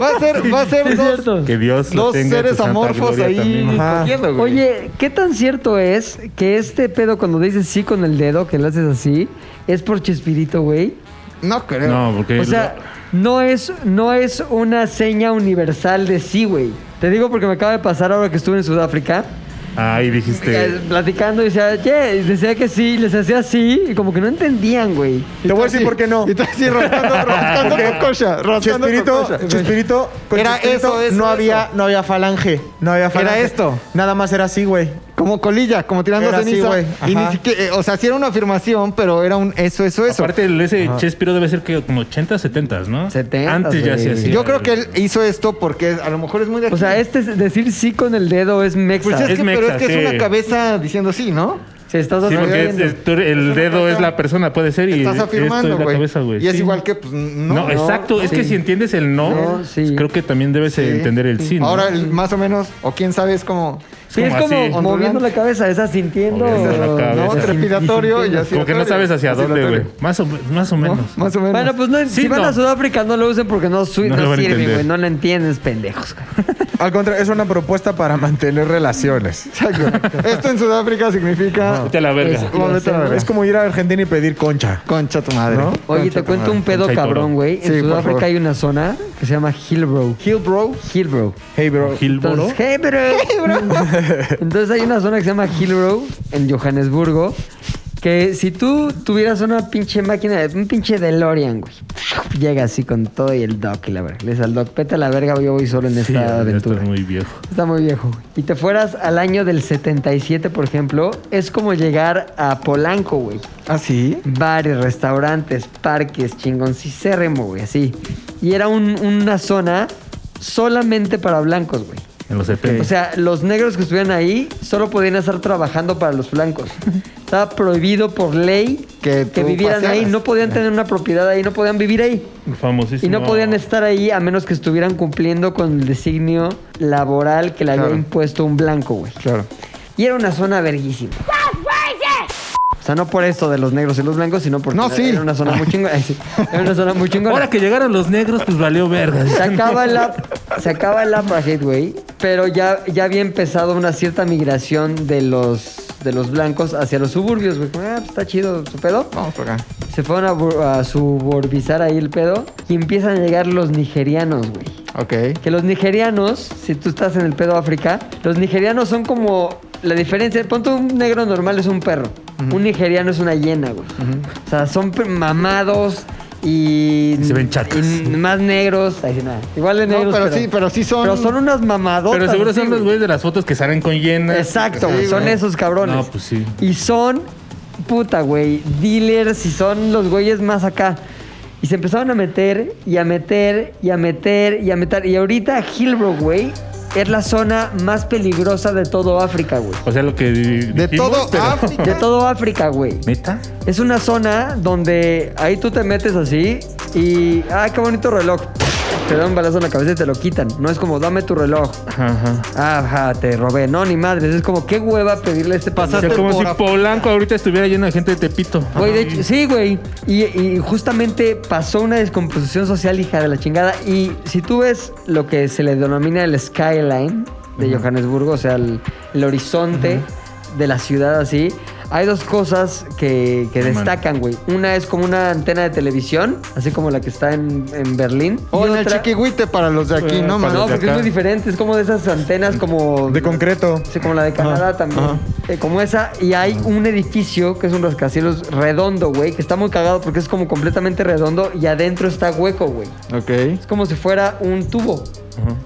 Speaker 2: Va a ser, va a ser
Speaker 5: Sí, es
Speaker 2: dos,
Speaker 5: cierto.
Speaker 3: Que Dios lo
Speaker 2: dos
Speaker 3: tenga en su
Speaker 2: seres
Speaker 3: santa
Speaker 2: amorfos
Speaker 3: gloria
Speaker 2: ahí
Speaker 3: también.
Speaker 4: Ajá.
Speaker 2: cogiendo, güey.
Speaker 5: Oye, ¿qué tan cierto es que este pedo cuando dices sí con el dedo, que lo haces así, es por Chespirito, güey?
Speaker 2: No creo.
Speaker 3: No, porque...
Speaker 5: O sea, no es, no es una seña universal de sí, güey. Te digo porque me acaba de pasar ahora que estuve en Sudáfrica.
Speaker 3: Ay, dijiste...
Speaker 5: eh, Platicando y decía, "Ye", y decía que sí, y les hacía así, y como que no entendían, güey.
Speaker 4: Te voy a decir por qué [laughs] no.
Speaker 2: Y tú así rascando, rascando cococha, rascando
Speaker 4: Chespirito,
Speaker 2: cococha.
Speaker 4: Chespirito, con
Speaker 2: Era
Speaker 4: Chespirito
Speaker 2: eso, eso,
Speaker 4: no
Speaker 2: eso.
Speaker 4: había, no había falange, no había falange.
Speaker 2: esto.
Speaker 4: Nada más era así, güey.
Speaker 2: Como colilla, como tirando
Speaker 4: Era así,
Speaker 2: ceniza.
Speaker 4: güey.
Speaker 2: y
Speaker 4: Ajá.
Speaker 2: ni siquiera, eh, o sea, sí era una afirmación, pero era un eso, eso, eso.
Speaker 3: Aparte, el- ese Chespiro debe ser que como 80, 70, ¿no?
Speaker 5: 70s,
Speaker 3: Antes ya
Speaker 5: güey.
Speaker 3: se hacía.
Speaker 2: Yo creo que él hizo esto porque a lo mejor es muy de
Speaker 5: O
Speaker 3: [laughs]
Speaker 5: sea,
Speaker 2: aquí.
Speaker 5: este es- decir sí con el dedo es mexa.
Speaker 2: Pues es,
Speaker 3: Es
Speaker 2: que, pero
Speaker 3: mexa,
Speaker 2: es que
Speaker 3: sí.
Speaker 2: es una cabeza diciendo sí, ¿no?
Speaker 5: Si estás
Speaker 3: Sí, porque es-
Speaker 5: haciendo-
Speaker 3: es- tú- el dedo es la persona, puede ser, y
Speaker 2: Estás
Speaker 3: esto
Speaker 2: afirmando,
Speaker 3: es la
Speaker 2: güey.
Speaker 3: cabeza, güey.
Speaker 2: Y es
Speaker 3: Sí.
Speaker 2: igual que, pues, no.
Speaker 3: No, exacto. es que
Speaker 5: sí.
Speaker 3: si entiendes el no, pues
Speaker 5: No, sí.
Speaker 3: creo que también debes
Speaker 2: Sí.
Speaker 3: entender el sí, ¿no?
Speaker 2: Ahora, el- más o menos, o quién sabe, es como...
Speaker 5: Sí, es
Speaker 3: como
Speaker 5: como
Speaker 3: así.
Speaker 5: moviendo la cabeza, es asintiendo.
Speaker 3: Moviendo la
Speaker 5: ¿no?
Speaker 3: cabeza.
Speaker 2: No,
Speaker 5: Asin-
Speaker 2: trepidatorio y
Speaker 5: asintiendo.
Speaker 2: así.
Speaker 3: como que no sabes hacia dónde, güey. Más o, más o menos.
Speaker 2: Más o menos.
Speaker 5: Bueno, pues no, si
Speaker 3: Sí,
Speaker 5: van
Speaker 3: no.
Speaker 5: a Sudáfrica no lo usen porque no, su-
Speaker 3: No
Speaker 5: no
Speaker 3: lo van a
Speaker 5: sirve,
Speaker 3: entender.
Speaker 5: güey. No lo entiendes, pendejos.
Speaker 4: Al contrario, es una propuesta para mantener relaciones.
Speaker 2: Exacto. Esto en Sudáfrica significa...
Speaker 3: Vete a la verga.
Speaker 5: Es-
Speaker 2: Como vete a la
Speaker 4: Es
Speaker 2: verga.
Speaker 4: como ir a Argentina y pedir concha.
Speaker 2: Concha tu madre.
Speaker 4: ¿No?
Speaker 5: Oye, te cuento un pedo
Speaker 3: Concha y toro.
Speaker 5: cabrón, güey. En
Speaker 2: Sí, por favor.
Speaker 5: Sudáfrica hay una zona que se llama Hillbrow.
Speaker 2: Hill Bro.
Speaker 5: Hillbrow.
Speaker 4: Hey, bro.
Speaker 3: Gilboro.
Speaker 5: Entonces, hey, bro. [laughs] Entonces hay una zona que se llama Hillbrow en Johannesburgo. Que si tú tuvieras una pinche máquina, un pinche DeLorean, güey. Llega así con todo y el Doc, y la verga. Le dices al Doc, vete a la verga, yo voy solo en
Speaker 3: Sí,
Speaker 5: esta
Speaker 3: ya
Speaker 5: aventura.
Speaker 3: estás muy viejo.
Speaker 5: Está muy viejo. güey. Y te fueras al año del 77, por ejemplo, es como llegar a Polanco, güey.
Speaker 2: ¿Ah, sí?
Speaker 5: Bares, restaurantes, parques, chingoncicérrimo, güey, así. Y era un- una zona solamente para blancos, güey.
Speaker 3: En los 70.
Speaker 5: O sea, los negros que estuvieran ahí solo podían estar trabajando para los blancos. Estaba prohibido por ley
Speaker 2: Que
Speaker 5: que,
Speaker 2: tú
Speaker 5: vivieran
Speaker 2: pasearas.
Speaker 5: ahí. No podían tener una propiedad ahí, no podían vivir ahí. Y
Speaker 3: famosísimo.
Speaker 5: no podían estar ahí a menos que estuvieran cumpliendo con el designio laboral que le
Speaker 2: Claro.
Speaker 5: había impuesto un blanco, güey.
Speaker 2: Claro.
Speaker 5: Y era una zona verguísima. O sea, no por esto de los negros y los blancos, sino porque
Speaker 2: No,
Speaker 5: era-
Speaker 2: sí.
Speaker 5: era una zona muy chingona. [laughs] Ay, sí. Era
Speaker 2: [laughs]
Speaker 5: una zona muy chingona.
Speaker 3: Ahora que llegaron los negros, pues valió verga.
Speaker 5: [laughs] Se acaba el ap- se acaba el apartheid, güey, pero ya, ya había empezado una cierta migración de los, de los blancos hacia los suburbios, güey. Ah, pues está chido su pedo.
Speaker 2: Vamos por acá.
Speaker 5: Se fueron a, bur- a suburbizar ahí el pedo y empiezan a llegar los nigerianos, güey.
Speaker 2: Ok.
Speaker 5: Que los nigerianos, si tú estás en el pedo África, los nigerianos son como la diferencia. Ponte un negro normal es un perro. Un nigeriano es una hiena, güey. O sea, son pe- mamados y.
Speaker 3: Se ven chacas.
Speaker 5: y más negros. Ay, sí, nada. Igual de
Speaker 2: No,
Speaker 5: negros.
Speaker 2: pero sí, pero sí son-
Speaker 5: Pero son unas mamadotas.
Speaker 3: Pero seguro
Speaker 5: así,
Speaker 3: son los
Speaker 5: güey.
Speaker 3: güeyes de las fotos que salen con llenas.
Speaker 5: Exacto,
Speaker 2: Sí,
Speaker 5: güey, son
Speaker 2: güey.
Speaker 5: esos cabrones.
Speaker 3: No, pues sí.
Speaker 5: Y son, puta, güey, dealers y son los güeyes más acá. Y se empezaron a meter y a meter y a meter y a meter. Y ahorita Hillbrook, güey, es la zona más peligrosa de todo África, güey.
Speaker 3: O sea, lo que.
Speaker 2: De todo África.
Speaker 5: De todo África, güey.
Speaker 3: [laughs] ¿Neta?
Speaker 5: Es una zona donde ahí tú te metes así y... ¡Ah, qué bonito reloj! Te dan un balazo en la cabeza y te lo quitan. No es como, dame tu reloj.
Speaker 3: Ajá, ajá.
Speaker 5: Ajá, te robé. No, ni madres. Es como, qué hueva pedirle a este
Speaker 3: O
Speaker 5: pasaje.
Speaker 3: sea, como si
Speaker 2: por-
Speaker 3: Polanco ahorita estuviera lleno de gente de Tepito.
Speaker 5: Güey, de
Speaker 3: Ay.
Speaker 5: hecho, sí, güey. Y, y justamente pasó una descomposición social, hija de la chingada. Y si tú ves lo que se le denomina el skyline de Johannesburgo, o sea, el, el horizonte de la ciudad así, hay dos cosas que, que
Speaker 3: Ay, man.
Speaker 5: destacan, güey. Una es como una antena de televisión, así como la que está en, en Berlín.
Speaker 2: O
Speaker 5: Y
Speaker 2: en el
Speaker 5: otra-
Speaker 2: chiquihuite para los de aquí,
Speaker 3: Eh,
Speaker 2: no
Speaker 3: para
Speaker 2: mames.
Speaker 5: No,
Speaker 3: de
Speaker 5: porque
Speaker 3: acá.
Speaker 5: es muy diferente. Es como de esas antenas como...
Speaker 4: De concreto.
Speaker 5: Sí, como la de Canadá
Speaker 4: Ajá,
Speaker 5: también.
Speaker 4: ajá.
Speaker 5: Eh, como esa. Y hay un edificio que es un rascacielos redondo, güey, que está muy cagado porque es como completamente redondo y adentro está hueco, güey.
Speaker 2: Ok.
Speaker 5: Es como si fuera un tubo.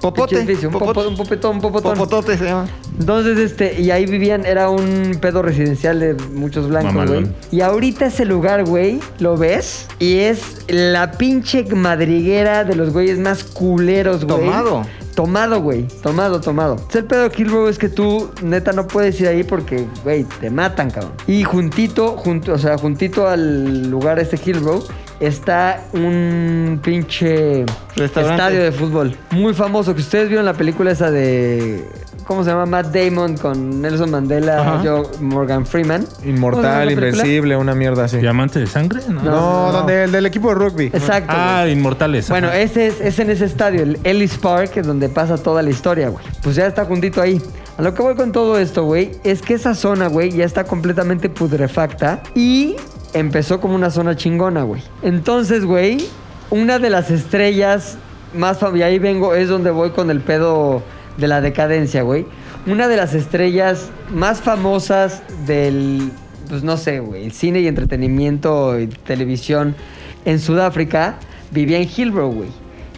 Speaker 2: Popote.
Speaker 5: Pinche edificio, Un, popo-
Speaker 2: popote,
Speaker 5: un popetón, un popotón.
Speaker 2: Popotote se llama.
Speaker 5: Entonces, este, y ahí vivían, era un pedo residencial de muchos blancos,
Speaker 3: Mamalón.
Speaker 5: güey. Y ahorita ese lugar, güey, lo ves y es la pinche madriguera de los güeyes más culeros, güey.
Speaker 2: Tomado.
Speaker 5: Tomado, güey. Tomado, tomado. Entonces, el pedo de Kilbro es que tú, neta, no puedes ir ahí porque, güey, te matan, cabrón. Y juntito, junto, o sea, juntito al lugar este Kilbro, está un pinche
Speaker 2: Restaurante.
Speaker 5: estadio de fútbol. Muy famoso, que ustedes vieron la película esa de... ¿Cómo se llama? Matt Damon con Nelson Mandela,
Speaker 2: Ajá.
Speaker 5: yo, Morgan Freeman. ¿Cómo se llama
Speaker 4: Inmortal,
Speaker 5: la película?
Speaker 4: invencible, una mierda así.
Speaker 3: ¿Diamante de sangre? No.
Speaker 5: No.
Speaker 4: No, donde el del equipo de rugby.
Speaker 5: Exacto. güey.
Speaker 3: Ah, Inmortales.
Speaker 5: Bueno,
Speaker 3: Ajá.
Speaker 5: ese es, es en ese estadio, el Ellis Park, es donde pasa toda la historia, güey. Pues ya está juntito ahí. A lo que voy con todo esto, güey, es que esa zona, güey, ya está completamente putrefacta y empezó como una zona chingona, güey. Entonces, güey, una de las estrellas más fam- y ahí vengo, es donde voy con el pedo de la decadencia, güey. Una de las estrellas más famosas del, pues no sé, güey, cine y entretenimiento y televisión en Sudáfrica vivía en Hillbrow, güey.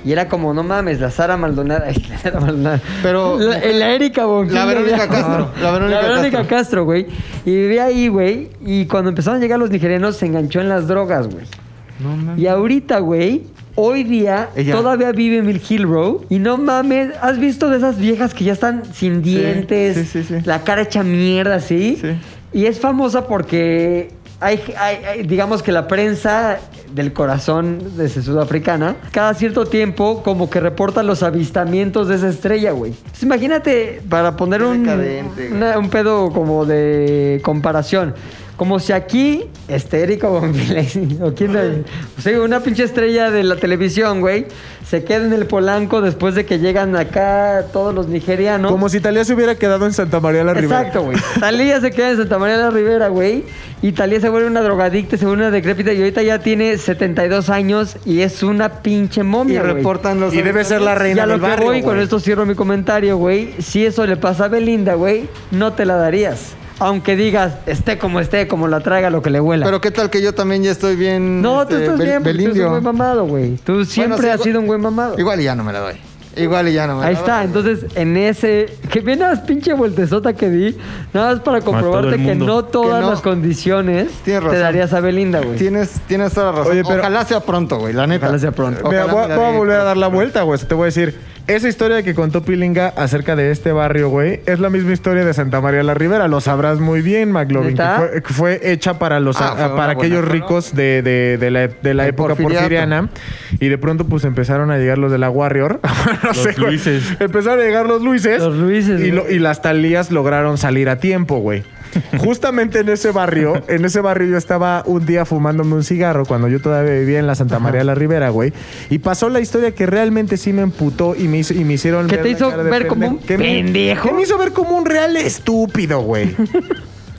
Speaker 5: Y era como, no mames, la Sara Maldonada. [laughs] ay, La Sara Maldonada.
Speaker 2: Pero-
Speaker 5: La, eh, la Erika Bonfil.
Speaker 2: La Verónica
Speaker 5: güey.
Speaker 2: Castro, la Verónica Castro.
Speaker 5: Castro, güey. Y vivía ahí, güey. Y cuando empezaron a llegar los nigerianos, se enganchó en las drogas, güey. Y ahorita, güey, hoy día
Speaker 2: Ella.
Speaker 5: todavía vive en Mill Hill Road. Y no mames, ¿has visto de esas viejas que ya están sin dientes?
Speaker 2: sí, sí, sí.
Speaker 5: La cara hecha mierda, ¿sí?
Speaker 2: Sí.
Speaker 5: Y es famosa porque hay, hay- hay- digamos que la prensa del corazón de sudafricana, cada cierto tiempo como que reporta los avistamientos de esa estrella, güey. Entonces, imagínate, para poner
Speaker 2: Qué
Speaker 5: un,
Speaker 2: decadente, güey.
Speaker 5: una- un pedo como de comparación. Como si aquí, este Érico Bonfilé, [laughs] o quién sabe, o sea, una pinche estrella de la televisión, güey, se queda en el Polanco después de que llegan acá todos los nigerianos.
Speaker 4: Como si Talía se hubiera quedado en Santa María la Ribera.
Speaker 5: Exacto, güey. Talía se queda en Santa María de la Rivera, güey. Y Talía se vuelve una drogadicta, se vuelve una decrépita. Y ahorita ya tiene 72 años y es una pinche
Speaker 2: Y
Speaker 5: momia, güey.
Speaker 2: reportan los.
Speaker 4: Y debe ser la
Speaker 5: Y
Speaker 4: reina
Speaker 5: a lo
Speaker 4: del
Speaker 5: que
Speaker 4: barrio.
Speaker 5: voy, con
Speaker 4: güey.
Speaker 5: esto cierro mi comentario, güey. Si eso le pasa a Belinda, güey, no te la darías. Aunque digas, esté como esté, como la traiga, lo que le huela.
Speaker 2: Pero qué tal que yo también ya estoy bien.
Speaker 5: no, tú
Speaker 2: este,
Speaker 5: estás
Speaker 2: bel-
Speaker 5: bien, porque tú eres un
Speaker 2: belindio.
Speaker 5: buen mamado, güey. Tú siempre
Speaker 2: sí,
Speaker 5: has
Speaker 2: igual-
Speaker 5: sido un buen mamado.
Speaker 2: Igual y ya no me la doy. Igual y ya no me la
Speaker 5: Ahí
Speaker 2: doy.
Speaker 5: está, entonces en ese. Que bien las pinche vueltezota que di, nada más para comprobarte
Speaker 3: el
Speaker 5: que
Speaker 3: mundo.
Speaker 5: no todas
Speaker 2: Que no.
Speaker 5: las condiciones
Speaker 2: Tienes
Speaker 5: te
Speaker 2: razón.
Speaker 5: darías a Belinda, güey.
Speaker 2: Tienes, tienes toda la razón.
Speaker 4: Oye, pero-
Speaker 2: Ojalá sea pronto, güey, la neta.
Speaker 5: Ojalá sea pronto.
Speaker 4: [laughs] Mira,
Speaker 2: Ojalá
Speaker 4: voy,
Speaker 2: me la
Speaker 4: a- voy a
Speaker 2: den.
Speaker 4: volver a dar la vuelta, güey. Te voy a decir, esa historia que contó Pilinga acerca de este barrio, güey, es la misma historia de Santa María la Ribera. Lo sabrás muy bien, McLovin. que
Speaker 5: ¿Neta?
Speaker 4: fue, que fue hecha para los
Speaker 2: Ah, fue
Speaker 4: a-
Speaker 2: una
Speaker 4: para aquellos
Speaker 2: buena,
Speaker 4: ricos de, de- de la, de la
Speaker 2: Del
Speaker 4: época
Speaker 2: porfiriato.
Speaker 4: porfiriana. Y de pronto, pues empezaron a llegar los de la Warrior. [laughs] No
Speaker 3: Los
Speaker 4: sé, güey.
Speaker 3: Luises.
Speaker 4: Empezaron a llegar los Luises.
Speaker 5: Los Luises,
Speaker 4: Y,
Speaker 5: güey.
Speaker 4: lo- y las Talías lograron salir a tiempo,
Speaker 5: [laughs]
Speaker 4: güey. Justamente en ese barrio, en ese barrio yo estaba un día fumándome un cigarro cuando yo todavía vivía en la Santa María la Ribera, güey. Y pasó la historia que realmente sí me emputó y me, hizo- y me hicieron
Speaker 5: ¿Que
Speaker 4: ver
Speaker 5: te
Speaker 4: la
Speaker 5: hizo
Speaker 4: cara de
Speaker 5: ver como un
Speaker 4: que me-
Speaker 5: pendejo?
Speaker 4: que me hizo ver como un real estúpido, güey.
Speaker 5: [laughs]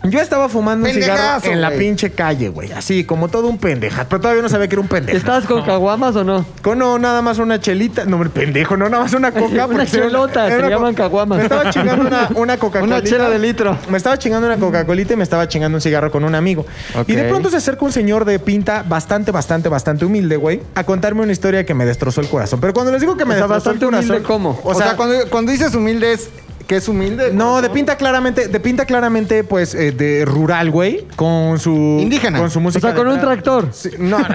Speaker 4: Yo estaba fumando un cigarro
Speaker 2: Pendejazo,
Speaker 4: en la
Speaker 2: güey.
Speaker 4: pinche calle, güey. Así, como todo un pendeja. Pero todavía no sabía que era un pendeja.
Speaker 5: ¿Estás con caguamas o no?
Speaker 4: Con no, nada más una chelita. No, hombre, pendejo, no, nada más una coca.
Speaker 5: [laughs] Una
Speaker 4: porque se-
Speaker 5: chelota,
Speaker 4: era
Speaker 5: se
Speaker 4: una
Speaker 5: llaman
Speaker 4: co-
Speaker 5: caguamas.
Speaker 4: Me estaba chingando
Speaker 5: [laughs]
Speaker 4: una, una coca
Speaker 2: Una chela de litro.
Speaker 4: Me estaba chingando una Coca-Colita y me estaba chingando un cigarro con un amigo.
Speaker 2: Ok.
Speaker 4: Y de pronto se acerca un señor de pinta bastante, bastante, bastante humilde, güey, a contarme una historia que me destrozó el corazón. Pero cuando les digo que me
Speaker 5: O sea,
Speaker 4: destrozó el
Speaker 5: bastante humilde,
Speaker 4: corazón.
Speaker 5: ¿cómo?
Speaker 4: O sea,
Speaker 2: cuando, cuando dices humilde es que es humilde.
Speaker 4: No, de pinta claramente, de pinta claramente, pues, eh, de rural, güey. Con su.
Speaker 2: Indígena.
Speaker 4: Con su
Speaker 5: O
Speaker 4: música.
Speaker 5: sea, con
Speaker 4: de-
Speaker 5: un tractor.
Speaker 4: Sí, no, no.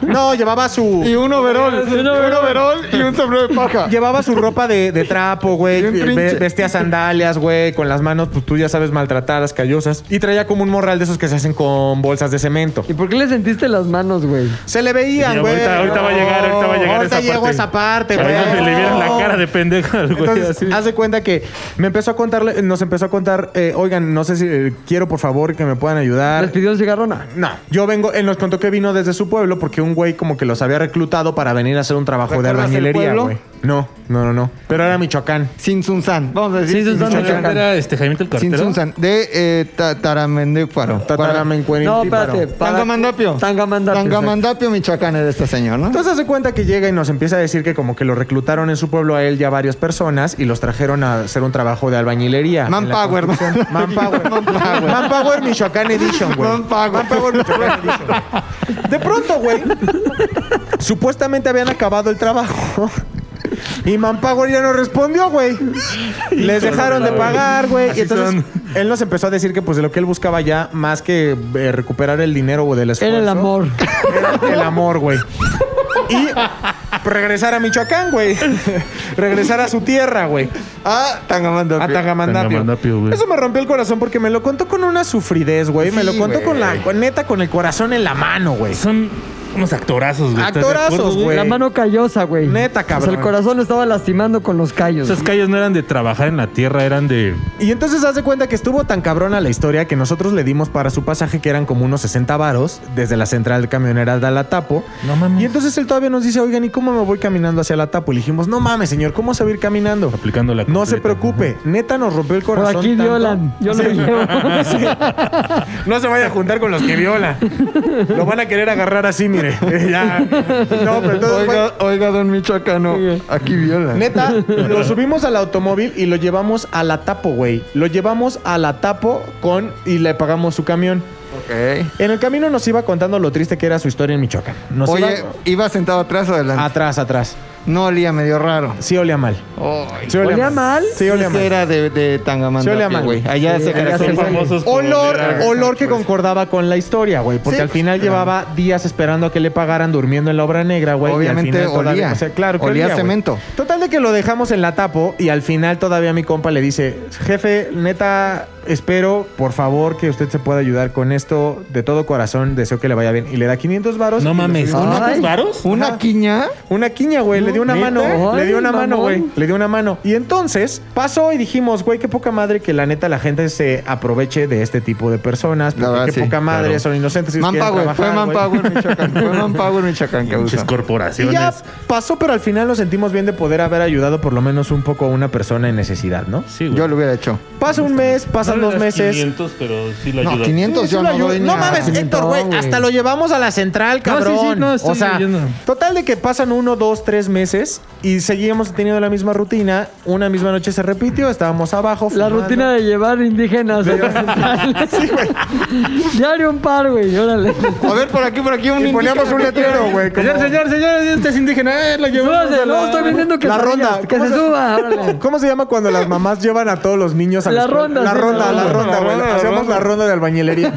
Speaker 4: [laughs] No, llevaba
Speaker 2: Y
Speaker 4: su.
Speaker 2: un overol. Y un overol y un sombrero de paja.
Speaker 4: Llevaba su ropa de, de trapo, güey.
Speaker 2: Y un
Speaker 4: Ve-
Speaker 2: trinche.
Speaker 4: Vestía sandalias, güey. Con las manos, pues tú ya sabes, maltratadas, callosas. Y traía como un morral de esos que se hacen con bolsas de cemento.
Speaker 5: ¿Y por qué le sentiste las manos, güey?
Speaker 4: Se le
Speaker 3: Y
Speaker 4: veían, güey.
Speaker 3: ahorita, ahorita va a llegar, ahorita va a llegar
Speaker 4: Ahorita
Speaker 3: esa
Speaker 4: llego
Speaker 3: parte.
Speaker 4: a esa parte,
Speaker 3: Ahí
Speaker 4: este güey.
Speaker 3: donde le vieron la
Speaker 4: No.
Speaker 3: cara de pendeja al güey.
Speaker 4: Entonces,
Speaker 3: así.
Speaker 4: haz de cuenta que me empezó a contar, nos empezó a contar, eh, oigan, no sé si eh, quiero por favor que me puedan
Speaker 5: ¿Les
Speaker 4: ayudar.
Speaker 5: pidió un cigarrona?
Speaker 4: No, yo vengo, él nos contó que vino desde su pueblo porque un güey como que los había reclutado para venir a hacer un trabajo de
Speaker 2: ¿Recuerdas el
Speaker 4: albañilería,
Speaker 2: pueblo?
Speaker 4: güey. No, no, no, no. Pero era Michoacán.
Speaker 2: [laughs] Sin Sunsan. Vamos a decir.
Speaker 5: Sin Sunsan,
Speaker 3: ¿Quién era este Jaimito el
Speaker 2: Sin
Speaker 3: cartero?
Speaker 2: Sunsan. De eh, ta- Taramendéparo.
Speaker 4: Tataramencuenil,
Speaker 5: No,
Speaker 4: Píparo.
Speaker 5: espérate. para-
Speaker 2: Tangamandapio.
Speaker 5: Tangamandapio.
Speaker 2: Tangamandapio, Michoacán, era esta señora, ¿no?
Speaker 4: Entonces hace cuenta que llega y nos empieza a decir que como que lo reclutaron en su pueblo a él ya varias personas y los trajeron a hacer un trabajo de albañilería.
Speaker 2: Manpower, ¿no? [laughs]
Speaker 4: Manpower.
Speaker 2: Manpower.
Speaker 4: Manpower. Manpower Michoacán Edition, güey.
Speaker 2: Manpower.
Speaker 4: Manpower Michoacán Edition. De pronto, güey, supuestamente habían acabado el trabajo. [laughs] Y Manpower ya no respondió, güey. Les dejaron de pagar, güey.
Speaker 3: Así
Speaker 4: Y entonces
Speaker 3: son.
Speaker 4: él nos empezó a decir que pues de lo que él buscaba ya, más que eh, recuperar el dinero o del esfuerzo.
Speaker 5: Era el amor.
Speaker 4: Era el amor, güey. Y regresar a Michoacán,
Speaker 5: [laughs]
Speaker 4: güey. regresar a su tierra, güey.
Speaker 2: Ah, Tangamandapio.
Speaker 4: A
Speaker 3: Tangamandapio,
Speaker 4: Tangamandapio.
Speaker 3: güey.
Speaker 4: Eso me rompió el corazón porque me lo contó con una sufridez, güey. me
Speaker 2: Sí,
Speaker 4: lo contó con la
Speaker 2: güey.
Speaker 4: con- neta con el corazón en la mano, güey.
Speaker 3: Son unos actorazos, güey. ¿estás de
Speaker 4: Actorazos,
Speaker 3: acuerdo,
Speaker 4: güey.
Speaker 5: La mano callosa, güey.
Speaker 4: Neta,
Speaker 5: O sea,
Speaker 4: cabrón.
Speaker 5: el corazón lo estaba lastimando con los callos.
Speaker 3: Esas calles no eran de trabajar en la tierra, eran de.
Speaker 4: Y entonces hace cuenta que estuvo tan cabrona la historia que nosotros le dimos para su pasaje que eran como unos 60 varos desde la central camionera de Alatapo.
Speaker 3: No mames.
Speaker 4: Y entonces él todavía nos dice, oigan, ¿y cómo me voy caminando hacia Alatapo? Y le dijimos, no mames, señor, ¿cómo se va a ir caminando?
Speaker 3: Aplicando la
Speaker 4: No
Speaker 3: completa.
Speaker 4: se preocupe, neta nos rompió el
Speaker 5: Por
Speaker 4: corazón.
Speaker 5: aquí
Speaker 4: tanto.
Speaker 5: violan. Yo
Speaker 4: [laughs]
Speaker 5: lo llevo.
Speaker 4: No se vaya a juntar con los que viola. Lo van a querer agarrar así, mire. [laughs] Ya. No, pero entonces, bueno,
Speaker 2: Oiga, oiga, don Michoacano, aquí viola.
Speaker 4: Neta, lo subimos al automóvil y lo llevamos a la tapo, güey. Lo llevamos a la tapo con y le pagamos su camión.
Speaker 2: Ok.
Speaker 4: En el camino nos iba contando lo triste que era su historia en Michoacán. Nos
Speaker 2: Oye,
Speaker 4: iba-
Speaker 2: ¿iba sentado atrás o
Speaker 5: Ah,
Speaker 2: adelante?
Speaker 4: atrás, atrás.
Speaker 2: No olía medio raro.
Speaker 4: Sí olía mal. Sí
Speaker 5: ¿Olía mal?
Speaker 4: Sí olía
Speaker 2: Es que
Speaker 4: mal.
Speaker 2: era de, de
Speaker 4: Sí olía
Speaker 2: Tangamandapio,
Speaker 4: mal.
Speaker 2: güey. Allá
Speaker 5: Sí,
Speaker 2: se
Speaker 5: allá
Speaker 2: caracteriza-
Speaker 5: se
Speaker 3: Son
Speaker 5: Exacto.
Speaker 3: famosos por
Speaker 4: Olor,
Speaker 3: oler a-
Speaker 4: olor que concordaba con la historia, güey. Porque
Speaker 2: Sí,
Speaker 4: al final
Speaker 2: claro.
Speaker 4: llevaba días esperando a que le pagaran durmiendo en la obra negra, güey. y al
Speaker 2: Obviamente
Speaker 4: final todavía-
Speaker 2: olía.
Speaker 4: o sea, claro que
Speaker 2: Olía
Speaker 4: olía, güey.
Speaker 2: cemento.
Speaker 4: Total de que lo dejamos en la tapo y al final todavía mi compa le dice, jefe, neta, espero, por favor, que usted se pueda ayudar con esto. De todo corazón, deseo que le vaya bien. Y le da 500 varos.
Speaker 3: No
Speaker 4: y
Speaker 3: mames. Ah,
Speaker 4: le-
Speaker 5: Ay.
Speaker 3: ¿Unos varos?
Speaker 2: ¿Una quiña?
Speaker 4: Una quiña, güey. le dio una
Speaker 3: ¿neta?
Speaker 4: mano. Le dio
Speaker 5: Ay,
Speaker 4: una mano,
Speaker 5: mamón.
Speaker 4: güey. Le dio una mano. Y entonces pasó y dijimos, güey, qué poca madre que la neta la gente se aproveche de este tipo de personas.
Speaker 2: La
Speaker 4: Porque
Speaker 2: verdad,
Speaker 4: qué
Speaker 2: sí,
Speaker 4: poca madre,
Speaker 3: claro.
Speaker 4: son inocentes. y
Speaker 2: Manpower,
Speaker 4: quieren
Speaker 2: fue
Speaker 4: trabajar, güey.
Speaker 2: Manpower Michoacán. Fue Manpower Michoacán,
Speaker 3: Pinches
Speaker 2: causa.
Speaker 4: [laughs] Y
Speaker 3: corporaciones.
Speaker 4: ya pasó, pero al final nos sentimos bien de poder haber ayudado por lo menos un poco a una persona en necesidad, ¿no?
Speaker 3: Sí, güey.
Speaker 2: Yo lo hubiera hecho.
Speaker 4: Pasa un mes, pasan
Speaker 3: No le
Speaker 4: dos
Speaker 3: das
Speaker 4: meses.
Speaker 3: 500, pero sí lo
Speaker 2: No,
Speaker 3: ayuda.
Speaker 2: 500
Speaker 4: Sí,
Speaker 2: yo
Speaker 4: sí lo
Speaker 2: no
Speaker 4: ayudo.
Speaker 2: doy ni
Speaker 4: No
Speaker 2: a-
Speaker 4: mames, Héctor, güey. Hasta lo llevamos a la central,
Speaker 3: No, sí, sí,
Speaker 4: cabrón.
Speaker 3: no, estoy
Speaker 4: o sea,
Speaker 3: oyendo.
Speaker 4: total de que pasan uno, dos, tres meses y seguíamos teniendo la misma rutina. Una misma noche se repitió, estábamos abajo.
Speaker 5: La
Speaker 4: fumando.
Speaker 5: rutina de llevar indígenas. a la central. Diario un par, güey. Órale.
Speaker 2: A ver, por aquí, por aquí. Un
Speaker 4: Y poníamos un
Speaker 2: indígena.
Speaker 4: letrero, güey. como-
Speaker 3: Señor, señor, señor, este es indígena. eh, lo llevó.
Speaker 5: Súbase, no, estoy vendiendo que
Speaker 4: La
Speaker 5: se
Speaker 4: ronda.
Speaker 5: Que se suba, órale.
Speaker 4: ¿Cómo se llama cuando las mamás llevan a todos los niños a
Speaker 5: La
Speaker 4: escuela?
Speaker 5: ronda,
Speaker 4: La
Speaker 5: sí,
Speaker 4: ronda,
Speaker 5: la
Speaker 4: la
Speaker 5: ronda,
Speaker 4: ronda, güey. Hacíamos la ronda de albañilería.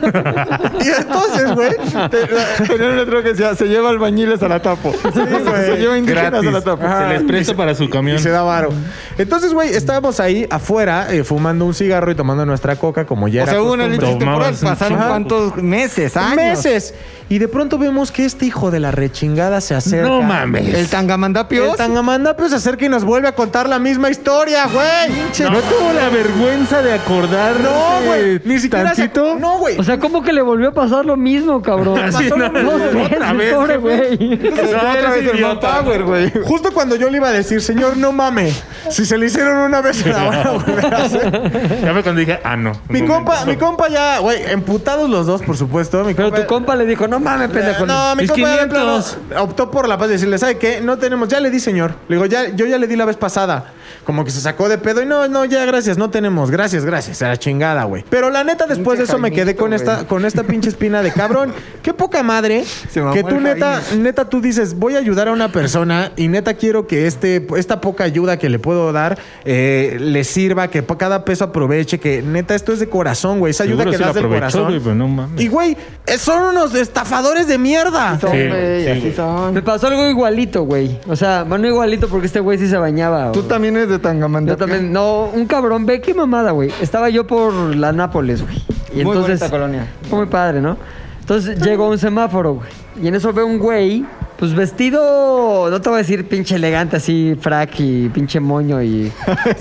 Speaker 4: y entonces, güey, te-
Speaker 2: [laughs]
Speaker 4: la-
Speaker 2: Tenía un letrero que decía, se lleva albañiles a la tapo. se
Speaker 4: güey.
Speaker 2: lleva indígenas
Speaker 4: Gratis.
Speaker 2: a la tapo.
Speaker 4: Ajá.
Speaker 3: Se les presta para su
Speaker 4: Ah, Y
Speaker 3: camión.
Speaker 4: se da varo. Entonces, güey, estábamos ahí afuera eh, fumando un cigarro y tomando nuestra coca como ya
Speaker 2: O
Speaker 4: era
Speaker 2: sea, hubo una
Speaker 4: costumbre.
Speaker 2: lucha temporal.
Speaker 3: Tomaban un
Speaker 2: Pasaron
Speaker 3: chingo.
Speaker 2: cuántos meses, años.
Speaker 4: meses. Y de pronto vemos que este hijo de la rechingada se acerca.
Speaker 3: No mames.
Speaker 2: El tangamandapio.
Speaker 4: El tangamandapio se acerca y nos vuelve a contar la misma historia, güey.
Speaker 3: No, tuvo la vergüenza de acordar.
Speaker 4: No, güey. Ni siquiera se- No, güey.
Speaker 5: O sea, ¿cómo que le volvió a pasar lo mismo, cabrón?
Speaker 3: Así,
Speaker 5: Pasó
Speaker 3: no,
Speaker 5: lo mismo
Speaker 3: otra
Speaker 5: veces,
Speaker 3: vez,
Speaker 5: pobre
Speaker 3: jefe.
Speaker 5: güey.
Speaker 3: No, otra vez el
Speaker 2: Manpower, güey.
Speaker 4: Justo cuando yo le iba a decir, señor, no mame. Si se le hicieron una vez, se la van a volver a hacer.
Speaker 3: Ya fue cuando dije, ah, no.
Speaker 4: Mi
Speaker 3: Un
Speaker 4: compa,
Speaker 3: momento.
Speaker 4: mi compa ya, güey, emputados los dos, por supuesto. Mi
Speaker 5: Pero
Speaker 4: compa-
Speaker 5: tu compa le dijo, no mames, pendejo.
Speaker 4: Eh, No, mi
Speaker 3: Mis
Speaker 4: compa de
Speaker 3: 500.
Speaker 4: plano optó por la paz de decirle, ¿sabe qué? No tenemos, ya le di, señor. Le digo, ya, yo ya le di la vez pasada. como que se sacó de pedo y no, no, ya, gracias, no tenemos, gracias, gracias, a la chingada, güey. Pero la neta, después de eso me quedé con
Speaker 2: Jaimito,
Speaker 4: esta,
Speaker 2: güey.
Speaker 4: con esta pinche espina de
Speaker 2: [laughs]
Speaker 4: cabrón. Qué poca madre
Speaker 2: Se mamó
Speaker 4: que
Speaker 2: el
Speaker 4: tú neta,
Speaker 2: Jaime.
Speaker 4: neta, tú dices, voy a ayudar a una persona y neta quiero que este, esta poca ayuda que le puedo dar eh, le sirva, que pa- cada peso aproveche, que neta, esto es de corazón, güey. Esa ayuda
Speaker 3: Seguro
Speaker 4: que
Speaker 3: sí la
Speaker 4: das del
Speaker 3: aprovechó,
Speaker 4: corazón.
Speaker 3: güey, pero no mames.
Speaker 4: Y güey, eh, son unos estafadores de mierda.
Speaker 2: Son,
Speaker 3: Sí,
Speaker 2: güey,
Speaker 3: sí,
Speaker 2: así
Speaker 3: güey.
Speaker 2: son.
Speaker 5: Me pasó algo igualito, güey. O sea, bueno, igualito porque este güey sí se bañaba.
Speaker 2: Tú
Speaker 5: güey.
Speaker 2: también eres de Tangamandapio.
Speaker 5: Yo también. No, un cabrón, ve qué mamada, güey. Estaba yo por la Nápoles, güey. Y
Speaker 1: Muy
Speaker 5: entonces.
Speaker 1: bonita colonia.
Speaker 5: Fue muy padre, ¿no? Entonces llegó un semáforo, güey. Y en eso ve un güey, pues vestido, no te voy a decir pinche elegante, así, frac y pinche moño y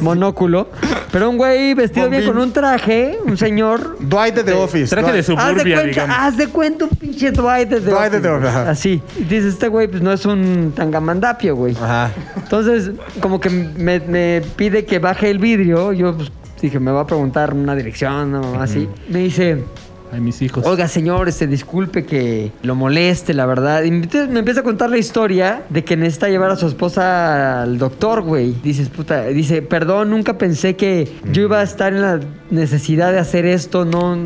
Speaker 5: monóculo. Pero un güey vestido bien
Speaker 2: Bombín.
Speaker 5: con un traje, un señor.
Speaker 4: Dwight de The Office.
Speaker 3: Traje de
Speaker 4: Dwight.
Speaker 5: Haz de
Speaker 3: suburbia,
Speaker 5: cuenta,
Speaker 3: digamos.
Speaker 5: haz de cuenta un pinche Dwight de The
Speaker 4: Dwight de The
Speaker 5: Office,
Speaker 4: Office,
Speaker 5: güey.
Speaker 4: ajá.
Speaker 5: Así. Y dices, este güey, pues no es un tangamandapio, güey.
Speaker 4: Ajá.
Speaker 5: Entonces, como que me, me pide que baje el vidrio. Yo pues, dije, me va a preguntar una dirección o así. Me dice,
Speaker 3: Ay, mis hijos.
Speaker 5: oiga, señor, este, disculpe que lo moleste, la verdad. Y me me empieza a contar la historia de que necesita llevar a su esposa al doctor, güey. Dices, puta, dice, perdón, nunca pensé que yo iba a estar en la necesidad de hacer esto, no...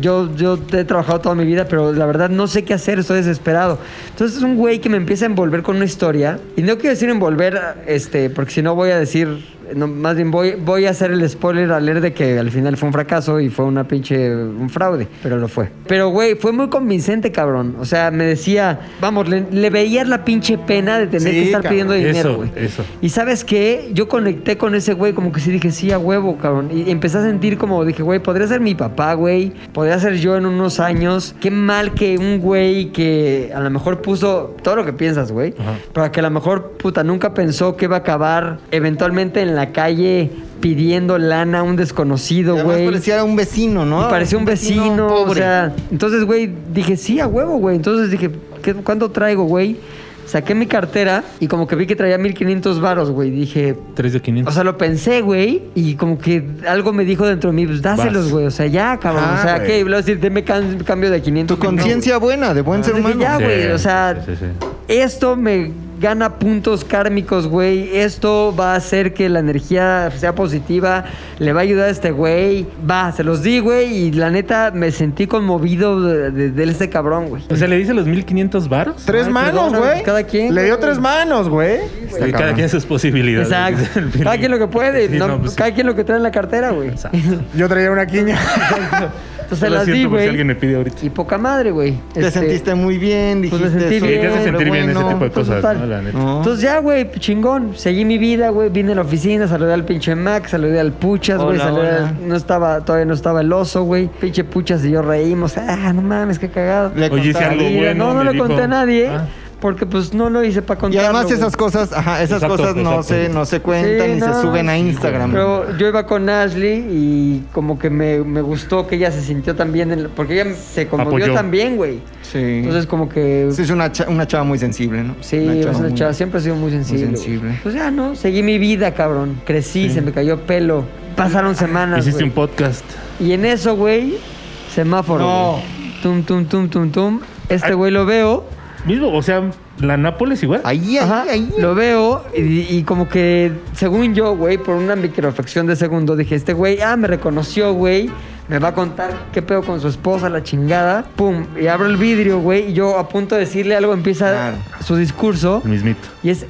Speaker 5: Yo, yo he trabajado toda mi vida, pero la verdad no sé qué hacer, estoy desesperado. Entonces es un güey que me empieza a envolver con una historia. Y no quiero decir envolver, este, porque si no voy a decir, no, más bien voy, voy a hacer el spoiler al leer de que al final fue un fracaso y fue una pinche, un fraude, pero lo fue. Pero güey, fue muy convincente, cabrón. O sea, me decía, vamos, le, le veías la pinche pena de tener
Speaker 4: Sí,
Speaker 5: que estar
Speaker 4: cabrón.
Speaker 5: pidiendo dinero,
Speaker 3: Eso,
Speaker 5: güey.
Speaker 3: eso.
Speaker 5: Y sabes qué, yo conecté con ese güey como que sí dije, sí, a huevo, cabrón. Y empecé a sentir como, dije, güey, podría ser mi papá, güey. Podría ser yo en unos años. Qué mal que un güey que a lo mejor puso todo lo que piensas, güey.
Speaker 3: Ajá.
Speaker 5: Pero que a lo mejor, puta, nunca pensó que iba a acabar eventualmente en la calle pidiendo lana a un desconocido,
Speaker 2: Además,
Speaker 5: güey.
Speaker 2: parecía Ah, un vecino, ¿no?
Speaker 5: Y parecía un vecino, o
Speaker 2: pobre.
Speaker 5: sea, entonces, güey, dije, sí, a huevo, güey. Entonces dije, ¿qué, ¿cuánto traigo, güey? Saqué mi cartera y como que vi que traía 1500 varos, güey. Dije,
Speaker 3: 3 de 500.
Speaker 5: o sea, lo pensé, güey, y como que algo me dijo dentro de mí, pues dáselos,
Speaker 3: Vas.
Speaker 5: güey. O sea, ya, cabrón.
Speaker 4: Ah,
Speaker 5: o sea,
Speaker 4: güey.
Speaker 5: ¿qué? Y luego decir, deme can- cambio de 500.
Speaker 2: tu
Speaker 5: que no,
Speaker 2: conciencia buena, Ah, de buen ser
Speaker 5: Dije,
Speaker 2: humano.
Speaker 5: ya,
Speaker 3: Sí,
Speaker 5: güey, o sea,
Speaker 3: sí, sí, sí.
Speaker 5: esto me gana puntos kármicos, güey. Esto va a hacer que la energía sea positiva. Le va a ayudar a este güey. Va, se los di, güey, y la neta me sentí conmovido de, de- de este cabrón, güey.
Speaker 3: O sea, le dice los 1500 varos.
Speaker 4: Tres
Speaker 2: ah,
Speaker 5: Ay,
Speaker 4: manos,
Speaker 5: perdóname,
Speaker 4: güey.
Speaker 5: cada quien,
Speaker 4: Le dio
Speaker 5: güey.
Speaker 4: tres manos, güey.
Speaker 3: Sí, cada quien sus posibilidades.
Speaker 5: Exacto.
Speaker 3: [laughs]
Speaker 5: Cada quien lo que puede,
Speaker 3: Sí,
Speaker 5: no,
Speaker 3: no, pues sí.
Speaker 5: cada quien lo que trae en la cartera, güey.
Speaker 3: Exacto.
Speaker 4: Yo traía una quiña.
Speaker 5: Entonces se
Speaker 3: Lo
Speaker 5: las di,
Speaker 3: siento por si
Speaker 5: güey.
Speaker 3: alguien me pide ahorita.
Speaker 5: Y poca madre, güey.
Speaker 2: Te sentiste muy bien,
Speaker 5: Este, pues
Speaker 2: dijiste.
Speaker 5: me sentí
Speaker 2: "Soy
Speaker 3: Sí, te hace
Speaker 5: bien,
Speaker 3: sentir
Speaker 2: hombre
Speaker 3: bien ese
Speaker 2: bueno".
Speaker 3: tipo de
Speaker 5: pues,
Speaker 3: cosas,
Speaker 5: total.
Speaker 3: ¿no? La neta.
Speaker 2: No.
Speaker 5: Entonces ya, güey, chingón. Seguí mi vida, güey. Vine a la oficina, saludé al pinche Max, saludé al Puchas, güey.
Speaker 2: Hola,
Speaker 5: saludé al-
Speaker 2: hola.
Speaker 5: No estaba, todavía no estaba el oso, güey. Pinche Puchas y yo reímos. Ah, no mames, qué cagado.
Speaker 2: Le
Speaker 3: Oye, hice
Speaker 2: contaba.
Speaker 3: algo
Speaker 5: Y,
Speaker 3: bueno.
Speaker 5: no, no
Speaker 3: me
Speaker 5: le
Speaker 3: dijo.
Speaker 5: conté a nadie.
Speaker 3: Ah.
Speaker 5: Porque pues no lo hice para
Speaker 2: Y
Speaker 5: contarlo.
Speaker 2: además
Speaker 5: güey.
Speaker 2: esas cosas, ajá, esas
Speaker 3: Exacto,
Speaker 2: cosas no
Speaker 3: exacto.
Speaker 2: se, no se cuentan
Speaker 5: Sí,
Speaker 2: ni
Speaker 5: no,
Speaker 2: se suben a
Speaker 5: sí,
Speaker 2: Instagram.
Speaker 5: Pero yo iba con Ashley y como que me, me gustó que ella se sintió también, porque ella se conmovió
Speaker 3: Apoyó.
Speaker 5: también, güey.
Speaker 2: sí.
Speaker 5: Entonces como que...
Speaker 2: Sí, es una, cha- una chava muy sensible, ¿no?
Speaker 5: Sí, es una
Speaker 2: muy-
Speaker 5: chava, siempre he sido muy sensible. güey.
Speaker 2: sensible.
Speaker 5: Pues ya, ¿no? Seguí mi vida, cabrón. Crecí, se me cayó pelo. Pasaron semanas.
Speaker 3: Hiciste
Speaker 5: güey.
Speaker 3: un podcast.
Speaker 5: Y en eso, güey, semáforo.
Speaker 2: No.
Speaker 5: güey. Tum, tum, tum, tum, tum. Este güey lo veo.
Speaker 3: Mismo, o sea, la Nápoles igual.
Speaker 2: Ahí, ahí,
Speaker 5: Ajá,
Speaker 2: ahí.
Speaker 5: Lo veo y, y como que, según yo, güey, por una microfracción de segundo, dije, este güey, ah, me reconoció, güey. Me va a contar qué pedo con su esposa, la chingada. Pum, y abro el vidrio, güey. Y yo a punto de decirle algo, empieza
Speaker 2: Claro.
Speaker 5: su discurso.
Speaker 3: El mismito.
Speaker 5: Y es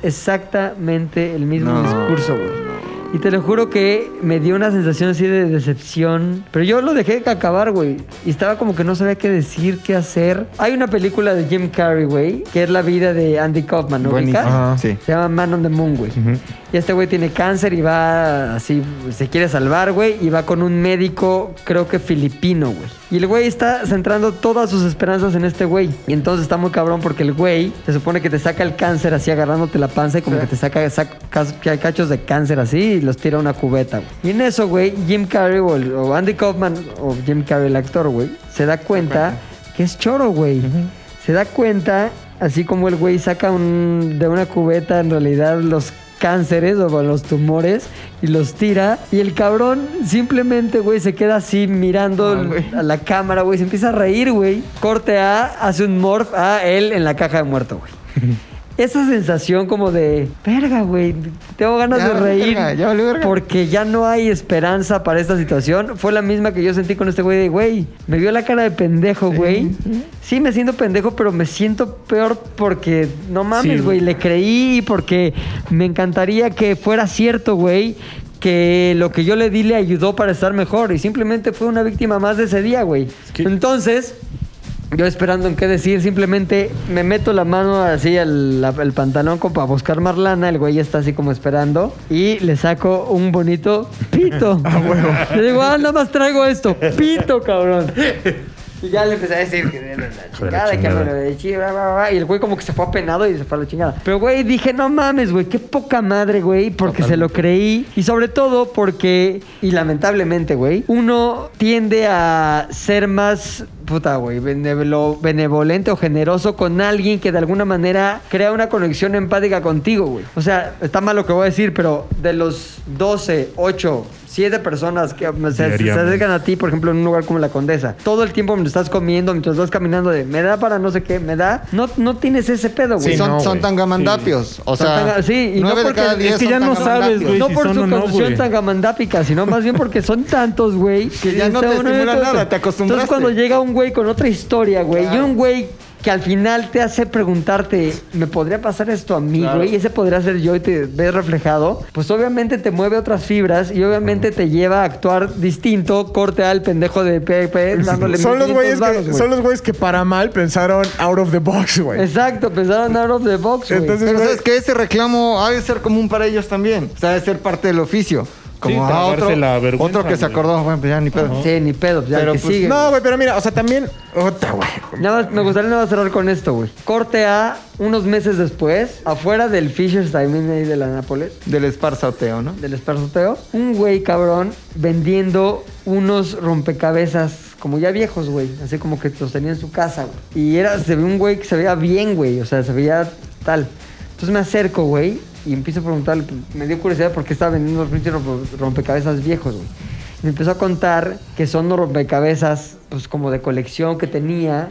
Speaker 5: exactamente el mismo
Speaker 2: No.
Speaker 5: discurso, güey. Y te lo juro que me dio una sensación así de decepción. Pero yo lo dejé que acabar, güey. Y estaba como que no sabía qué decir, qué hacer. Hay una película de Jim Carrey, güey, que es la vida de Andy Kaufman, ¿no?
Speaker 2: Buenísimo.
Speaker 5: ¿Ubicas?
Speaker 2: Ajá. Sí.
Speaker 5: Se llama Man on the Moon, güey. Y este güey tiene cáncer y va así, se quiere salvar, güey, y va con un médico, creo que filipino, güey. Y el güey está centrando todas sus esperanzas en este güey. Y entonces está muy cabrón porque el güey se supone que te saca el cáncer así agarrándote la panza y como que te saca, saca cas- ca- cachos de cáncer así y los tira a una cubeta, güey. Y en eso, güey, Jim Carrey o, el- o Andy Kaufman o Jim Carrey, el actor, güey, se da cuenta que es choro, güey se da cuenta, así como el güey saca un- de una cubeta en realidad los cánceres o los tumores y los tira y el cabrón simplemente güey se queda así mirando
Speaker 2: Ah,
Speaker 5: a la cámara güey se
Speaker 2: [laughs]
Speaker 5: empieza a reír güey corte a hace un morph a él en la caja de muerto güey esa sensación como de, verga, güey, tengo ganas
Speaker 2: Ya
Speaker 5: de
Speaker 2: valió
Speaker 5: reír
Speaker 2: verga, ya valió verga".
Speaker 5: porque ya no hay esperanza para esta situación. Fue la misma que yo sentí con este güey de, güey, me vio la cara de pendejo, güey. Sí, me siento pendejo, pero me siento peor porque, no mames,
Speaker 3: Sí,
Speaker 5: güey,
Speaker 3: güey.
Speaker 5: le creí y porque me encantaría que fuera cierto, güey. Que lo que yo le di le ayudó para estar mejor y simplemente fue una víctima más de ese día, güey.
Speaker 3: que-
Speaker 5: Entonces, yo esperando en qué decir, simplemente me meto la mano así al, al pantalón como para buscar Marlana, el güey está así como esperando y le saco un bonito pito. Ah, huevo. Le digo, ah, nada más traigo esto, pito, cabrón. Y ya le empecé a decir que de la chingada, que
Speaker 3: chingada.
Speaker 5: me lo de chi, bla, bla, bla. Y el güey como que se fue apenado y se fue a la chingada. Pero güey, dije, no mames, güey, qué poca madre, güey, porque se lo creí. Y sobre todo porque, y lamentablemente, güey, uno tiende a ser más, puta, güey, benevolo- benevolente o generoso con alguien que de alguna manera crea una conexión empática contigo, güey. O sea, está mal lo que voy a decir, pero de los 12, 8, 7 personas que o sea, se, se
Speaker 3: Diariamente.
Speaker 5: acercan a ti, por ejemplo, en un lugar como la Condesa, todo el tiempo mientras estás comiendo, mientras vas caminando de me da para no sé qué, me da, no, no tienes ese pedo, güey.
Speaker 2: Sí,
Speaker 4: Sí,
Speaker 2: son,
Speaker 4: no,
Speaker 2: son
Speaker 4: güey.
Speaker 2: tangamandapios. O
Speaker 5: Son
Speaker 2: sea,
Speaker 5: tanga- sí, y no
Speaker 2: nueve de
Speaker 5: porque-
Speaker 2: cada
Speaker 5: es
Speaker 2: diez
Speaker 3: que ya
Speaker 2: son
Speaker 3: no sabes,
Speaker 2: tangamandapios.
Speaker 3: güey.
Speaker 5: no
Speaker 3: si
Speaker 5: por
Speaker 3: son o
Speaker 5: su
Speaker 3: no,
Speaker 5: condición
Speaker 3: güey.
Speaker 5: tan gamandápica, sino más bien porque son tantos, güey.
Speaker 2: Que ya no te
Speaker 5: dices, "Ah,
Speaker 2: estimula
Speaker 5: entonces-".
Speaker 2: nada, te acostumbraste.
Speaker 5: Entonces cuando llega un güey con otra historia, güey, y
Speaker 2: Claro.
Speaker 5: un güey que al final te hace preguntarte, ¿me podría pasar esto a mí, güey? Y Ese podría ser yo y te ves reflejado. Pues obviamente te mueve otras fibras y obviamente te lleva a actuar distinto, corte al pendejo de Pepe, dándole
Speaker 4: Son los
Speaker 5: 1500
Speaker 4: güeyes
Speaker 5: varos,
Speaker 4: que, son los güeyes que para mal pensaron out of the box, güey.
Speaker 5: Exacto, pensaron out of the box, güey.
Speaker 4: Entonces,
Speaker 2: Pero
Speaker 4: güey,
Speaker 2: sabes que ese reclamo ha de ser común para ellos también. O sea, ha de ser parte del oficio. Como ah, otro,
Speaker 3: tragarse la vergüenza,
Speaker 2: otro que se
Speaker 3: güey.
Speaker 2: acordó, bueno, pues ya ni pedo.
Speaker 5: Sí, ni pedo, ya
Speaker 2: Pero,
Speaker 5: el que
Speaker 2: pues,
Speaker 5: sigue.
Speaker 4: No, güey, pero mira, o sea, también. Ota, güey.
Speaker 5: Nada más, me gustaría nada más cerrar con esto, güey. Corte A, unos meses después, afuera del Fisher's también ahí de la Nápoles,
Speaker 2: Del esparzoteo, ¿no?
Speaker 5: del esparzoteo, un güey cabrón vendiendo unos rompecabezas como ya viejos, güey. Así como que los tenía en su casa, güey. Y era, se ve un güey que se veía bien, güey. O sea, se veía tal. Entonces me acerco, güey, y empiezo a preguntarle. Me dio curiosidad por qué estaba vendiendo los pinches rompe- rompecabezas viejos, güey. Y me empezó a contar que son unos rompecabezas, pues como de colección que tenía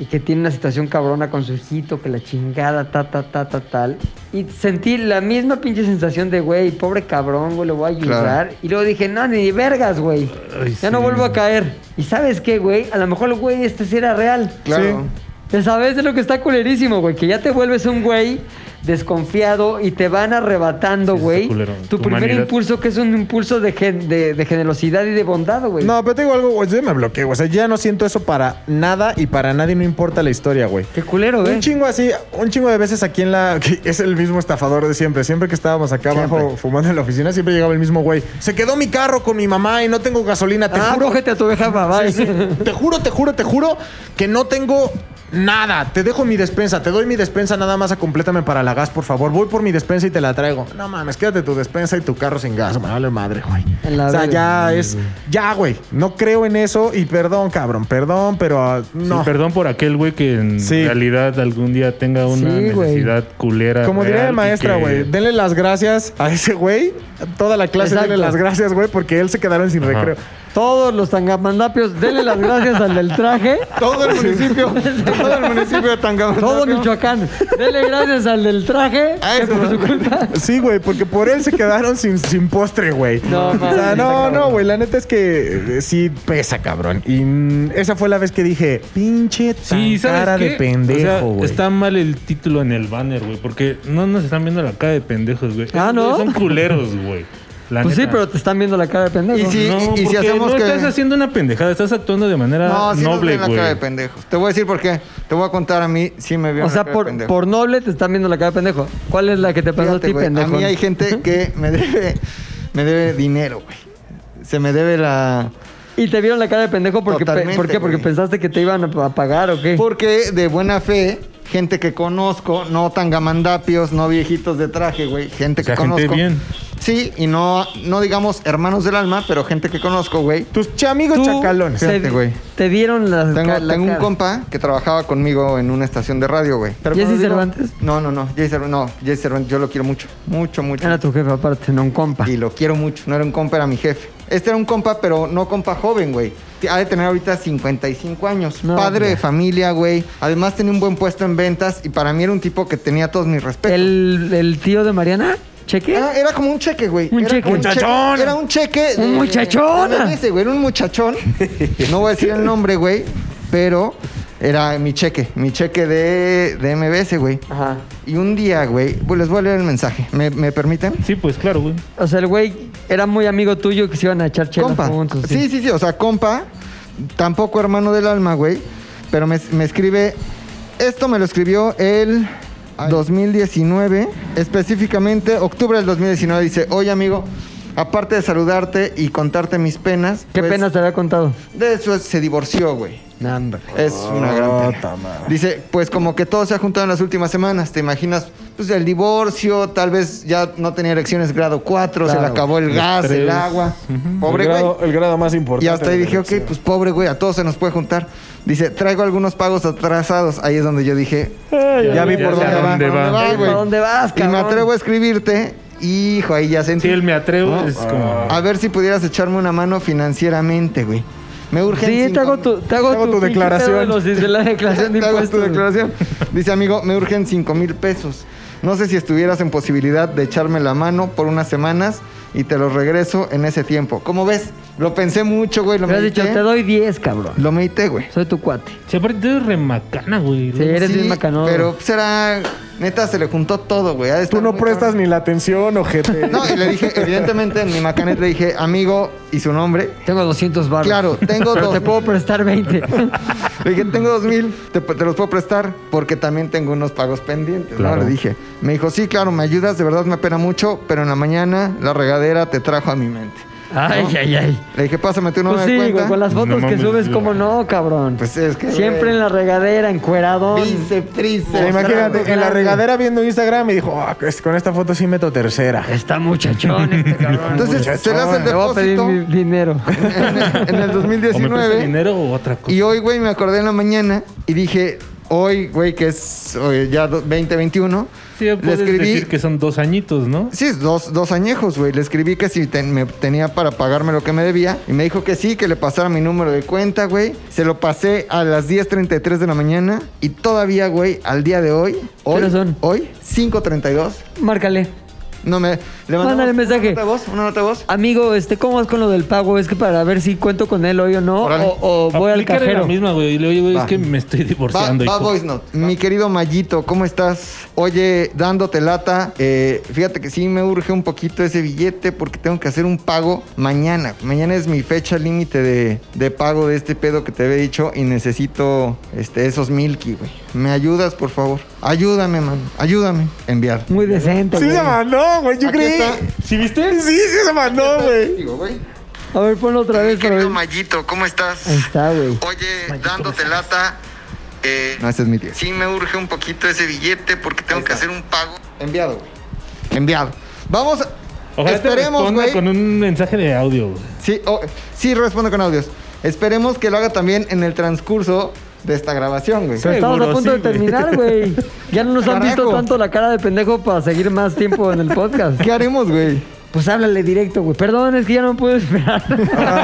Speaker 5: y que tiene una situación cabrona con su hijito, que la chingada, ta, ta, ta, ta, tal. Y sentí la misma pinche sensación de, güey, pobre cabrón, güey, le voy a ayudar.
Speaker 2: Claro.
Speaker 5: Y luego dije, no, ni vergas, güey.
Speaker 3: Ay,
Speaker 5: Ya no
Speaker 3: sí.
Speaker 5: vuelvo a caer. Y sabes qué, güey, a lo mejor, güey, este sí era real.
Speaker 2: Claro.
Speaker 5: Ya sabes de lo que está culerísimo, güey, que ya te vuelves un güey desconfiado y te van arrebatando,
Speaker 3: Sí, está
Speaker 5: güey,
Speaker 3: culero.
Speaker 5: tu,
Speaker 3: Tu
Speaker 5: primer
Speaker 3: humanidad.
Speaker 5: impulso que es un impulso de, gen- de, de generosidad y de bondad, güey.
Speaker 4: No, pero te digo algo, güey. Yo me bloqueé, güey. O sea, ya no siento eso para nada y para nadie, no importa la historia, güey.
Speaker 5: Qué culero, ¿eh? güey.
Speaker 4: Un chingo así, un chingo de veces aquí en la. que es el mismo estafador de siempre. Siempre que estábamos acá abajo fumando en la oficina, siempre llegaba el mismo güey. Se quedó mi carro con mi mamá y no tengo gasolina. Te
Speaker 5: Ah,
Speaker 4: juro
Speaker 5: cógete a tu oveja, papá.
Speaker 4: Sí, sí. Te juro, te juro, te juro que no tengo nada. Te dejo mi despensa, te doy mi despensa nada más a complétame para la gas, por favor. Voy por mi despensa y te la traigo. No mames, quédate tu despensa y tu carro sin gas, me vale madre, güey.
Speaker 5: A la
Speaker 4: O sea,
Speaker 5: verga.
Speaker 4: ya es. Ya, güey. No creo en eso y perdón, cabrón, perdón, pero ah, no.
Speaker 3: Sí, perdón por aquel güey que en
Speaker 4: Sí.
Speaker 3: realidad algún día tenga una
Speaker 5: Sí, güey.
Speaker 3: necesidad culera.
Speaker 4: Como diría
Speaker 3: real
Speaker 4: la
Speaker 3: y
Speaker 4: maestra,
Speaker 3: que-
Speaker 4: güey, denle las gracias a ese güey. Toda la clase
Speaker 5: Exacto.
Speaker 4: denle las gracias, güey, porque él se quedaron sin
Speaker 3: Ajá.
Speaker 4: recreo.
Speaker 5: Todos los tangamandapios, denle las gracias al del
Speaker 2: [laughs]
Speaker 5: traje.
Speaker 2: Todo el municipio, todo el municipio de Tangamandapio.
Speaker 5: Todo Michoacán, denle gracias al del traje.
Speaker 2: Ah,
Speaker 5: que
Speaker 2: eso,
Speaker 5: por
Speaker 2: ¿no?
Speaker 5: su culpa.
Speaker 4: [laughs] Sí, güey, porque por él se quedaron sin, sin postre, güey.
Speaker 5: No,
Speaker 4: O sea,
Speaker 5: mames,
Speaker 4: no,
Speaker 5: cabrón.
Speaker 4: no, güey. La neta es que eh, sí pesa, cabrón. Y mm, esa fue la vez que dije, pinche tan
Speaker 3: Sí, ¿sabes
Speaker 4: cara
Speaker 3: qué?
Speaker 4: de
Speaker 3: O sea,
Speaker 4: pendejo, güey.
Speaker 3: está mal el título en el banner, güey, porque no nos están viendo la cara de pendejos, güey.
Speaker 5: Ah,
Speaker 3: Esos
Speaker 5: ¿no?
Speaker 3: güeyes Son culeros, güey. La
Speaker 5: Pues sí,
Speaker 3: neta.
Speaker 5: pero te están viendo la cara de pendejo.
Speaker 2: Y sí,
Speaker 3: no,
Speaker 2: y si
Speaker 3: porque
Speaker 2: hacemos
Speaker 3: no
Speaker 2: que-
Speaker 3: estás haciendo una pendejada, estás actuando de manera
Speaker 2: No, sí nos
Speaker 3: noble,
Speaker 2: ven la cara de
Speaker 3: güey.
Speaker 2: pendejos. Te voy a decir por qué. Te voy a contar a mí sí me vio
Speaker 5: o sea, por, por noble te están viendo la cara de pendejo. ¿Cuál es la que te pasó a ti,
Speaker 2: a
Speaker 5: pendejo?
Speaker 2: mí hay gente que me debe, me debe dinero, güey. Se me debe la...
Speaker 5: [laughs] Y te vieron la cara de pendejo porque pe-
Speaker 2: Totalmente,
Speaker 5: ¿por qué? Porque
Speaker 2: güey.
Speaker 5: pensaste que te iban a a pagar o qué.
Speaker 2: Porque de buena fe, gente que conozco, no tangamandapios, no viejitos de traje, güey. Gente
Speaker 3: O sea,
Speaker 2: que
Speaker 3: gente
Speaker 2: conozco.
Speaker 3: bien.
Speaker 2: Sí, y no, no digamos hermanos del alma, pero gente que conozco, güey.
Speaker 4: Tus ch- amigos
Speaker 5: Tú
Speaker 4: chacalones.
Speaker 5: se-
Speaker 2: Fíjate, güey.
Speaker 5: Te dieron la
Speaker 2: Tengo,
Speaker 5: ca- la
Speaker 2: tengo un
Speaker 5: cara.
Speaker 2: compa que trabajaba conmigo en una estación de radio, güey. Pero
Speaker 5: ¿Jesse
Speaker 2: no digo-
Speaker 5: Cervantes?
Speaker 2: No, no, no. Jesse Cervantes, no. Jesse Cervantes, yo lo quiero mucho. Mucho, mucho.
Speaker 5: Era tu jefe aparte, Ah, no un compa.
Speaker 2: Y lo quiero mucho. No era un compa, era mi jefe. Este era un compa, pero no compa joven, güey. Ha de tener ahorita 55 años.
Speaker 5: No,
Speaker 2: Padre
Speaker 5: hombre.
Speaker 2: de familia, güey. Además tenía un buen puesto en ventas y para mí era un tipo que tenía todos mis respetos.
Speaker 5: ¿El, el tío de Mariana? ¿Cheque?
Speaker 2: Era, era como un cheque, güey.
Speaker 5: Un
Speaker 2: Era
Speaker 5: cheque.
Speaker 2: como un
Speaker 4: Muchachón.
Speaker 2: Era un cheque.
Speaker 5: Un
Speaker 2: de-
Speaker 5: muchachón.
Speaker 2: de ese, güey, Era un muchachón. No voy a decir el nombre, güey. Pero era mi cheque. Mi cheque de, de MBS, güey.
Speaker 5: Ajá.
Speaker 2: Y un día, güey. pues, Les voy a leer el mensaje. ¿Me, me permiten?
Speaker 3: Sí, pues claro, güey.
Speaker 5: O sea, el güey era muy amigo tuyo que se iban a echar chelas
Speaker 2: compa.
Speaker 5: juntos.
Speaker 2: sí. sí, sí, O sea, compa. Tampoco hermano del alma, güey. Pero me, me escribe. Esto me lo escribió el 2019. Específicamente, octubre del 2019. Dice: Oye, amigo. Aparte de saludarte y contarte mis penas.
Speaker 5: ¿Qué
Speaker 2: pues,
Speaker 5: penas te había contado?
Speaker 2: De eso es- se divorció, güey.
Speaker 5: No, hombre.
Speaker 2: Es una gran pena. Dice, pues como que todo se ha juntado en las últimas semanas. ¿Te imaginas? Pues el divorcio, tal vez ya no tenía elecciones grado 4, se le
Speaker 5: Claro.
Speaker 2: acabó el gas, el
Speaker 3: estrés.
Speaker 2: agua. Pobre
Speaker 4: el,
Speaker 2: güey.
Speaker 4: grado, el grado más importante.
Speaker 2: Y hasta ahí
Speaker 4: de la
Speaker 2: dije, ok,
Speaker 4: elección.
Speaker 2: pues pobre güey, a todos se nos puede juntar. Dice, traigo algunos pagos atrasados. Ahí es donde yo dije,
Speaker 4: ya vi
Speaker 3: sé
Speaker 4: por
Speaker 3: a
Speaker 4: dónde va.
Speaker 2: ¿por dónde vas,
Speaker 5: ¿Por
Speaker 2: güey?
Speaker 5: dónde vas,
Speaker 2: Y me
Speaker 5: cabrón?
Speaker 2: atrevo a escribirte. Hijo, ahí ya sentí.
Speaker 3: Sí, el me atrevo es como...
Speaker 2: A ver si pudieras echarme una mano financieramente, güey. Me urge
Speaker 5: Sí, te hago tu, te hago
Speaker 4: Te hago tu
Speaker 5: pinche
Speaker 4: declaración.
Speaker 5: pedo de los- de la declaración [laughs] de
Speaker 2: Te hago tu
Speaker 5: impuestos.
Speaker 2: declaración. Dice, amigo, me urgen 5 mil pesos. No sé si estuvieras en posibilidad de echarme la mano por unas semanas y te los regreso en ese tiempo. ¿Cómo ves? Lo pensé mucho, güey. Lo
Speaker 5: Me has dicho,
Speaker 2: medité.
Speaker 5: te doy 10, cabrón.
Speaker 2: Lo medité, güey.
Speaker 5: Soy tu cuate.
Speaker 3: Sí, aparte tú eres remacana, güey.
Speaker 5: Sí, eres bien macanón.
Speaker 2: Pero será... Neta, se le juntó todo, güey. Ha de
Speaker 4: Tú
Speaker 2: estar
Speaker 4: no
Speaker 2: muy
Speaker 4: prestas
Speaker 2: cabrón.
Speaker 4: ni la atención, ojete.
Speaker 2: [laughs] No, y le dije, evidentemente, en mi macanet le dije, amigo, y su nombre.
Speaker 5: Tengo 200 baros.
Speaker 2: Claro, tengo
Speaker 5: Pero
Speaker 2: dos.
Speaker 5: te puedo
Speaker 2: [laughs]
Speaker 5: prestar [laughs] 20.
Speaker 2: Le dije, tengo dos mil, te, te los puedo prestar porque también tengo unos pagos pendientes.
Speaker 3: Claro.
Speaker 2: ¿no? Le dije, me dijo, sí, claro, me ayudas, de verdad me apena mucho, pero en la mañana la regadera te trajo a mi mente.
Speaker 5: Ay, ay, ay.
Speaker 2: Le dije, pásame tu
Speaker 5: Pues
Speaker 2: número de
Speaker 5: sí,
Speaker 2: cuenta.
Speaker 5: güey, con las
Speaker 3: No
Speaker 5: fotos que
Speaker 3: mames,
Speaker 5: subes,
Speaker 3: güey.
Speaker 5: ¿cómo no, cabrón?
Speaker 2: Pues es que...
Speaker 5: Siempre
Speaker 2: güey,
Speaker 5: en la regadera, encueradón.
Speaker 2: [laughs] Bíceps, tríceps.
Speaker 4: O sea, imagínate, en la
Speaker 5: grande.
Speaker 4: regadera viendo Instagram y dijo, "Ah, es- con esta foto sí meto tercera.
Speaker 5: Está muchachón este cabrón.
Speaker 2: Entonces, se le hace el
Speaker 5: Te voy a pedir
Speaker 2: depósito
Speaker 5: mi dinero.
Speaker 2: en,
Speaker 5: [laughs]
Speaker 2: el- en el
Speaker 3: ¿O me prestas
Speaker 2: 2019.
Speaker 3: dinero o otra cosa?
Speaker 2: Y hoy, güey, me acordé en la mañana y dije, hoy, güey, que es hoy ya do- 2021,
Speaker 3: Sí, puedes decir que son dos añitos, ¿no?
Speaker 2: Sí, es dos, dos añejos, güey. Le escribí que si ten- me tenía para pagarme lo que me debía. Y me dijo que sí, que le pasara mi número de cuenta, güey. Se lo pasé a las 10.33 de la mañana. Y todavía, güey, al día de hoy. hoy
Speaker 5: horas son?
Speaker 2: Hoy, 5.32.
Speaker 5: Márcale.
Speaker 2: No me... Le mandamos
Speaker 5: Mándale mensaje.
Speaker 2: ¿Una nota de voz? ¿Una nota de voz?
Speaker 5: Amigo, este, ¿cómo vas con lo del pago? Es que para ver si cuento con él hoy o no.
Speaker 2: Órale.
Speaker 5: O, o voy al
Speaker 3: Aplícale la
Speaker 5: cajero.
Speaker 3: misma, güey. Y le oye, güey, es
Speaker 2: Va.
Speaker 3: que me estoy
Speaker 2: Va,
Speaker 3: divorciando.
Speaker 2: va
Speaker 3: hijo.
Speaker 2: voice note. Mi querido Mayito, ¿cómo estás? Oye, dándote lata, eh, fíjate que sí me urge un poquito ese billete porque tengo que hacer un pago mañana. Mañana es mi fecha límite de, de pago de este pedo que te había dicho y necesito este, esos milky, güey. ¿Me ayudas, por favor? Ayúdame, man. Ayúdame. Enviar.
Speaker 5: Muy decente,
Speaker 4: Sí
Speaker 5: güey.
Speaker 4: se mandó, güey. Yo
Speaker 2: Aquí
Speaker 4: creí.
Speaker 2: está.
Speaker 4: ¿Sí viste? Sí, sí se mandó, güey.
Speaker 2: Digo, güey.
Speaker 5: A ver, ponlo otra vez para ver.
Speaker 2: Querido Mayito, ¿cómo estás?
Speaker 5: Ahí está, güey.
Speaker 2: Oye, dándote lata, eh, no, ese es mi tío. Sí me urge un poquito ese billete porque tengo que hacer un pago. Enviado, güey. Enviado. Vamos, a-
Speaker 3: Ojalá te
Speaker 2: esperemos,
Speaker 3: este responda
Speaker 2: güey.
Speaker 3: con un mensaje de audio, güey.
Speaker 2: Sí, oh, sí, respondo con audios. Esperemos que lo haga también en el transcurso de esta grabación, güey.
Speaker 5: Pero estamos a
Speaker 4: Seguro,
Speaker 5: punto
Speaker 4: sí,
Speaker 5: de terminar, güey. Ya no nos han visto
Speaker 2: Carajo.
Speaker 5: tanto la cara de pendejo para seguir más tiempo en el podcast.
Speaker 2: ¿Qué haremos, güey?
Speaker 5: Pues háblale directo, güey. Perdón, es que ya no puedo esperar.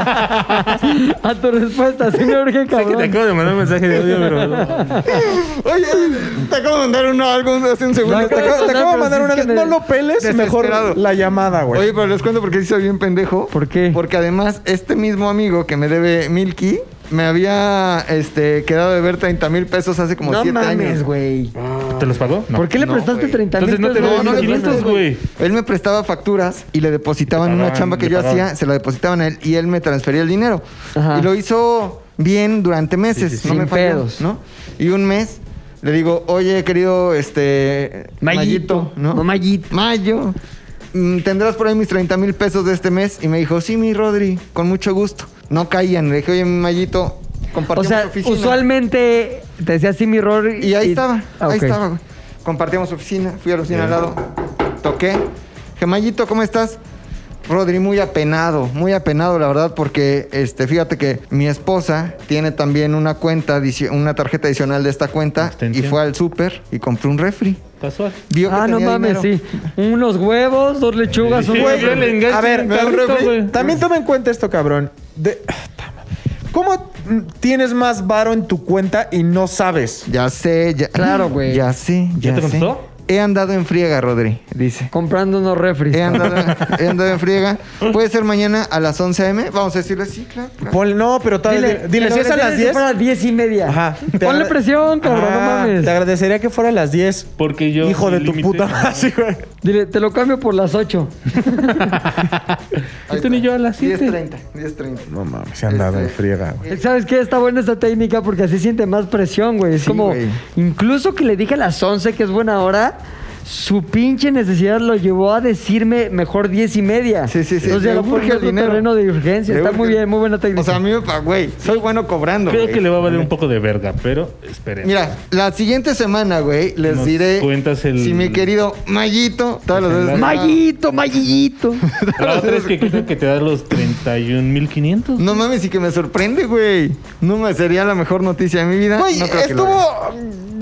Speaker 2: Ah.
Speaker 5: a tu respuesta, sí me urge,
Speaker 3: Sé que te
Speaker 5: cabrón.
Speaker 3: acabo de mandar un mensaje de audio, pero...
Speaker 2: Oye, te acabo de mandar uno algo hace un segundo.
Speaker 5: No,
Speaker 4: Te acabo, te acabo de
Speaker 5: pero
Speaker 4: mandar
Speaker 5: sí es
Speaker 4: una.
Speaker 5: que me-
Speaker 4: No lo peles, mejor
Speaker 2: Desesperado.
Speaker 4: la llamada,
Speaker 2: Oye,
Speaker 4: güey.
Speaker 2: pero les cuento porque sí soy bien pendejo.
Speaker 5: ¿Por qué?
Speaker 2: Porque además, este mismo amigo que me debe Milky me había este, quedado de ver 30 mil pesos hace como
Speaker 5: No
Speaker 2: 7
Speaker 5: mames,
Speaker 2: años.
Speaker 5: güey.
Speaker 3: ¿Te los pagó? No.
Speaker 5: ¿Por qué le
Speaker 2: No,
Speaker 5: prestaste
Speaker 2: güey.
Speaker 5: 30 mil
Speaker 3: Entonces no te
Speaker 5: pesos?
Speaker 3: doy
Speaker 2: No, no le
Speaker 3: 500,
Speaker 2: prestas,
Speaker 3: güey.
Speaker 2: Él me prestaba facturas y le depositaban
Speaker 3: Le
Speaker 2: en una
Speaker 3: pagaban,
Speaker 2: chamba que
Speaker 3: le
Speaker 2: yo
Speaker 3: pagaban.
Speaker 2: hacía, se lo depositaban a él y él me transfería el dinero.
Speaker 5: Ajá.
Speaker 2: Y lo hizo bien durante meses,
Speaker 5: sí, sí.
Speaker 2: no
Speaker 5: Sin
Speaker 2: me falló,
Speaker 5: pedos.
Speaker 2: ¿no? Y un mes le digo, "Oye, querido este
Speaker 5: Mayito,
Speaker 2: ¿no?
Speaker 5: no, Mayito.
Speaker 2: Mayo. mm, ¿Tendrás por ahí mis 30 mil pesos de este mes? Y me dijo, sí, mi Rodri, con mucho gusto. No caían. Le dije, oye, mi Mayito,
Speaker 5: O
Speaker 2: compartimos
Speaker 5: sea,
Speaker 2: oficina.
Speaker 5: usualmente te decía así mi error.
Speaker 2: Y ahí estaba,
Speaker 5: Ah,
Speaker 2: ahí
Speaker 5: ok.
Speaker 2: estaba, güey. Compartíamos oficina, fui a la oficina al lado, toqué. Dije, Camayito, ¿cómo estás? Rodri, muy apenado, muy apenado, la verdad, porque este, fíjate que mi esposa tiene también una cuenta, adici- una tarjeta adicional de esta cuenta
Speaker 3: Extensión.
Speaker 2: y fue al súper y compró un refri.
Speaker 3: Casual.
Speaker 2: Vio que
Speaker 5: Ah, no
Speaker 2: tenía
Speaker 5: mames,
Speaker 2: dinero.
Speaker 5: sí. Unos huevos, dos lechugas, un
Speaker 3: Sí,
Speaker 5: huevo.
Speaker 3: güey. le engancha
Speaker 4: a ver,
Speaker 3: un carrito,
Speaker 4: refri-
Speaker 3: güey.
Speaker 4: también toma en cuenta esto, cabrón. De- ¿Cómo tienes más varo en tu cuenta y no sabes?
Speaker 2: Ya sé, ya. [laughs]
Speaker 5: Claro, güey.
Speaker 2: Ya sé, ya,
Speaker 3: ¿Ya te
Speaker 2: sé.
Speaker 3: contestó?
Speaker 2: He andado en friega, Rodri, dice.
Speaker 5: Comprando unos refris.
Speaker 2: He andado, he andado en friega. ¿Puede ser mañana a las 11 a.m.? Vamos a decirle sí, claro. claro.
Speaker 4: Ponle, no, pero tal, dile, dile, si es a las 10.
Speaker 5: Para diez y media.
Speaker 4: Ajá. te
Speaker 5: Ponle
Speaker 4: agra-
Speaker 5: presión, cabrón, no
Speaker 4: Ah,
Speaker 5: mames.
Speaker 4: Te agradecería que fuera a las 10.
Speaker 3: Porque Pues yo.
Speaker 4: Hijo de tu
Speaker 3: limité-
Speaker 4: puta madre, [laughs] sí, güey.
Speaker 5: Dile, te lo cambio por las 8.
Speaker 3: Y tú ni yo a las 7.
Speaker 2: 10.30, 10.30.
Speaker 4: No mames, se han dado en
Speaker 2: Este-
Speaker 4: friega, güey.
Speaker 5: Eh, ¿Sabes qué? Está buena esta técnica porque así siente más presión, güey. Es
Speaker 2: Sí,
Speaker 5: como,
Speaker 2: güey.
Speaker 5: incluso que le dije a las 11 que es buena hora, su pinche necesidad lo llevó a decirme mejor 10 y media.
Speaker 2: Sí, sí, sí.
Speaker 5: Entonces ya
Speaker 2: Le
Speaker 5: lo pone
Speaker 2: urge
Speaker 5: en
Speaker 2: el
Speaker 5: otro
Speaker 2: dinero.
Speaker 5: terreno de urgencia.
Speaker 2: Le
Speaker 5: Está
Speaker 2: urge-
Speaker 5: muy bien, muy buena técnica.
Speaker 2: O sea, a mí me pa- güey, soy bueno cobrando.
Speaker 3: Creo
Speaker 2: güey.
Speaker 3: que le va a valer un poco de verga, pero esperemos.
Speaker 2: Mira, la siguiente semana, güey, les
Speaker 3: Nos
Speaker 2: diré
Speaker 3: cuentas el-
Speaker 2: si mi querido Mayito, todas las veces-
Speaker 5: Mallito, mallillito.
Speaker 3: La
Speaker 2: [laughs]
Speaker 3: otra es que ¿qué tal que te da los 31.500.
Speaker 2: No mames, y que me sorprende, güey. No me sería la mejor noticia de mi vida.
Speaker 4: Güey,
Speaker 2: No creo que lo haga.
Speaker 4: estuvo. mm,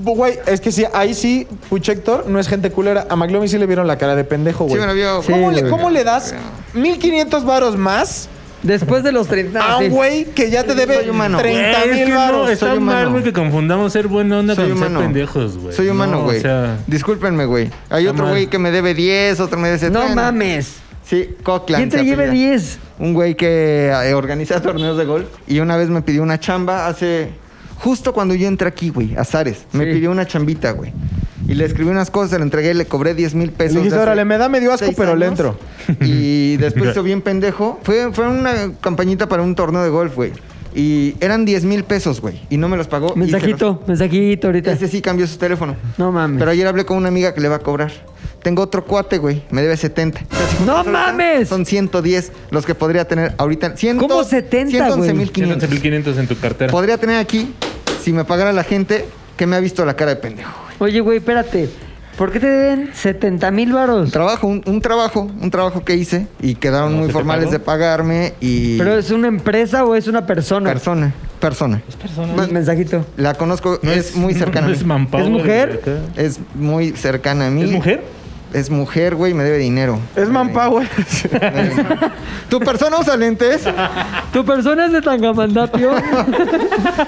Speaker 4: Güey, es que sí, ahí sí, Puchector no es gente culera. A McLovin sí le vieron la cara de pendejo,
Speaker 2: Sí,
Speaker 4: güey.
Speaker 2: me lo vio.
Speaker 4: ¿Cómo,
Speaker 2: Sí,
Speaker 4: le,
Speaker 2: güey.
Speaker 4: ¿Cómo le das 1500 varos más
Speaker 5: Después de los 30.
Speaker 2: Ah,
Speaker 4: a
Speaker 5: Ah, sí.
Speaker 4: un güey que ya te debe
Speaker 2: Soy humano.
Speaker 4: 30
Speaker 3: Güey, es que
Speaker 4: mil
Speaker 3: no,
Speaker 4: varos?
Speaker 3: está
Speaker 2: soy humano.
Speaker 3: mal, güey, que confundamos ser buena onda
Speaker 2: Soy
Speaker 3: con
Speaker 2: humano.
Speaker 3: ser pendejos, güey.
Speaker 2: Soy humano,
Speaker 3: No,
Speaker 2: güey.
Speaker 3: o sea,
Speaker 2: Discúlpenme, güey. Hay
Speaker 3: está
Speaker 2: otro
Speaker 3: mal.
Speaker 2: güey que me debe 10, otro me debe 70.
Speaker 5: No mames.
Speaker 2: Sí, Cockland.
Speaker 5: ¿Quién te
Speaker 2: se
Speaker 5: lleve
Speaker 2: apellida.
Speaker 5: 10?
Speaker 2: Un güey que eh, organiza [laughs] torneos de golf y una vez me pidió una chamba hace... Justo cuando yo entré aquí, güey, a Zares. Me
Speaker 5: Sí.
Speaker 2: pidió una chambita, güey. Y le escribí unas cosas, se le entregué, le cobré 10 mil pesos.
Speaker 4: Le dijiste,
Speaker 2: de hace
Speaker 4: "Órale, me da medio asco,
Speaker 2: seis
Speaker 4: pero le
Speaker 2: años".
Speaker 4: entro.
Speaker 2: Y
Speaker 4: [laughs]
Speaker 2: después hizo bien pendejo. Fue, fue una campañita para un torneo de golf, güey. Y eran 10 mil pesos, güey. Y no me los pagó. y se los-
Speaker 5: Mensajito, mensajito ahorita.
Speaker 2: Ese este sí cambió su teléfono.
Speaker 5: No mames.
Speaker 2: Pero ayer hablé con una amiga que le va a cobrar. Tengo otro cuate, güey. Me debe 70.
Speaker 5: ¡No mames!
Speaker 2: Son 110 los que podría tener ahorita. 100,
Speaker 5: ¿Cómo 70, güey?
Speaker 2: 111.500.
Speaker 3: 11.500 en tu cartera.
Speaker 2: Podría tener aquí, si me pagara la gente, que me ha visto la cara de pendejo.
Speaker 5: Oye, güey, espérate. ¿Por qué te deben 70 mil varos?
Speaker 2: Un trabajo, un, un trabajo, un trabajo que hice y quedaron
Speaker 3: ¿No
Speaker 2: muy
Speaker 3: se te
Speaker 2: formales
Speaker 3: pagó?
Speaker 2: de pagarme y...
Speaker 5: ¿Pero es una empresa o es una persona?
Speaker 2: persona, persona.
Speaker 5: Ma- Mensajito.
Speaker 2: La conozco,
Speaker 3: [laughs] No
Speaker 2: es, muy cercana
Speaker 3: no
Speaker 2: a mí.
Speaker 3: es manpower,
Speaker 5: ¿Es mujer?
Speaker 3: güey, acá.
Speaker 2: Es muy cercana a mí.
Speaker 3: ¿Es mujer?
Speaker 2: Es mujer, güey, me debe dinero.
Speaker 4: Es manpower.
Speaker 2: Tu persona usa lentes.
Speaker 5: ¿Tu persona es
Speaker 4: [laughs]
Speaker 5: de Tangamandapio?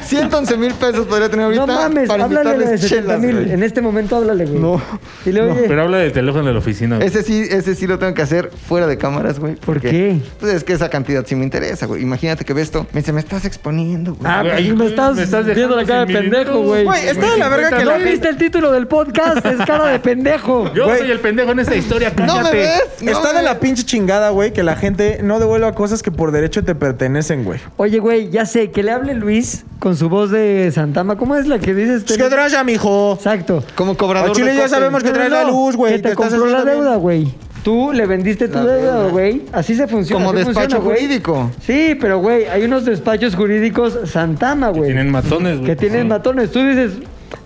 Speaker 2: 111 mil pesos podría tener ahorita.
Speaker 5: no mames,
Speaker 2: para
Speaker 5: háblale de
Speaker 2: invitarles
Speaker 5: 70
Speaker 2: chelas,
Speaker 5: mil.
Speaker 2: güey.
Speaker 5: En este momento háblale, güey.
Speaker 2: No,
Speaker 5: Y le oye,
Speaker 3: Pero habla del teléfono de la oficina. güey.
Speaker 2: Ese sí, ese sí lo tengo que hacer fuera de cámaras, güey.
Speaker 5: ¿Por
Speaker 2: porque,
Speaker 5: qué?
Speaker 2: Pues es que esa cantidad sí me interesa, güey. Imagínate que ve esto. Me dice, me estás exponiendo, güey.
Speaker 5: ah, pues
Speaker 3: Ay,
Speaker 5: me
Speaker 3: güey,
Speaker 5: estás,
Speaker 3: me estás
Speaker 5: viendo la
Speaker 3: dejando
Speaker 5: cara de
Speaker 3: sin
Speaker 5: pendejo,
Speaker 3: minutos.
Speaker 5: güey.
Speaker 4: Güey, está de la verga que
Speaker 5: ¿No
Speaker 4: la
Speaker 5: viste
Speaker 4: gente.
Speaker 5: el título del podcast? Es cara de pendejo.
Speaker 3: [laughs] Yo
Speaker 4: Güey.
Speaker 3: soy el pendejo en esta historia,
Speaker 2: ¿No me
Speaker 3: cállate.
Speaker 2: ves? No
Speaker 4: Está
Speaker 2: me
Speaker 4: de la
Speaker 2: ves.
Speaker 4: pinche chingada, güey, que la gente no devuelva cosas que por derecho te pertenecen, güey.
Speaker 5: Oye, güey, ya sé, que le hable Luis con su voz de Santama. ¿Cómo es la que dices?
Speaker 4: Es que trae, mijo.
Speaker 5: Exacto.
Speaker 2: Como
Speaker 4: A
Speaker 2: cobrador
Speaker 4: Chile
Speaker 2: de
Speaker 4: ya
Speaker 2: cóctel.
Speaker 4: sabemos que
Speaker 5: No,
Speaker 4: trae
Speaker 5: no,
Speaker 4: la
Speaker 5: no,
Speaker 4: luz, güey.
Speaker 5: Que te
Speaker 4: estás
Speaker 5: compró la
Speaker 4: haciendo
Speaker 5: deuda,
Speaker 4: bien.
Speaker 5: güey. Tú le vendiste tu
Speaker 2: La
Speaker 5: deuda,
Speaker 2: deuda.
Speaker 5: güey. Así se funciona.
Speaker 2: Como
Speaker 5: así
Speaker 2: despacho
Speaker 5: funciona, güey.
Speaker 2: jurídico.
Speaker 5: Sí, pero, güey, hay unos despachos jurídicos Santama, güey.
Speaker 3: Tienen matones, güey.
Speaker 5: Que tienen
Speaker 3: Sí.
Speaker 5: matones. Tú dices,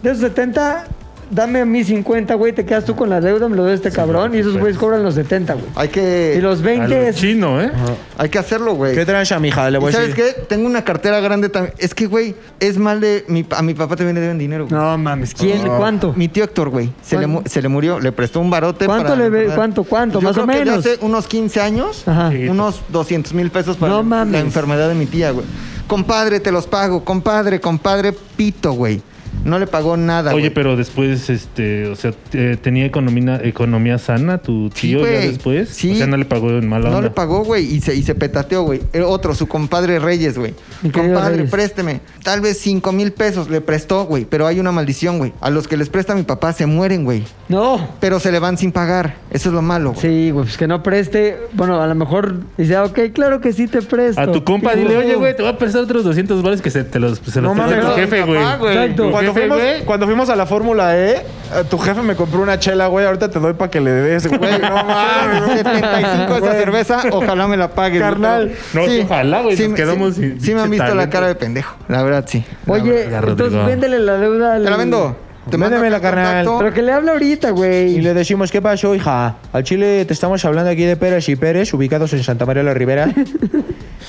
Speaker 5: de esos 70, dame a mí 50, güey. Te quedas tú con la deuda, me lo doy a este cabrón.
Speaker 3: güey,
Speaker 5: y esos
Speaker 3: pues.
Speaker 5: güeyes cobran los 70, güey.
Speaker 2: Hay
Speaker 5: Y
Speaker 2: que,
Speaker 5: los
Speaker 3: A
Speaker 5: 20
Speaker 3: lo
Speaker 5: es...
Speaker 3: chino, ¿eh?
Speaker 2: hay que hacerlo, güey.
Speaker 4: ¿Qué trancha, mija? Le
Speaker 2: ¿Y
Speaker 4: voy a
Speaker 2: sabes
Speaker 4: decir.
Speaker 2: qué? Tengo una cartera grande también. Es que, güey, es mal de... mi pa- a mi papá también le deben dinero, güey.
Speaker 5: No mames, ¿quién?
Speaker 3: Ah.
Speaker 5: ¿Cuánto?
Speaker 2: Mi tío Héctor, güey, se le,
Speaker 5: ¿Cuán-
Speaker 2: mu- se le murió, le prestó un barote.
Speaker 5: ¿Cuánto
Speaker 2: para
Speaker 5: le ve-
Speaker 2: enfermedad.
Speaker 5: cuánto, cuánto?
Speaker 2: Yo
Speaker 5: Más o
Speaker 2: creo que de
Speaker 5: menos.
Speaker 2: hace unos 15 años,
Speaker 5: Ajá.
Speaker 2: unos 200 mil pesos para
Speaker 5: No
Speaker 2: la-
Speaker 5: mames.
Speaker 2: la enfermedad de mi tía, güey. Compadre, te los pago, compadre, compadre, pito, güey. No le pagó nada.
Speaker 3: Oye,
Speaker 2: güey.
Speaker 3: pero después, este, o sea, eh, ¿tenía economía, economía sana tu
Speaker 2: Sí,
Speaker 3: tío ya
Speaker 2: güey.
Speaker 3: después?
Speaker 2: Sí.
Speaker 3: O sea, no le pagó en mala
Speaker 2: No
Speaker 3: onda.
Speaker 2: le pagó, güey, y se, y se petateó, güey. El otro, su compadre Reyes, güey.
Speaker 5: Mi querido
Speaker 2: Compadre,
Speaker 5: Reyes.
Speaker 2: présteme. Tal vez 5 mil pesos le prestó, güey. Pero hay una maldición, güey. A los que les presta mi papá se mueren, güey.
Speaker 5: No.
Speaker 2: Pero se le van sin pagar. Eso es lo malo, güey.
Speaker 5: Sí, güey, pues que no preste. Bueno, a lo mejor dice, ah, ok, claro que sí te presto.
Speaker 3: A tu compa
Speaker 5: Y-
Speaker 3: dile, oye, güey, te voy a prestar otros 200 bares que se te los, se los
Speaker 4: No
Speaker 3: presta
Speaker 4: mames,
Speaker 3: tu
Speaker 4: no,
Speaker 3: jefe,
Speaker 2: mi papá,
Speaker 3: güey.
Speaker 2: güey.
Speaker 5: Exacto.
Speaker 3: Tu
Speaker 4: Cuando
Speaker 3: jefe,
Speaker 4: fuimos,
Speaker 3: güey.
Speaker 4: cuando fuimos a la Fórmula E, eh, tu jefe me compró una chela, güey. Ahorita te doy para que le des, güey. [laughs]
Speaker 2: Güey, no mames. 75 esa
Speaker 4: Güey.
Speaker 2: cerveza, ojalá me la pagues.
Speaker 4: Carnal.
Speaker 2: güey.
Speaker 3: No, ojalá, güey, nos
Speaker 2: me-
Speaker 3: quedamos
Speaker 2: sí,
Speaker 3: sin
Speaker 2: sí me han
Speaker 3: pinche
Speaker 2: visto la
Speaker 3: talento.
Speaker 2: cara de pendejo. La verdad, sí. La
Speaker 5: Oye,
Speaker 3: verga,
Speaker 5: entonces
Speaker 3: Rodrigo.
Speaker 5: véndele la deuda al...
Speaker 2: ¿Te la vendo? Te mando
Speaker 4: Véndemela,
Speaker 2: acá el
Speaker 4: carnal.
Speaker 2: contacto.
Speaker 5: Pero que le habla ahorita,
Speaker 4: Y
Speaker 5: güey.
Speaker 4: le decimos, ¿qué pasó, hija? Al Chile te estamos hablando aquí de Pérez y Pérez, ubicados en Santa María la [laughs] Ribera.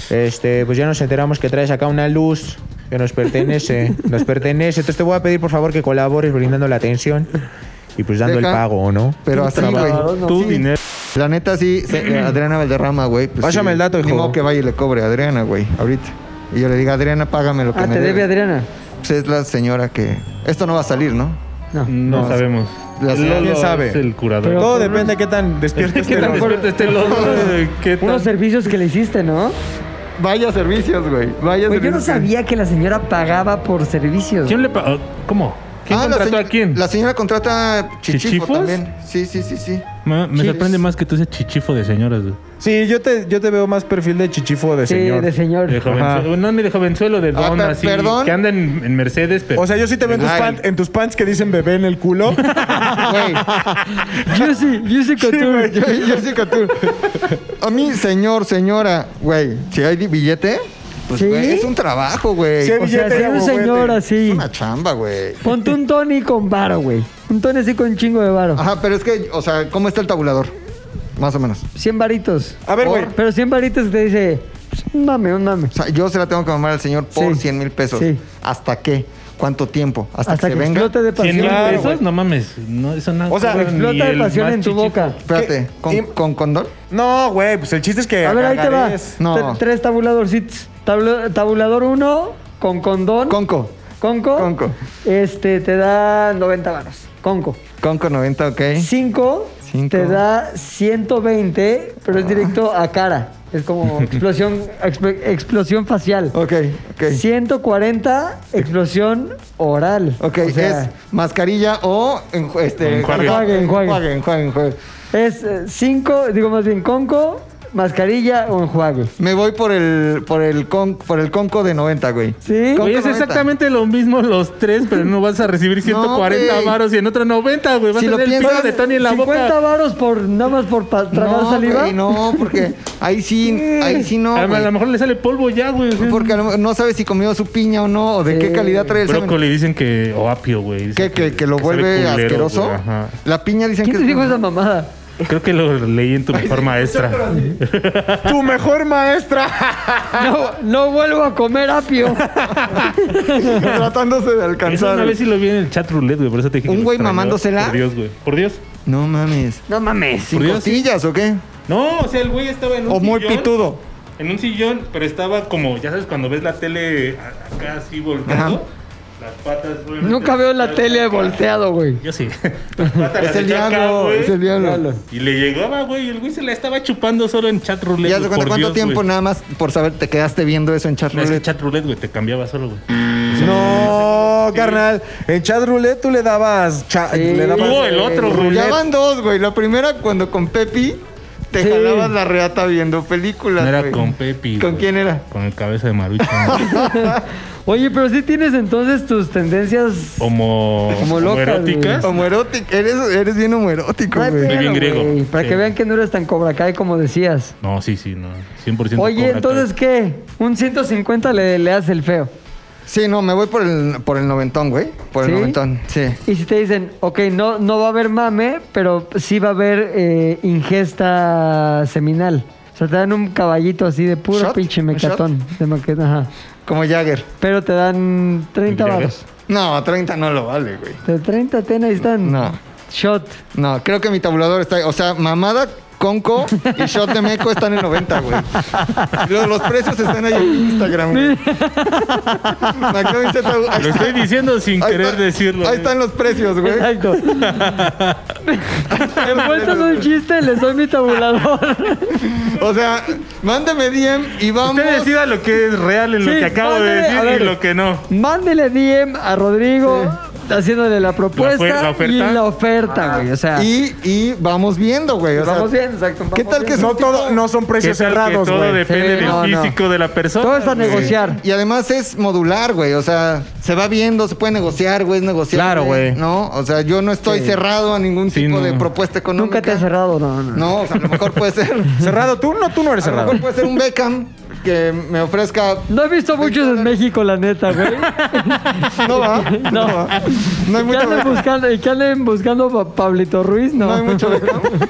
Speaker 4: Este, pues ya nos enteramos que traes acá una luz que nos pertenece. Nos pertenece. Entonces te voy a pedir, por favor, que colabores brindando la atención y pues dando
Speaker 2: Deja.
Speaker 4: el pago, ¿o no?
Speaker 2: Pero así, güey.
Speaker 3: Tu dinero.
Speaker 2: La neta, sí, se- eh, Adriana Valderrama, güey. pues,
Speaker 4: Pásame
Speaker 2: sí.
Speaker 4: el dato,
Speaker 2: Ni
Speaker 4: hijo.
Speaker 2: modo que vaya y le cobre a Adriana, güey, ahorita. Y yo le diga, Adriana, págame lo que
Speaker 5: Ah,
Speaker 2: me
Speaker 5: te debe Adriana.
Speaker 2: Pues es la señora que... Esto no va a salir, ¿no?
Speaker 3: No, sabemos.
Speaker 2: La
Speaker 3: El
Speaker 2: señora-
Speaker 3: Lolo
Speaker 4: ¿Quién sabe?
Speaker 3: Es el curador.
Speaker 5: Pero-
Speaker 4: Todo depende de qué tan despierto
Speaker 3: ¿Qué
Speaker 4: esté.
Speaker 3: tan despierto esté Lolo? ¿Qué tan-
Speaker 5: Unos servicios que le hiciste, ¿no?
Speaker 2: Vaya servicios, güey. Vaya
Speaker 5: Güey, yo no
Speaker 2: servicios.
Speaker 5: sabía que la señora pagaba por servicios.
Speaker 3: ¿Quién le pagó? ¿Cómo? ¿Quién
Speaker 2: Ah, la
Speaker 3: contrató a
Speaker 2: señora-
Speaker 3: quién?
Speaker 2: La señora contrata a Chichifo
Speaker 3: ¿Chichifos?
Speaker 2: también. Sí, sí, sí, sí.
Speaker 3: Me, me sorprende más que tú seas chichifo de señoras, güey.
Speaker 4: Sí, yo te, yo te veo más perfil de chichifo de
Speaker 5: Sí,
Speaker 4: señor.
Speaker 5: de señor.
Speaker 3: De jovenzuelo. No, ni de jovenzuelo, de
Speaker 2: Ah,
Speaker 3: don,
Speaker 2: per-
Speaker 3: así.
Speaker 2: perdón.
Speaker 3: Que anda en, en Mercedes, pero...
Speaker 4: O sea, yo sí te veo en tus,
Speaker 2: Ay.
Speaker 4: pants, en tus pants que dicen bebé en el culo.
Speaker 3: [laughs]
Speaker 2: Güey,
Speaker 5: Juicy, Juicy Couture.
Speaker 2: yo, yo sí que tú. A mí, señor, señora, güey, si hay di- billete, pues
Speaker 5: ¿Sí?
Speaker 2: güey, es un trabajo, güey.
Speaker 4: Sí, hay
Speaker 5: o sea,
Speaker 4: billete
Speaker 5: si
Speaker 4: de
Speaker 5: hay un
Speaker 4: abogüete.
Speaker 5: señor
Speaker 2: Es
Speaker 5: así.
Speaker 2: una chamba, güey.
Speaker 5: Ponte un Tony con varo, güey. Un Tony así con chingo de varo.
Speaker 2: Ajá, pero es que, o sea, ¿cómo está el tabulador? Más o menos.
Speaker 5: 100 varitos.
Speaker 4: A ver, güey.
Speaker 5: Pero 100 varitos te dice, pues, un dame, un dame.
Speaker 2: O sea, yo se la tengo que mamar al señor por
Speaker 5: Sí.
Speaker 2: 100 mil pesos.
Speaker 5: Sí.
Speaker 2: ¿Hasta qué? ¿Cuánto tiempo? Hasta,
Speaker 5: Hasta
Speaker 2: que,
Speaker 5: que
Speaker 2: se venga.
Speaker 5: explote de
Speaker 3: 100
Speaker 5: pasión.
Speaker 3: mil
Speaker 5: güey.
Speaker 3: pesos, no mames. No, eso no
Speaker 4: O sea,
Speaker 3: cobra ni
Speaker 5: Explota de
Speaker 3: el
Speaker 5: pasión
Speaker 3: más
Speaker 5: en tu
Speaker 3: chichifo.
Speaker 5: boca.
Speaker 2: Espérate,
Speaker 4: ¿Qué?
Speaker 2: ¿con,
Speaker 5: Em-
Speaker 4: Y-
Speaker 2: con condón?
Speaker 4: No, güey, pues el chiste es que.
Speaker 5: A ver, ahí te va.
Speaker 4: agarres.
Speaker 2: No.
Speaker 5: Tre- Tres tabuladorcitos. Tabla- tabulador 1 con condón.
Speaker 2: Conco.
Speaker 5: Conco.
Speaker 2: Conco.
Speaker 5: Este, te da 90 varos. Conco.
Speaker 2: Conco 90, ok.
Speaker 5: 5
Speaker 2: Cinco. Ah.
Speaker 5: te da 120, pero es directo a cara.
Speaker 2: [laughs]
Speaker 5: Es como explosión, exp- explosión facial.
Speaker 2: Ok, ok.
Speaker 5: 140, explosión oral.
Speaker 2: Ok,
Speaker 5: O sea,
Speaker 2: es mascarilla o enju- este,
Speaker 3: Enjuague.
Speaker 2: jabón.
Speaker 5: Enjuague, enjuague.
Speaker 2: enjuague, enjuague, enjuague.
Speaker 5: Es 5, digo más bien conco, mascarilla o enjuague.
Speaker 2: Me voy por el por el con, por el conco de 90, güey.
Speaker 5: ¿Sí?
Speaker 2: Con-
Speaker 3: Oye, es
Speaker 2: 90.
Speaker 3: exactamente lo mismo los tres, pero no vas a recibir 140
Speaker 2: güey.
Speaker 3: varos y en otro 90, güey. Vas
Speaker 2: Si
Speaker 3: a
Speaker 2: lo
Speaker 3: tener el
Speaker 2: piensas,
Speaker 3: pelo de Tony en la
Speaker 5: 50
Speaker 3: boca.
Speaker 5: varos por nada más por pa- tragar
Speaker 2: no,
Speaker 5: saliva.
Speaker 2: güey, no, porque ahí sí, ahí sí no.
Speaker 3: Ah, a, lo
Speaker 2: güey.
Speaker 3: mejor le sale polvo ya, güey. o sea,
Speaker 2: Porque a lo mejor no sabes si comió su piña o no, o de qué
Speaker 5: Sí.
Speaker 2: calidad trae el semen.
Speaker 3: Brócoli dicen que... O apio, güey.
Speaker 2: ¿Qué?
Speaker 3: dicen
Speaker 2: Que, que lo
Speaker 3: sabe
Speaker 2: vuelve
Speaker 3: culero, güey,
Speaker 2: asqueroso.
Speaker 3: ajá.
Speaker 2: La piña dicen
Speaker 5: ¿Quién
Speaker 2: que
Speaker 5: te
Speaker 2: es
Speaker 5: dijo
Speaker 3: [laughs]
Speaker 5: esa mamada?
Speaker 3: Creo que lo leí en tu mejor maestra.
Speaker 4: Tu mejor maestra.
Speaker 5: No, no vuelvo a comer apio.
Speaker 2: [laughs] tratándose de
Speaker 3: Eso
Speaker 2: alcanzar.
Speaker 3: una vez sí lo vi en el chat roulette, güey. Por eso te dije que
Speaker 2: ¿Un
Speaker 3: lo
Speaker 2: güey
Speaker 3: extrañaba.
Speaker 2: mamándosela?
Speaker 3: Por Dios, güey. Por Dios.
Speaker 2: No mames.
Speaker 5: No mames.
Speaker 2: ¿Sin
Speaker 3: Por Dios,
Speaker 2: costillas o qué?
Speaker 3: No, o sea, el güey estaba en un
Speaker 2: O muy
Speaker 3: sillón,
Speaker 2: pitudo.
Speaker 3: En un sillón, pero estaba como, ya sabes, cuando ves la tele a- acá así volteando, las patas. obviamente,
Speaker 5: Nunca veo la
Speaker 3: acá,
Speaker 5: tele
Speaker 3: acá.
Speaker 5: volteado, güey.
Speaker 3: Yo
Speaker 2: [laughs]
Speaker 3: sí. Las patas
Speaker 2: Es
Speaker 3: las
Speaker 2: el
Speaker 3: echó acá,
Speaker 2: diablo,
Speaker 3: güey,
Speaker 2: es el diablo.
Speaker 3: Y le llegaba, güey, y el güey se la estaba chupando solo en chat roulette.
Speaker 2: Ya se
Speaker 3: güey,
Speaker 2: cuenta
Speaker 3: por
Speaker 2: cuánto
Speaker 3: Dios,
Speaker 2: tiempo
Speaker 3: güey.
Speaker 2: nada más por saber te quedaste viendo eso en chat
Speaker 3: No, es que
Speaker 2: roulette.
Speaker 3: chat roulette, güey, te cambiaba solo, güey.
Speaker 4: No, carnal. En chat roulette tú le dabas. cha-
Speaker 5: Sí.
Speaker 4: Le dabas
Speaker 3: Tuvo el otro, güey.
Speaker 2: Ya
Speaker 4: roulette.
Speaker 2: van dos, güey. La primera cuando con Pepi te
Speaker 5: Sí.
Speaker 2: jalabas la reata viendo películas.
Speaker 3: No era
Speaker 2: güey.
Speaker 3: con Pepi.
Speaker 2: ¿Con
Speaker 3: güey.
Speaker 2: quién era?
Speaker 3: Con el cabeza de Marucha.
Speaker 2: [laughs]
Speaker 3: güey.
Speaker 5: Oye, pero sí tienes entonces tus tendencias.
Speaker 3: Homo,
Speaker 5: Como locas,
Speaker 3: homoeróticas.
Speaker 2: Homoerótico. Eres, eres bien homoerótico,
Speaker 5: Ay,
Speaker 2: güey.
Speaker 5: pero,
Speaker 3: bien griego.
Speaker 5: güey, Para
Speaker 3: Sí.
Speaker 5: que vean que no eres tan cobra Kai como decías.
Speaker 3: No, sí, sí, no. 100%
Speaker 5: Oye,
Speaker 3: Cobra Kai.
Speaker 5: entonces, ¿qué? Un 150 le, le das el feo.
Speaker 2: Sí, no, me voy por el, por el noventón, güey. Por el
Speaker 5: ¿Sí?
Speaker 2: noventón, sí.
Speaker 5: Y si te dicen, ok, no, no va a haber mame, pero sí va a haber eh, ingesta seminal. O sea, te dan un caballito así de puro
Speaker 2: ¿Shot?
Speaker 5: pinche
Speaker 2: ¿Un shot?
Speaker 5: mecatón. De maqueta, ajá.
Speaker 2: Como Jagger.
Speaker 5: Pero te dan 30
Speaker 3: Mira,
Speaker 5: baros.
Speaker 2: No, 30 no lo vale, güey.
Speaker 5: De 30 tenas están.
Speaker 2: No.
Speaker 5: Shot.
Speaker 2: No, creo que mi tabulador está. O sea, mamada, conco y shot de meco están en 90, güey. Los, los precios están ahí en Instagram,
Speaker 5: [laughs]
Speaker 2: güey. Me acabo de insertar- ahí
Speaker 3: Lo
Speaker 2: está-
Speaker 3: estoy diciendo sin
Speaker 2: ahí
Speaker 3: querer
Speaker 2: está-
Speaker 3: decirlo. eh.
Speaker 2: Ahí
Speaker 3: güey.
Speaker 2: están los
Speaker 3: [laughs]
Speaker 2: precios, güey.
Speaker 5: Exacto. Envuelto en un chiste, les doy mi tabulador.
Speaker 2: O sea, mándeme DM y vamos.
Speaker 3: Usted decida lo que es real en lo
Speaker 5: Sí,
Speaker 3: que acabo
Speaker 5: mándele-
Speaker 3: de
Speaker 5: a
Speaker 3: decir
Speaker 5: ver.
Speaker 3: y lo que no.
Speaker 5: Mándele DM a Rodrigo haciéndole la propuesta
Speaker 3: La ofer- la oferta.
Speaker 5: y la oferta, güey. O sea,
Speaker 2: Y, y vamos viendo, güey. O sea,
Speaker 5: vamos bien, exacto. vamos
Speaker 2: ¿Qué tal que
Speaker 5: bien.
Speaker 2: son
Speaker 4: No, todo, no son
Speaker 3: ¿Qué
Speaker 4: precios
Speaker 3: tal que
Speaker 4: cerrados,
Speaker 3: todo
Speaker 4: güey.
Speaker 3: depende
Speaker 5: Sí,
Speaker 3: del
Speaker 5: no, no.
Speaker 3: físico de la persona.
Speaker 5: Todo es a
Speaker 3: güey.
Speaker 5: negociar.
Speaker 2: Y además es modular, güey. O sea, se va viendo, se puede negociar, güey, es negociar.
Speaker 4: Claro, güey.
Speaker 2: ¿No? O sea, yo no estoy cerrado a ningún
Speaker 3: Sí,
Speaker 2: tipo
Speaker 3: no.
Speaker 2: de propuesta económica.
Speaker 5: Nunca te has cerrado, no, no.
Speaker 2: No, o sea, a lo mejor puede ser. [laughs]
Speaker 4: ¿Cerrado tú? No, tú no eres
Speaker 3: Ah,
Speaker 2: A lo
Speaker 4: cerrado.
Speaker 2: mejor puede ser un Beckham. que me ofrezca.
Speaker 5: No he visto muchos en México, la neta, [laughs] güey.
Speaker 2: No va. No,
Speaker 5: [laughs] No.
Speaker 2: va. No hay
Speaker 5: ¿Qué
Speaker 2: mucho
Speaker 5: anden
Speaker 2: background.
Speaker 5: buscando, y que anden buscando a Pablito Ruiz? No.
Speaker 2: No hay mucho background.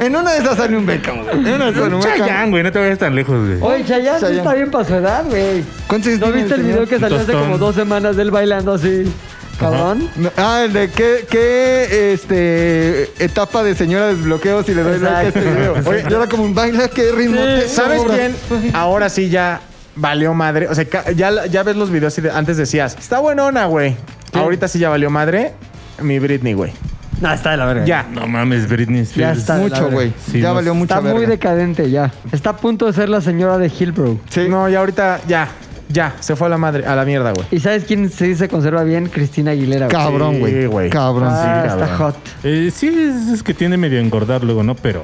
Speaker 2: En una de esas sale un Beckham, güey. En una de esas sale un Beckham.
Speaker 3: Chayán, güey, no te vayas tan lejos, güey.
Speaker 5: Oye, Chayanne sí
Speaker 2: Chayanne.
Speaker 5: está bien para su edad, güey.
Speaker 2: ¿Cuántos años
Speaker 5: ¿No
Speaker 2: tiene
Speaker 5: viste el
Speaker 2: señor?
Speaker 5: video que salió hace
Speaker 3: Tostón.
Speaker 5: como dos semanas de él bailando así? Cabrón.
Speaker 2: No, ah, el de qué, qué este, etapa de señora desbloqueo si le doy like a este
Speaker 5: Exacto.
Speaker 2: video. Oye, yo era como un baila, qué ritmo.
Speaker 5: Sí.
Speaker 2: te-
Speaker 4: ¿Sabes
Speaker 2: sobra.
Speaker 4: quién? Ahora sí ya valió madre. O sea, ca- ya, ya ves los videos y de- antes decías, está buenona, güey. Ahorita sí ya valió madre. Mi Britney, güey.
Speaker 5: No, está de la verga.
Speaker 4: Ya.
Speaker 3: No mames, Britney
Speaker 5: Ya
Speaker 3: Spears.
Speaker 5: está.
Speaker 2: Mucho, güey.
Speaker 3: Sí,
Speaker 2: ya
Speaker 3: no.
Speaker 2: valió mucho.
Speaker 5: Está muy decadente ya. Está a punto de ser la señora de Hillbrow.
Speaker 2: Sí.
Speaker 4: No, ya ahorita, ya. Ya. Se fue a la madre, a la mierda, güey.
Speaker 5: ¿Y sabes quién sí se conserva bien? Cristina Aguilera. güey.
Speaker 2: Cabrón,
Speaker 4: Sí,
Speaker 2: güey.
Speaker 4: güey.
Speaker 2: Cabrón.
Speaker 5: Ah,
Speaker 4: Sí,
Speaker 5: está
Speaker 4: cabrón.
Speaker 5: hot.
Speaker 3: Eh, sí, es, es que tiene medio a engordar luego, ¿no? Pero.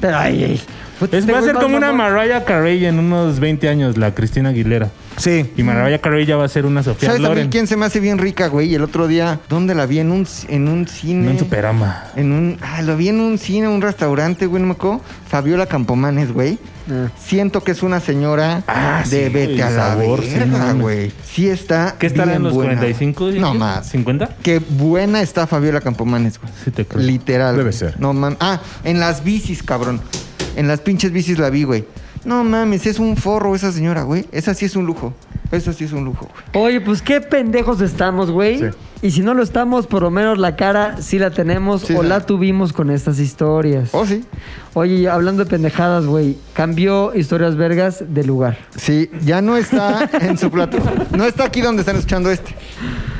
Speaker 5: Pero ay, ay. Puta,
Speaker 3: Es,
Speaker 5: este
Speaker 3: va a
Speaker 5: güey
Speaker 3: ser como una
Speaker 5: mamón.
Speaker 3: Mariah Carey en unos 20 años, la Cristina Aguilera.
Speaker 4: Sí.
Speaker 3: Y Mariah Carey ya va a ser una Sofía
Speaker 2: ¿Sabes también
Speaker 3: Loren.
Speaker 2: quién se me hace bien rica, güey? El otro día, ¿dónde la vi? En un, c- en un cine.
Speaker 3: No en Superama.
Speaker 2: En un, ah, lo vi en un cine, un restaurante, güey, no me acuerdo. Fabiola Campomanes, güey.
Speaker 5: Ah.
Speaker 2: Siento que es una señora
Speaker 3: Ah,
Speaker 2: de
Speaker 3: sí,
Speaker 2: vete
Speaker 3: el
Speaker 2: a la
Speaker 3: sabor, sí, no
Speaker 2: verga,
Speaker 3: mames.
Speaker 2: güey. Sí está
Speaker 3: ¿Qué estará
Speaker 2: bien
Speaker 3: en los
Speaker 2: buena.
Speaker 3: 45?
Speaker 2: No
Speaker 3: dije?
Speaker 2: más.
Speaker 3: ¿50?
Speaker 2: Qué buena está Fabiola Campomanes, güey.
Speaker 3: Sí, te creo.
Speaker 2: Literal.
Speaker 4: Debe
Speaker 2: güey.
Speaker 4: ser.
Speaker 2: No mames. Ah, en las bicis, cabrón. En las pinches bicis la vi, güey. No mames, es un forro esa señora, güey. Esa sí es un lujo. Esa sí es un lujo, güey.
Speaker 5: Oye, pues qué pendejos estamos, güey. Y si no lo estamos, por lo menos la cara sí la tenemos
Speaker 2: Sí,
Speaker 5: o
Speaker 2: sí.
Speaker 5: la tuvimos con estas historias.
Speaker 2: Oh, sí.
Speaker 5: Oye, y hablando de pendejadas, güey, cambió Historias Vergas de lugar.
Speaker 2: Sí, ya no está en su plato. No está aquí donde están escuchando este.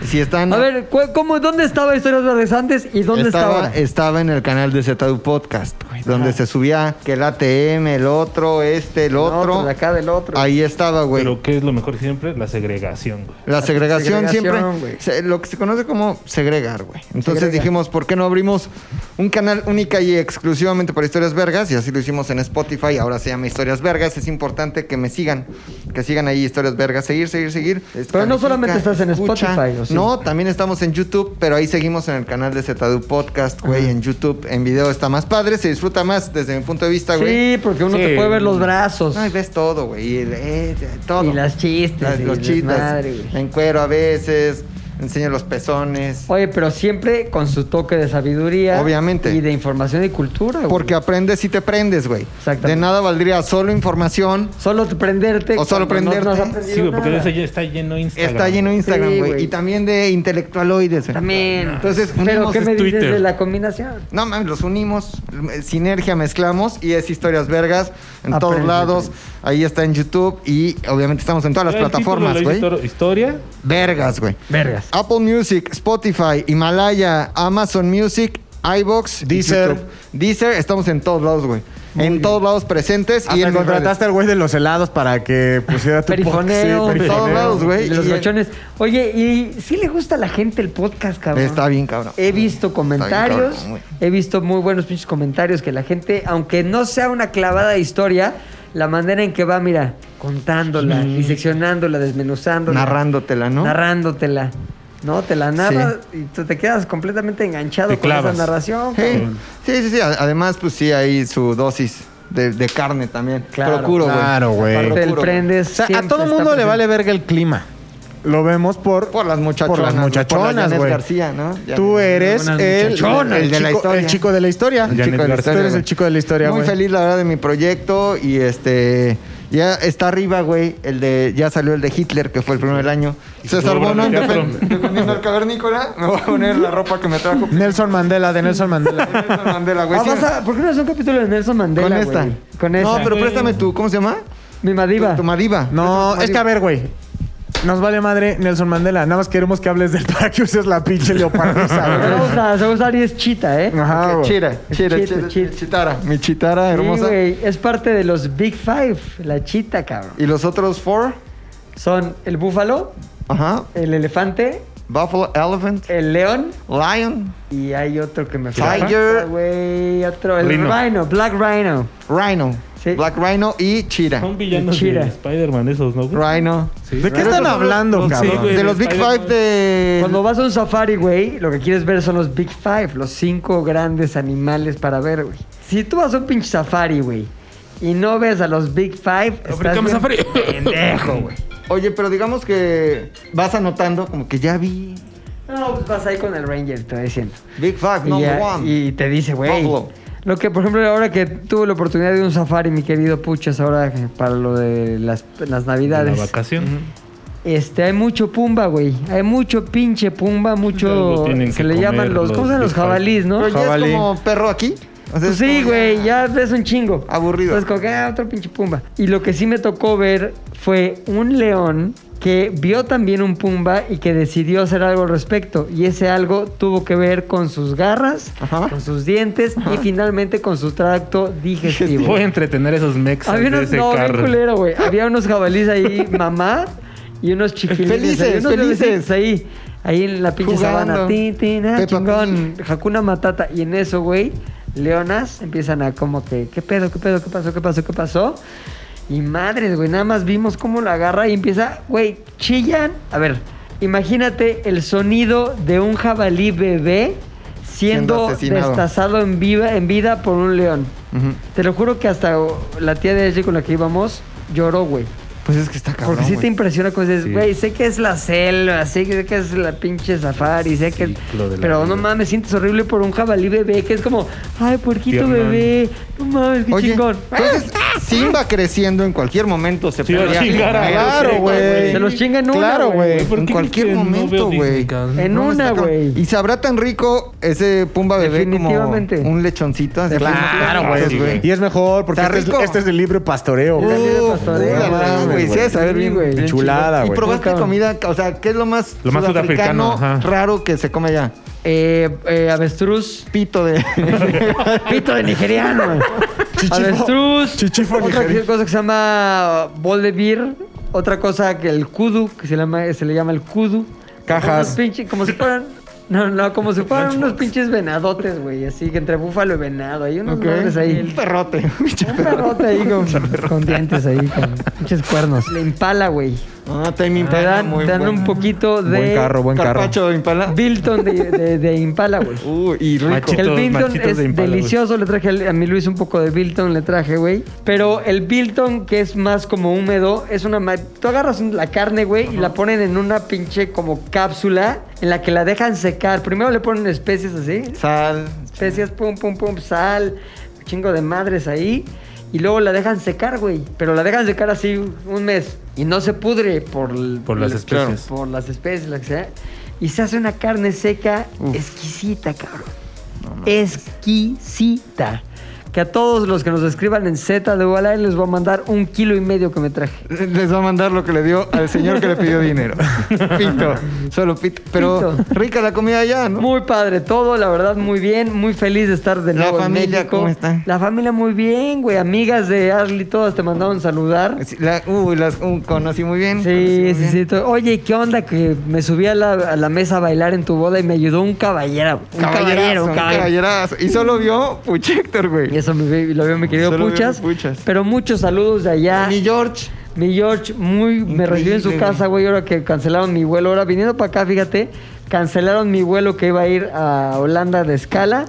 Speaker 2: Si están.
Speaker 5: A ver, cu- ¿cómo, ¿dónde estaba Historias Vergas antes y dónde está
Speaker 2: estaba, Ah.
Speaker 5: ahora?
Speaker 2: estaba en el canal de ZDU Podcast, güey, donde se subía que el ATM, el otro, este, el otro.
Speaker 5: pues de acá del otro.
Speaker 2: Ahí estaba, güey.
Speaker 3: Pero ¿qué es lo mejor siempre? La segregación, güey.
Speaker 2: La segregación,
Speaker 5: segregación,
Speaker 2: siempre,
Speaker 5: güey.
Speaker 2: se- lo que se conoce como segregar, güey. Entonces
Speaker 5: Segrega.
Speaker 2: dijimos, ¿por qué no abrimos un canal única y exclusivamente para historias vergas? Y así lo hicimos en Spotify, ahora se llama Historias Vergas. Es importante que me sigan, que sigan ahí Historias Vergas. Seguir, seguir, seguir.
Speaker 5: Pero no solamente estás en Spotify, ¿o sí?
Speaker 2: No, también estamos en YouTube, pero ahí seguimos en el canal de ZDU Podcast, güey. En YouTube, en video está más padre, se disfruta más desde mi punto de vista, güey.
Speaker 5: Sí, porque uno
Speaker 3: Sí.
Speaker 5: te puede ver los brazos.
Speaker 2: No, y ves todo, güey. Y, el- eh, todo.
Speaker 5: Y las chistes,
Speaker 2: Las-
Speaker 5: y
Speaker 2: los
Speaker 5: el
Speaker 2: chistes.
Speaker 5: desmadre, güey.
Speaker 2: en cuero a veces. Enseño los pezones.
Speaker 5: Oye, pero siempre con su toque de sabiduría.
Speaker 2: Obviamente.
Speaker 5: Y de información y cultura, güey.
Speaker 2: Porque aprendes y te prendes, güey.
Speaker 5: Exactamente.
Speaker 2: De nada valdría solo información.
Speaker 5: Solo prenderte.
Speaker 2: O solo
Speaker 5: cuando no- no has
Speaker 2: prenderte.
Speaker 5: aprendido
Speaker 3: Sí, güey, porque de
Speaker 5: nada.
Speaker 3: eso ya está lleno Instagram.
Speaker 2: Está lleno de Instagram,
Speaker 5: Sí,
Speaker 2: güey.
Speaker 5: güey.
Speaker 2: y también de intelectualoides. güey.
Speaker 5: También.
Speaker 2: Entonces,
Speaker 5: Pero
Speaker 2: unimos
Speaker 5: ¿qué me
Speaker 3: es
Speaker 5: dices
Speaker 3: Twitter.
Speaker 5: de la combinación?
Speaker 2: No mames, los unimos, eh, sinergia, mezclamos y es historias vergas en
Speaker 5: Aprende,
Speaker 2: todos lados.
Speaker 5: aprende.
Speaker 2: Ahí está en YouTube y obviamente estamos en todas las
Speaker 3: Ya el título
Speaker 2: plataformas,
Speaker 3: lo
Speaker 2: güey.
Speaker 3: hizo Historia.
Speaker 2: Vergas, güey.
Speaker 5: Vergas.
Speaker 2: Apple Music, Spotify, Himalaya, Amazon Music, iBox, y
Speaker 4: Deezer.
Speaker 2: YouTube. Deezer, estamos en todos lados, güey. En todos lados presentes y
Speaker 4: Y
Speaker 2: Ah, en mis
Speaker 4: contrataste al güey de los helados para que pusiera tu
Speaker 5: Perifoneo.
Speaker 4: podcast. Sí,
Speaker 2: En todos lados, güey.
Speaker 5: Y los
Speaker 2: Y-
Speaker 5: gachones. Oye, ¿y sí le gusta a la gente el podcast, cabrón?
Speaker 2: redes. Está bien, cabrón.
Speaker 5: He visto comentarios,
Speaker 2: cabrón, güey.
Speaker 5: he visto muy buenos pinches comentarios que la gente, aunque no sea una clavada de historia, la manera en que va, mira, contándola, diseccionándola, desmenuzándola.
Speaker 2: Narrándotela, ¿no?
Speaker 5: Narrándotela. No, te la narra y tú te quedas completamente enganchado
Speaker 3: Te
Speaker 5: con esa
Speaker 3: clavas.
Speaker 5: narración.
Speaker 2: Sí,
Speaker 5: cabrón.
Speaker 2: sí, sí, sí. A- Además, pues sí, hay su dosis de, de carne también.
Speaker 5: Claro,
Speaker 2: Procuro, güey.
Speaker 4: Claro, güey.
Speaker 5: Aparte
Speaker 2: Te
Speaker 5: del
Speaker 2: juro,
Speaker 5: prendes.
Speaker 4: O sea, a
Speaker 5: siempre
Speaker 4: todo
Speaker 5: está
Speaker 4: mundo le
Speaker 5: presente.
Speaker 4: vale verga el clima. Lo vemos por,
Speaker 2: Por las muchachonas.
Speaker 4: por las
Speaker 2: güey,
Speaker 4: muchachonas,
Speaker 2: la Janet
Speaker 4: güey.
Speaker 2: García, ¿no? Ya-
Speaker 4: Tú eres
Speaker 5: Unas
Speaker 4: el,
Speaker 5: muchachonas.
Speaker 4: el de la historia. el chico de la historia.
Speaker 3: Janet
Speaker 2: chico de
Speaker 3: García.
Speaker 2: la
Speaker 4: Tú
Speaker 2: historia,
Speaker 4: eres
Speaker 2: güey.
Speaker 4: el chico de la historia,
Speaker 2: Muy
Speaker 4: güey.
Speaker 2: feliz, la verdad, de mi proyecto. Y este. Ya está arriba, güey. El de. Ya salió el de Hitler, que fue el primero del año.
Speaker 3: Y su
Speaker 2: César
Speaker 3: obra
Speaker 2: Bono,
Speaker 3: de teatro.
Speaker 2: defen- defendiendo al cavernícola. Me voy a poner la ropa que me trajo. [laughs]
Speaker 4: Nelson Mandela, de Nelson Mandela.
Speaker 2: Nelson Mandela, güey.
Speaker 5: Ah,
Speaker 2: Sí,
Speaker 5: vas a- ¿Por qué no haces un capítulo de Nelson Mandela?
Speaker 2: Con
Speaker 5: güey?
Speaker 2: esta.
Speaker 5: Con esta.
Speaker 2: No, pero préstame tu. ¿Cómo se llama?
Speaker 5: Mi
Speaker 2: Tu,
Speaker 5: Madiva.
Speaker 2: tu Madiva.
Speaker 4: No, es que a ver, güey. Nos vale madre Nelson Mandela. Nada más queremos que hables del para que uses la pinche leopardosa, güey.
Speaker 5: Vamos a, vamos a usar y es chita, ¿eh?
Speaker 4: Ajá,
Speaker 2: Ok,
Speaker 4: güey.
Speaker 2: Chira, chira,
Speaker 5: Chita,
Speaker 2: chira,
Speaker 5: chita.
Speaker 2: mi Chitara. Mi chitara
Speaker 5: Sí,
Speaker 2: hermosa.
Speaker 5: güey, es parte de los Big Five, la chita, cabrón.
Speaker 2: y los otros four.
Speaker 5: Son el búfalo,
Speaker 2: Ajá.
Speaker 5: el elefante,
Speaker 2: Buffalo, elephant,
Speaker 5: el león
Speaker 2: lion,
Speaker 5: y hay otro que me
Speaker 2: Tiger.
Speaker 5: falta, güey, otro, el
Speaker 3: Rhino.
Speaker 5: rhino, Black Rhino.
Speaker 2: rhino.
Speaker 5: Sí.
Speaker 2: Black rhino y chira.
Speaker 3: Son villanos
Speaker 5: Chira.
Speaker 3: de Spider-Man esos, ¿no? güey?
Speaker 2: Rhino.
Speaker 3: Sí,
Speaker 4: ¿De qué
Speaker 3: ¿verdad?
Speaker 4: están hablando,
Speaker 3: Sí,
Speaker 4: cabrón?
Speaker 3: güey.
Speaker 2: De los Big Five de...
Speaker 5: Cuando vas a un safari, güey, lo que quieres ver son los Big Five, los cinco grandes animales para ver, güey. Si tú vas a un pinche safari, güey, y no ves a los Big Five, estás
Speaker 3: Africamos
Speaker 5: bien
Speaker 3: a Fre- [laughs]
Speaker 5: pendejo, güey.
Speaker 2: Oye, pero digamos que vas anotando como que ya vi
Speaker 5: No, pues vas ahí con el Ranger, te voy diciendo.
Speaker 2: Big Five,
Speaker 5: Y,
Speaker 2: number
Speaker 5: ya-
Speaker 2: one.
Speaker 5: y te dice, güey.
Speaker 2: Buffalo.
Speaker 5: Lo que, por ejemplo, ahora que tuve la oportunidad de un safari, mi querido Puchas, ahora que para lo de las, las
Speaker 3: La
Speaker 5: navidades.
Speaker 3: vacación.
Speaker 5: Este, hay mucho pumba, güey. Hay mucho pinche pumba,
Speaker 3: Algo
Speaker 5: mucho.
Speaker 3: tienen
Speaker 5: Se
Speaker 3: que
Speaker 5: le
Speaker 3: comer
Speaker 5: llaman los. ¿Cómo se llaman
Speaker 3: los
Speaker 5: los jabalís, no?
Speaker 2: Pero ya
Speaker 4: Jabalí.
Speaker 2: es como perro aquí. O sea,
Speaker 5: Pues
Speaker 2: es
Speaker 5: sí,
Speaker 2: como
Speaker 5: güey, ya ves un chingo.
Speaker 2: Aburrido.
Speaker 5: Entonces, como que, ah, otro pinche pumba. Y lo que sí me tocó ver fue un león que vio también un pumba y que decidió hacer algo al respecto. Y ese algo tuvo que ver con sus garras,
Speaker 2: Ajá.
Speaker 5: con sus dientes y finalmente con su tracto digestivo.
Speaker 3: Voy a entretener a esos mex
Speaker 5: Había
Speaker 3: de
Speaker 5: unos,
Speaker 3: ese
Speaker 5: no, bien
Speaker 3: carro.
Speaker 5: culero, güey. Había unos jabalíes ahí, mamá, y unos chiquilines. ahí,
Speaker 2: Felices,
Speaker 5: unos
Speaker 2: felices.
Speaker 5: bebecitos ahí, ahí en la pinche
Speaker 2: Jugando.
Speaker 5: sabana. Tin, tin, ah,
Speaker 2: Peppa
Speaker 5: chingón. Hakuna Matata. Y en eso, güey, leonas empiezan a como que, ¿qué pedo, qué pedo, qué pasó, qué pasó, qué pasó? Y madres, güey, nada más vimos cómo la agarra y empieza, güey, chillan. A ver, imagínate el sonido de un jabalí bebé
Speaker 2: Siendo
Speaker 5: siendo,
Speaker 2: asesinado.
Speaker 5: destazado en, viva, en vida por un león.
Speaker 2: Ujú.
Speaker 5: Te lo juro que hasta oh, la tía de ella con la que íbamos lloró, güey.
Speaker 2: Pues es que está cabrón.
Speaker 5: Porque sí te
Speaker 2: güey.
Speaker 5: impresiona cuando dices,
Speaker 3: Sí.
Speaker 5: güey, sé que es la selva, sé que, sé que es la pinche safari, sé que...
Speaker 3: Ciclo de la
Speaker 5: Pero no
Speaker 3: vida.
Speaker 5: mames, sientes horrible por un jabalí bebé, que es como, ay, puerquito
Speaker 3: Tierno.
Speaker 5: bebé, no mames, qué
Speaker 2: Oye,
Speaker 5: chingón.
Speaker 2: entonces Simba creciendo en cualquier momento se
Speaker 3: Sí, va a
Speaker 2: pelea.
Speaker 3: chingar a-
Speaker 4: Claro, güey.
Speaker 5: Se los chinga en una,
Speaker 4: Claro,
Speaker 5: güey.
Speaker 4: güey.
Speaker 3: ¿Por
Speaker 2: En
Speaker 3: qué
Speaker 2: cualquier
Speaker 3: dices, no
Speaker 2: momento,
Speaker 3: veo
Speaker 2: güey.
Speaker 3: dignificación?
Speaker 5: En
Speaker 2: No,
Speaker 5: una,
Speaker 2: está cabrón.
Speaker 5: güey.
Speaker 2: Y sabrá tan rico ese pumba bebé como
Speaker 5: Definitivamente.
Speaker 2: un lechoncito. así.
Speaker 4: Claro,
Speaker 3: Sí,
Speaker 4: güey. Y es mejor porque
Speaker 2: Está
Speaker 4: este es,
Speaker 2: rico.
Speaker 4: este es el libre pastoreo,
Speaker 2: Uh,
Speaker 4: güey.
Speaker 5: de pastoreo,
Speaker 2: puta madre,
Speaker 5: güey,
Speaker 2: güey. Sí,
Speaker 5: güey.
Speaker 2: a saber
Speaker 5: Sí,
Speaker 2: bien,
Speaker 5: güey.
Speaker 2: bien
Speaker 4: Chulada,
Speaker 2: chido.
Speaker 4: güey.
Speaker 2: ¿Y probaste
Speaker 5: Cabrón.
Speaker 2: comida? O sea, ¿qué es lo más,
Speaker 3: Lo más
Speaker 2: sudafricano,
Speaker 3: sudafricano, ajá.
Speaker 2: raro que se come allá?
Speaker 5: Eh, eh, avestruz,
Speaker 2: Pito de...
Speaker 5: [laughs] pito de nigeriano. avestruz.
Speaker 4: Chichifo
Speaker 5: Otra
Speaker 4: nigeriano.
Speaker 5: cosa que se llama bol de beer. Otra cosa que el kudu, que se, llama, se le llama el kudu.
Speaker 4: Cajas.
Speaker 5: Unos pinche- como si fueran. No, no, como si fueran unos pinches venadotes, güey. Así que entre búfalo y venado. Hay unos madres
Speaker 2: El
Speaker 5: ahí.
Speaker 2: perrote. [laughs]
Speaker 5: Un perrote ahí con, con dientes ahí, con pinches cuernos. La impala, güey.
Speaker 2: Ah, Time
Speaker 5: Te
Speaker 2: Impala,
Speaker 5: dan,
Speaker 2: muy
Speaker 5: te dan
Speaker 2: bueno.
Speaker 5: un poquito de.
Speaker 4: Buen carro, buen carro.
Speaker 2: Carpacho Impala.
Speaker 5: Bilton de, de- de impala, güey.
Speaker 2: Uy, y rico.
Speaker 3: Machi-
Speaker 5: El
Speaker 3: Machitos,
Speaker 5: Bilton
Speaker 3: machitos
Speaker 5: es
Speaker 3: de Impala, güey.
Speaker 5: delicioso. Le traje al- a mi Luis un poco de Bilton, le traje, güey. Pero el Bilton, que es más como húmedo, es una. ma- Tú agarras un- la carne, güey, y la ponen en una pinche como cápsula en la que la dejan secar. Primero le ponen especies así.
Speaker 2: Sal.
Speaker 5: Especias, pum, pum, pum, sal, un chingo de madres ahí. Y luego la dejan secar, güey. Pero la dejan secar así un mes. Y no se pudre por, el-
Speaker 3: Por las
Speaker 5: el-
Speaker 3: especies.
Speaker 5: Por las especies, lo que sea. Y se hace una carne seca exquisita, cabrón. exquisita. Que a todos los que nos escriban en Z de Ubalá les voy a mandar un kilo y medio que me traje.
Speaker 2: Les va a mandar lo que le dio al señor que le pidió dinero.
Speaker 4: [laughs]
Speaker 2: Pito. Solo pito. Pero
Speaker 5: Pito.
Speaker 2: rica la comida allá, ¿no?
Speaker 5: Muy padre todo, la verdad, muy bien. Muy feliz de estar de
Speaker 2: La
Speaker 5: nuevo en
Speaker 2: familia,
Speaker 5: México.
Speaker 2: ¿cómo está?
Speaker 5: La familia muy bien, güey. Amigas de Ashley, todas te mandaron saludar.
Speaker 2: Sí, la- uy, las uh, conocí muy bien. conocí muy
Speaker 5: Sí, sí,
Speaker 2: bien.
Speaker 5: sí. to- Oye, ¿qué onda? Que me subí a la, a la mesa a bailar en tu boda y me ayudó un caballero. Un caballero,
Speaker 2: Caballerazo,
Speaker 5: un
Speaker 2: un
Speaker 5: caballero.
Speaker 2: caballerazo. Y solo vio Puchector,
Speaker 5: Y
Speaker 2: güey.
Speaker 5: eso me vi- lo vio mi querido
Speaker 2: Solo vio
Speaker 5: Puchas,
Speaker 2: Puchas.
Speaker 5: Pero muchos saludos de allá.
Speaker 2: Y George.
Speaker 5: Mi George, muy me recibió en su
Speaker 2: Increíble,
Speaker 5: casa, güey, ahora que cancelaron mi vuelo. Ahora viniendo para acá, fíjate, cancelaron mi vuelo que iba a ir a Holanda de escala.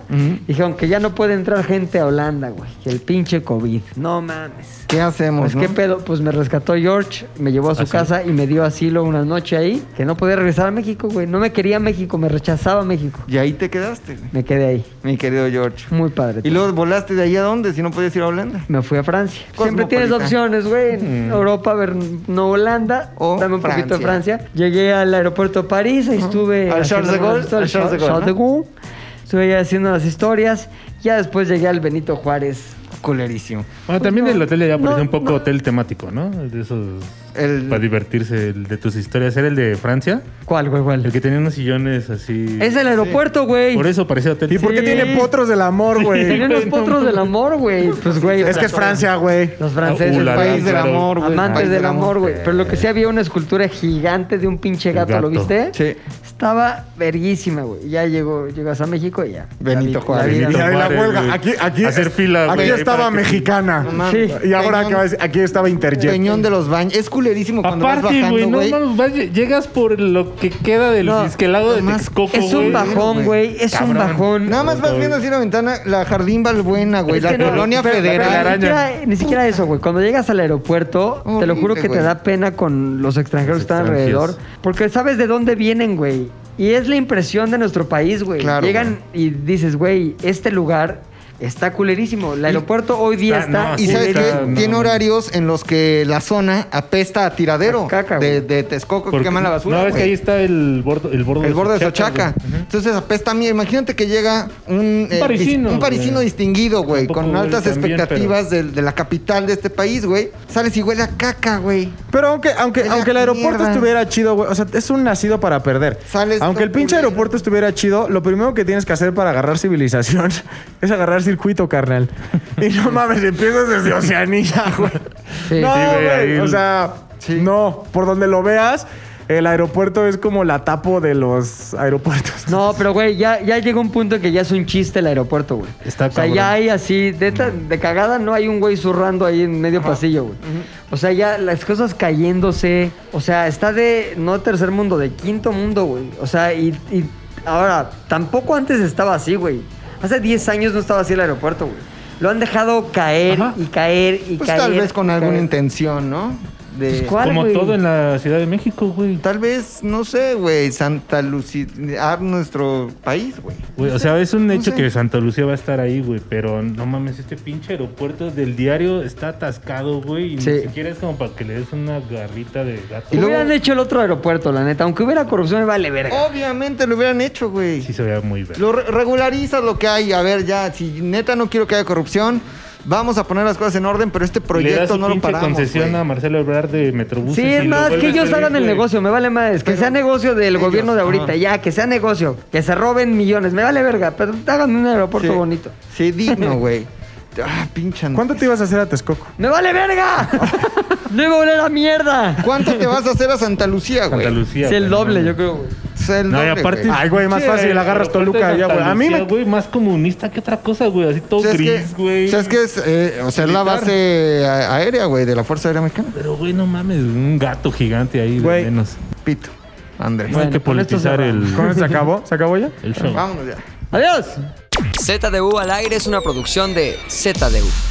Speaker 5: Dijeron que ya no puede entrar gente a Holanda, güey. Que el pinche COVID. No mames.
Speaker 2: ¿Qué hacemos?
Speaker 5: Pues qué
Speaker 2: no? Ah,
Speaker 5: pedo, pues me rescató George, me llevó a su
Speaker 3: Así.
Speaker 5: casa y me dio asilo una noche ahí, que no podía regresar a México, güey. No me quería México, me rechazaba México.
Speaker 2: Y ahí te quedaste, güey,
Speaker 5: Me quedé ahí.
Speaker 2: mi querido George.
Speaker 5: Muy padre.
Speaker 2: Y luego volaste de ahí a dónde si no podías ir a Holanda.
Speaker 5: me fui a Francia. Siempre tienes
Speaker 2: Cosmopolita. Mm.
Speaker 5: opciones, güey. Europa, ver, no Holanda.
Speaker 2: O
Speaker 5: Dame un poquito de
Speaker 2: Francia.
Speaker 5: Francia. Llegué al aeropuerto de París, ahí estuve.
Speaker 2: Al Charles
Speaker 5: haciendo
Speaker 2: de Gaulle,
Speaker 5: unas historias,
Speaker 2: al Charles de Gaulle,
Speaker 5: Charles de Gaulle. Estuve ahí haciendo las historias. Ya después llegué al Benito Juárez.
Speaker 2: Culerísimo.
Speaker 3: Bueno, también
Speaker 5: no,
Speaker 3: el hotel ya parecía
Speaker 5: no,
Speaker 3: un poco
Speaker 5: no.
Speaker 3: hotel temático, ¿no? De esos.
Speaker 2: El-
Speaker 3: Para divertirse, el de tus historias. ¿Era el de Francia?
Speaker 5: ¿Cuál, güey,
Speaker 3: El
Speaker 5: cuál?
Speaker 3: que tenía unos sillones así.
Speaker 5: Es el aeropuerto, güey.
Speaker 3: Por eso parecía hotel.
Speaker 4: ¿Y por qué
Speaker 5: Sí.
Speaker 4: tiene potros del amor,
Speaker 5: Tenía
Speaker 4: güey?
Speaker 5: unos potros del amor, güey. Pues, güey.
Speaker 4: Es que es Francia, güey.
Speaker 5: Los franceses,
Speaker 3: Uh, la, la,
Speaker 5: país
Speaker 2: País del
Speaker 3: claro.
Speaker 2: amor, güey.
Speaker 5: amantes
Speaker 2: País
Speaker 5: del amor, güey. Pero lo que sí había una escultura gigante de un pinche gato,
Speaker 3: gato.
Speaker 5: ¿lo viste?
Speaker 2: Sí.
Speaker 5: Estaba verguísima, güey. Ya llegó, llegó hasta México y ya.
Speaker 2: Benito
Speaker 5: La vi-
Speaker 2: Juárez.
Speaker 5: la vi-
Speaker 4: Y
Speaker 3: Benito
Speaker 4: la de la
Speaker 3: Juárez,
Speaker 4: huelga.
Speaker 3: güey.
Speaker 4: Aquí, aquí,
Speaker 3: Hacer fila,
Speaker 4: aquí
Speaker 3: güey,
Speaker 4: estaba
Speaker 3: para que-
Speaker 4: mexicana.
Speaker 2: mames.
Speaker 4: Y ahora
Speaker 2: Peñón-
Speaker 4: acaba de decir, aquí estaba interjet.
Speaker 2: Peñón de los baños. Es culerísimo cuando vas
Speaker 3: Aparte,
Speaker 2: bajando,
Speaker 3: güey,
Speaker 2: güey.
Speaker 3: no, no, vas- llegas por lo que queda del
Speaker 5: No,
Speaker 3: disquelado de
Speaker 2: además,
Speaker 3: Texcoco,
Speaker 5: Es
Speaker 3: güey.
Speaker 5: un bajón, güey. Es
Speaker 3: Cabrón.
Speaker 5: un bajón.
Speaker 2: Nada más vas viendo así la ventana, la Jardín Balbuena, güey,
Speaker 5: Es
Speaker 2: la
Speaker 5: que no,
Speaker 2: Colonia
Speaker 5: pero- pero
Speaker 2: Federal.
Speaker 5: Ni siquiera, ni siquiera eso, güey. Cuando llegas al aeropuerto, te lo juro
Speaker 2: Horrible,
Speaker 5: que
Speaker 2: güey.
Speaker 5: te da pena con los extranjeros
Speaker 3: Los
Speaker 5: que están
Speaker 3: extranjeros.
Speaker 5: alrededor. Porque sabes de dónde vienen, güey. Y es la impresión de nuestro país, güey.
Speaker 2: Claro,
Speaker 5: Llegan y dices, güey, este lugar está culerísimo. El aeropuerto hoy día
Speaker 3: Está-
Speaker 5: está...
Speaker 3: Ah, no,
Speaker 2: Y
Speaker 3: Sí,
Speaker 2: sabes
Speaker 3: está-
Speaker 2: que
Speaker 5: culerísimo.
Speaker 3: no,
Speaker 2: tiene
Speaker 3: no.
Speaker 2: horarios en los que la zona apesta a tiradero
Speaker 5: A caca,
Speaker 2: de,
Speaker 5: güey.
Speaker 2: de Texcoco que
Speaker 3: Porque-
Speaker 2: queman la basura.
Speaker 3: No, es que
Speaker 2: güey.
Speaker 3: ahí está el bordo, el bordo
Speaker 2: el borde de Sochaca.
Speaker 3: Sochaca. güey.
Speaker 2: Entonces apesta a mí. Imagínate que llega un, eh,
Speaker 3: parisino,
Speaker 2: dis- un parisino
Speaker 3: güey.
Speaker 2: distinguido, güey,
Speaker 3: Tampoco,
Speaker 2: con
Speaker 3: güey,
Speaker 2: altas
Speaker 3: también,
Speaker 2: expectativas de, de la capital de este país, güey. Sales y huele a caca, güey.
Speaker 4: Pero aunque, aunque,
Speaker 2: Era
Speaker 4: aunque el aeropuerto
Speaker 2: mierda.
Speaker 4: estuviera chido, güey. O sea, es un nacido para perder.
Speaker 2: Sales
Speaker 4: aunque
Speaker 2: todo
Speaker 4: el pinche
Speaker 2: culero.
Speaker 4: aeropuerto estuviera chido, lo primero que tienes que hacer para agarrar civilización [laughs] es agarrar circuito, carnal. Y no mames, empiezas desde Oceanía, [laughs] güey.
Speaker 5: Sí.
Speaker 4: no,
Speaker 3: Sí, güey, ahí
Speaker 4: güey. O
Speaker 3: el-
Speaker 4: sea, no. Por donde lo veas, el aeropuerto es como la tapo de los aeropuertos.
Speaker 5: No, pero güey, ya, ya llega un punto en que ya es un chiste el aerropuerto, güey.
Speaker 3: Está
Speaker 5: O sea,
Speaker 3: cabrón.
Speaker 5: ya hay así, de, ta- de cagada no hay un güey zurrando ahí en medio pasillo, güey. O sea, ya las cosas cayéndose. O sea, está de no tercer mundo, de quinto mundo, güey. O sea, y, y ahora, tampoco antes estaba así, güey. Hace 10 años no estaba así el aeropuerto, güey. Lo han dejado caer
Speaker 3: Ajá.
Speaker 5: y caer y
Speaker 2: Pues
Speaker 5: caer.
Speaker 2: tal vez con
Speaker 5: y
Speaker 2: alguna
Speaker 5: caer.
Speaker 2: intención, ¿no? De,
Speaker 5: Pues, ¿cuál?
Speaker 3: Como
Speaker 5: güey.
Speaker 3: todo en la Ciudad de México, güey.
Speaker 2: Tal vez, no sé, güey, Santa Lucía, ah, nuestro país, güey.
Speaker 3: Güey, o sea, es un hecho
Speaker 2: sé.
Speaker 3: que Santa Lucía va a estar ahí, güey. Pero no mames, este pinche aeropuerto del diario está atascado, güey. Y ni
Speaker 5: Sí.
Speaker 3: siquiera es como para que le des una garrita de gato.
Speaker 5: Y hubieran hecho el otro aeropuerto, la neta. Aunque hubiera corrupción, me vale verga.
Speaker 2: Obviamente lo hubieran hecho, güey.
Speaker 3: Sí se vea muy bien.
Speaker 2: Lo re- regulariza lo que hay. A ver, ya, si neta no quiero que haya corrupción, vamos a poner las cosas en orden, pero este
Speaker 3: Le da
Speaker 2: proyecto
Speaker 3: su
Speaker 2: no lo
Speaker 3: pinche
Speaker 2: paramos.
Speaker 3: concesión
Speaker 2: güey.
Speaker 3: a Marcelo Ebrard de Metrobús.
Speaker 5: Sí, es más, que ellos hagan el negocio, me vale más. Que
Speaker 2: Pero-
Speaker 5: sea negocio del
Speaker 2: ellos,
Speaker 5: gobierno de ahorita,
Speaker 2: ajá.
Speaker 5: ya, que sea negocio. Que se roben millones, me vale verga, pero hagan un aeropuerto
Speaker 2: Sí.
Speaker 5: bonito.
Speaker 2: Sí, digno, güey. Ah, pincha.
Speaker 4: ¿Cuánto te ibas a hacer a Texcoco?
Speaker 5: ¡Me vale
Speaker 2: [laughs]
Speaker 5: verga! [laughs] ¡No iba a oler a mierda!
Speaker 2: ¿Cuánto te vas a hacer a Santa Lucía, güey?
Speaker 3: Santa Lucía.
Speaker 5: Es el
Speaker 3: güey, no
Speaker 5: doble,
Speaker 3: mames.
Speaker 5: yo creo, güey.
Speaker 2: O sea, el
Speaker 3: No, y
Speaker 2: doble,
Speaker 3: aparte.
Speaker 2: güey.
Speaker 4: Ay, güey, más fácil,
Speaker 3: el
Speaker 4: agarras
Speaker 3: aeropuerto
Speaker 4: Toluca,
Speaker 3: de
Speaker 4: ya, güey.
Speaker 3: Santa
Speaker 4: A mí
Speaker 3: Lucía,
Speaker 4: me-
Speaker 3: güey, más comunista que otra cosa, güey. Así todo
Speaker 2: O sea, es
Speaker 3: gris,
Speaker 2: que,
Speaker 3: güey.
Speaker 2: o sea, es que es, eh, o sea, es la
Speaker 3: Militar.
Speaker 2: base a- aérea, güey, de la Fuerza Aérea Mexicana.
Speaker 3: Pero, güey, no mames, un gato gigante ahí,
Speaker 4: Güey.
Speaker 3: de menos.
Speaker 2: Pito, Andrés.
Speaker 3: No hay
Speaker 5: Bueno,
Speaker 3: que
Speaker 5: con esto
Speaker 3: politizar el,
Speaker 5: cerramos.
Speaker 4: ¿Cómo se acabó? ¿Se acabó ya?
Speaker 3: el show.
Speaker 2: Vámonos ya.
Speaker 5: ¡Adiós!
Speaker 1: ZDU al aire es una producción de ZDU.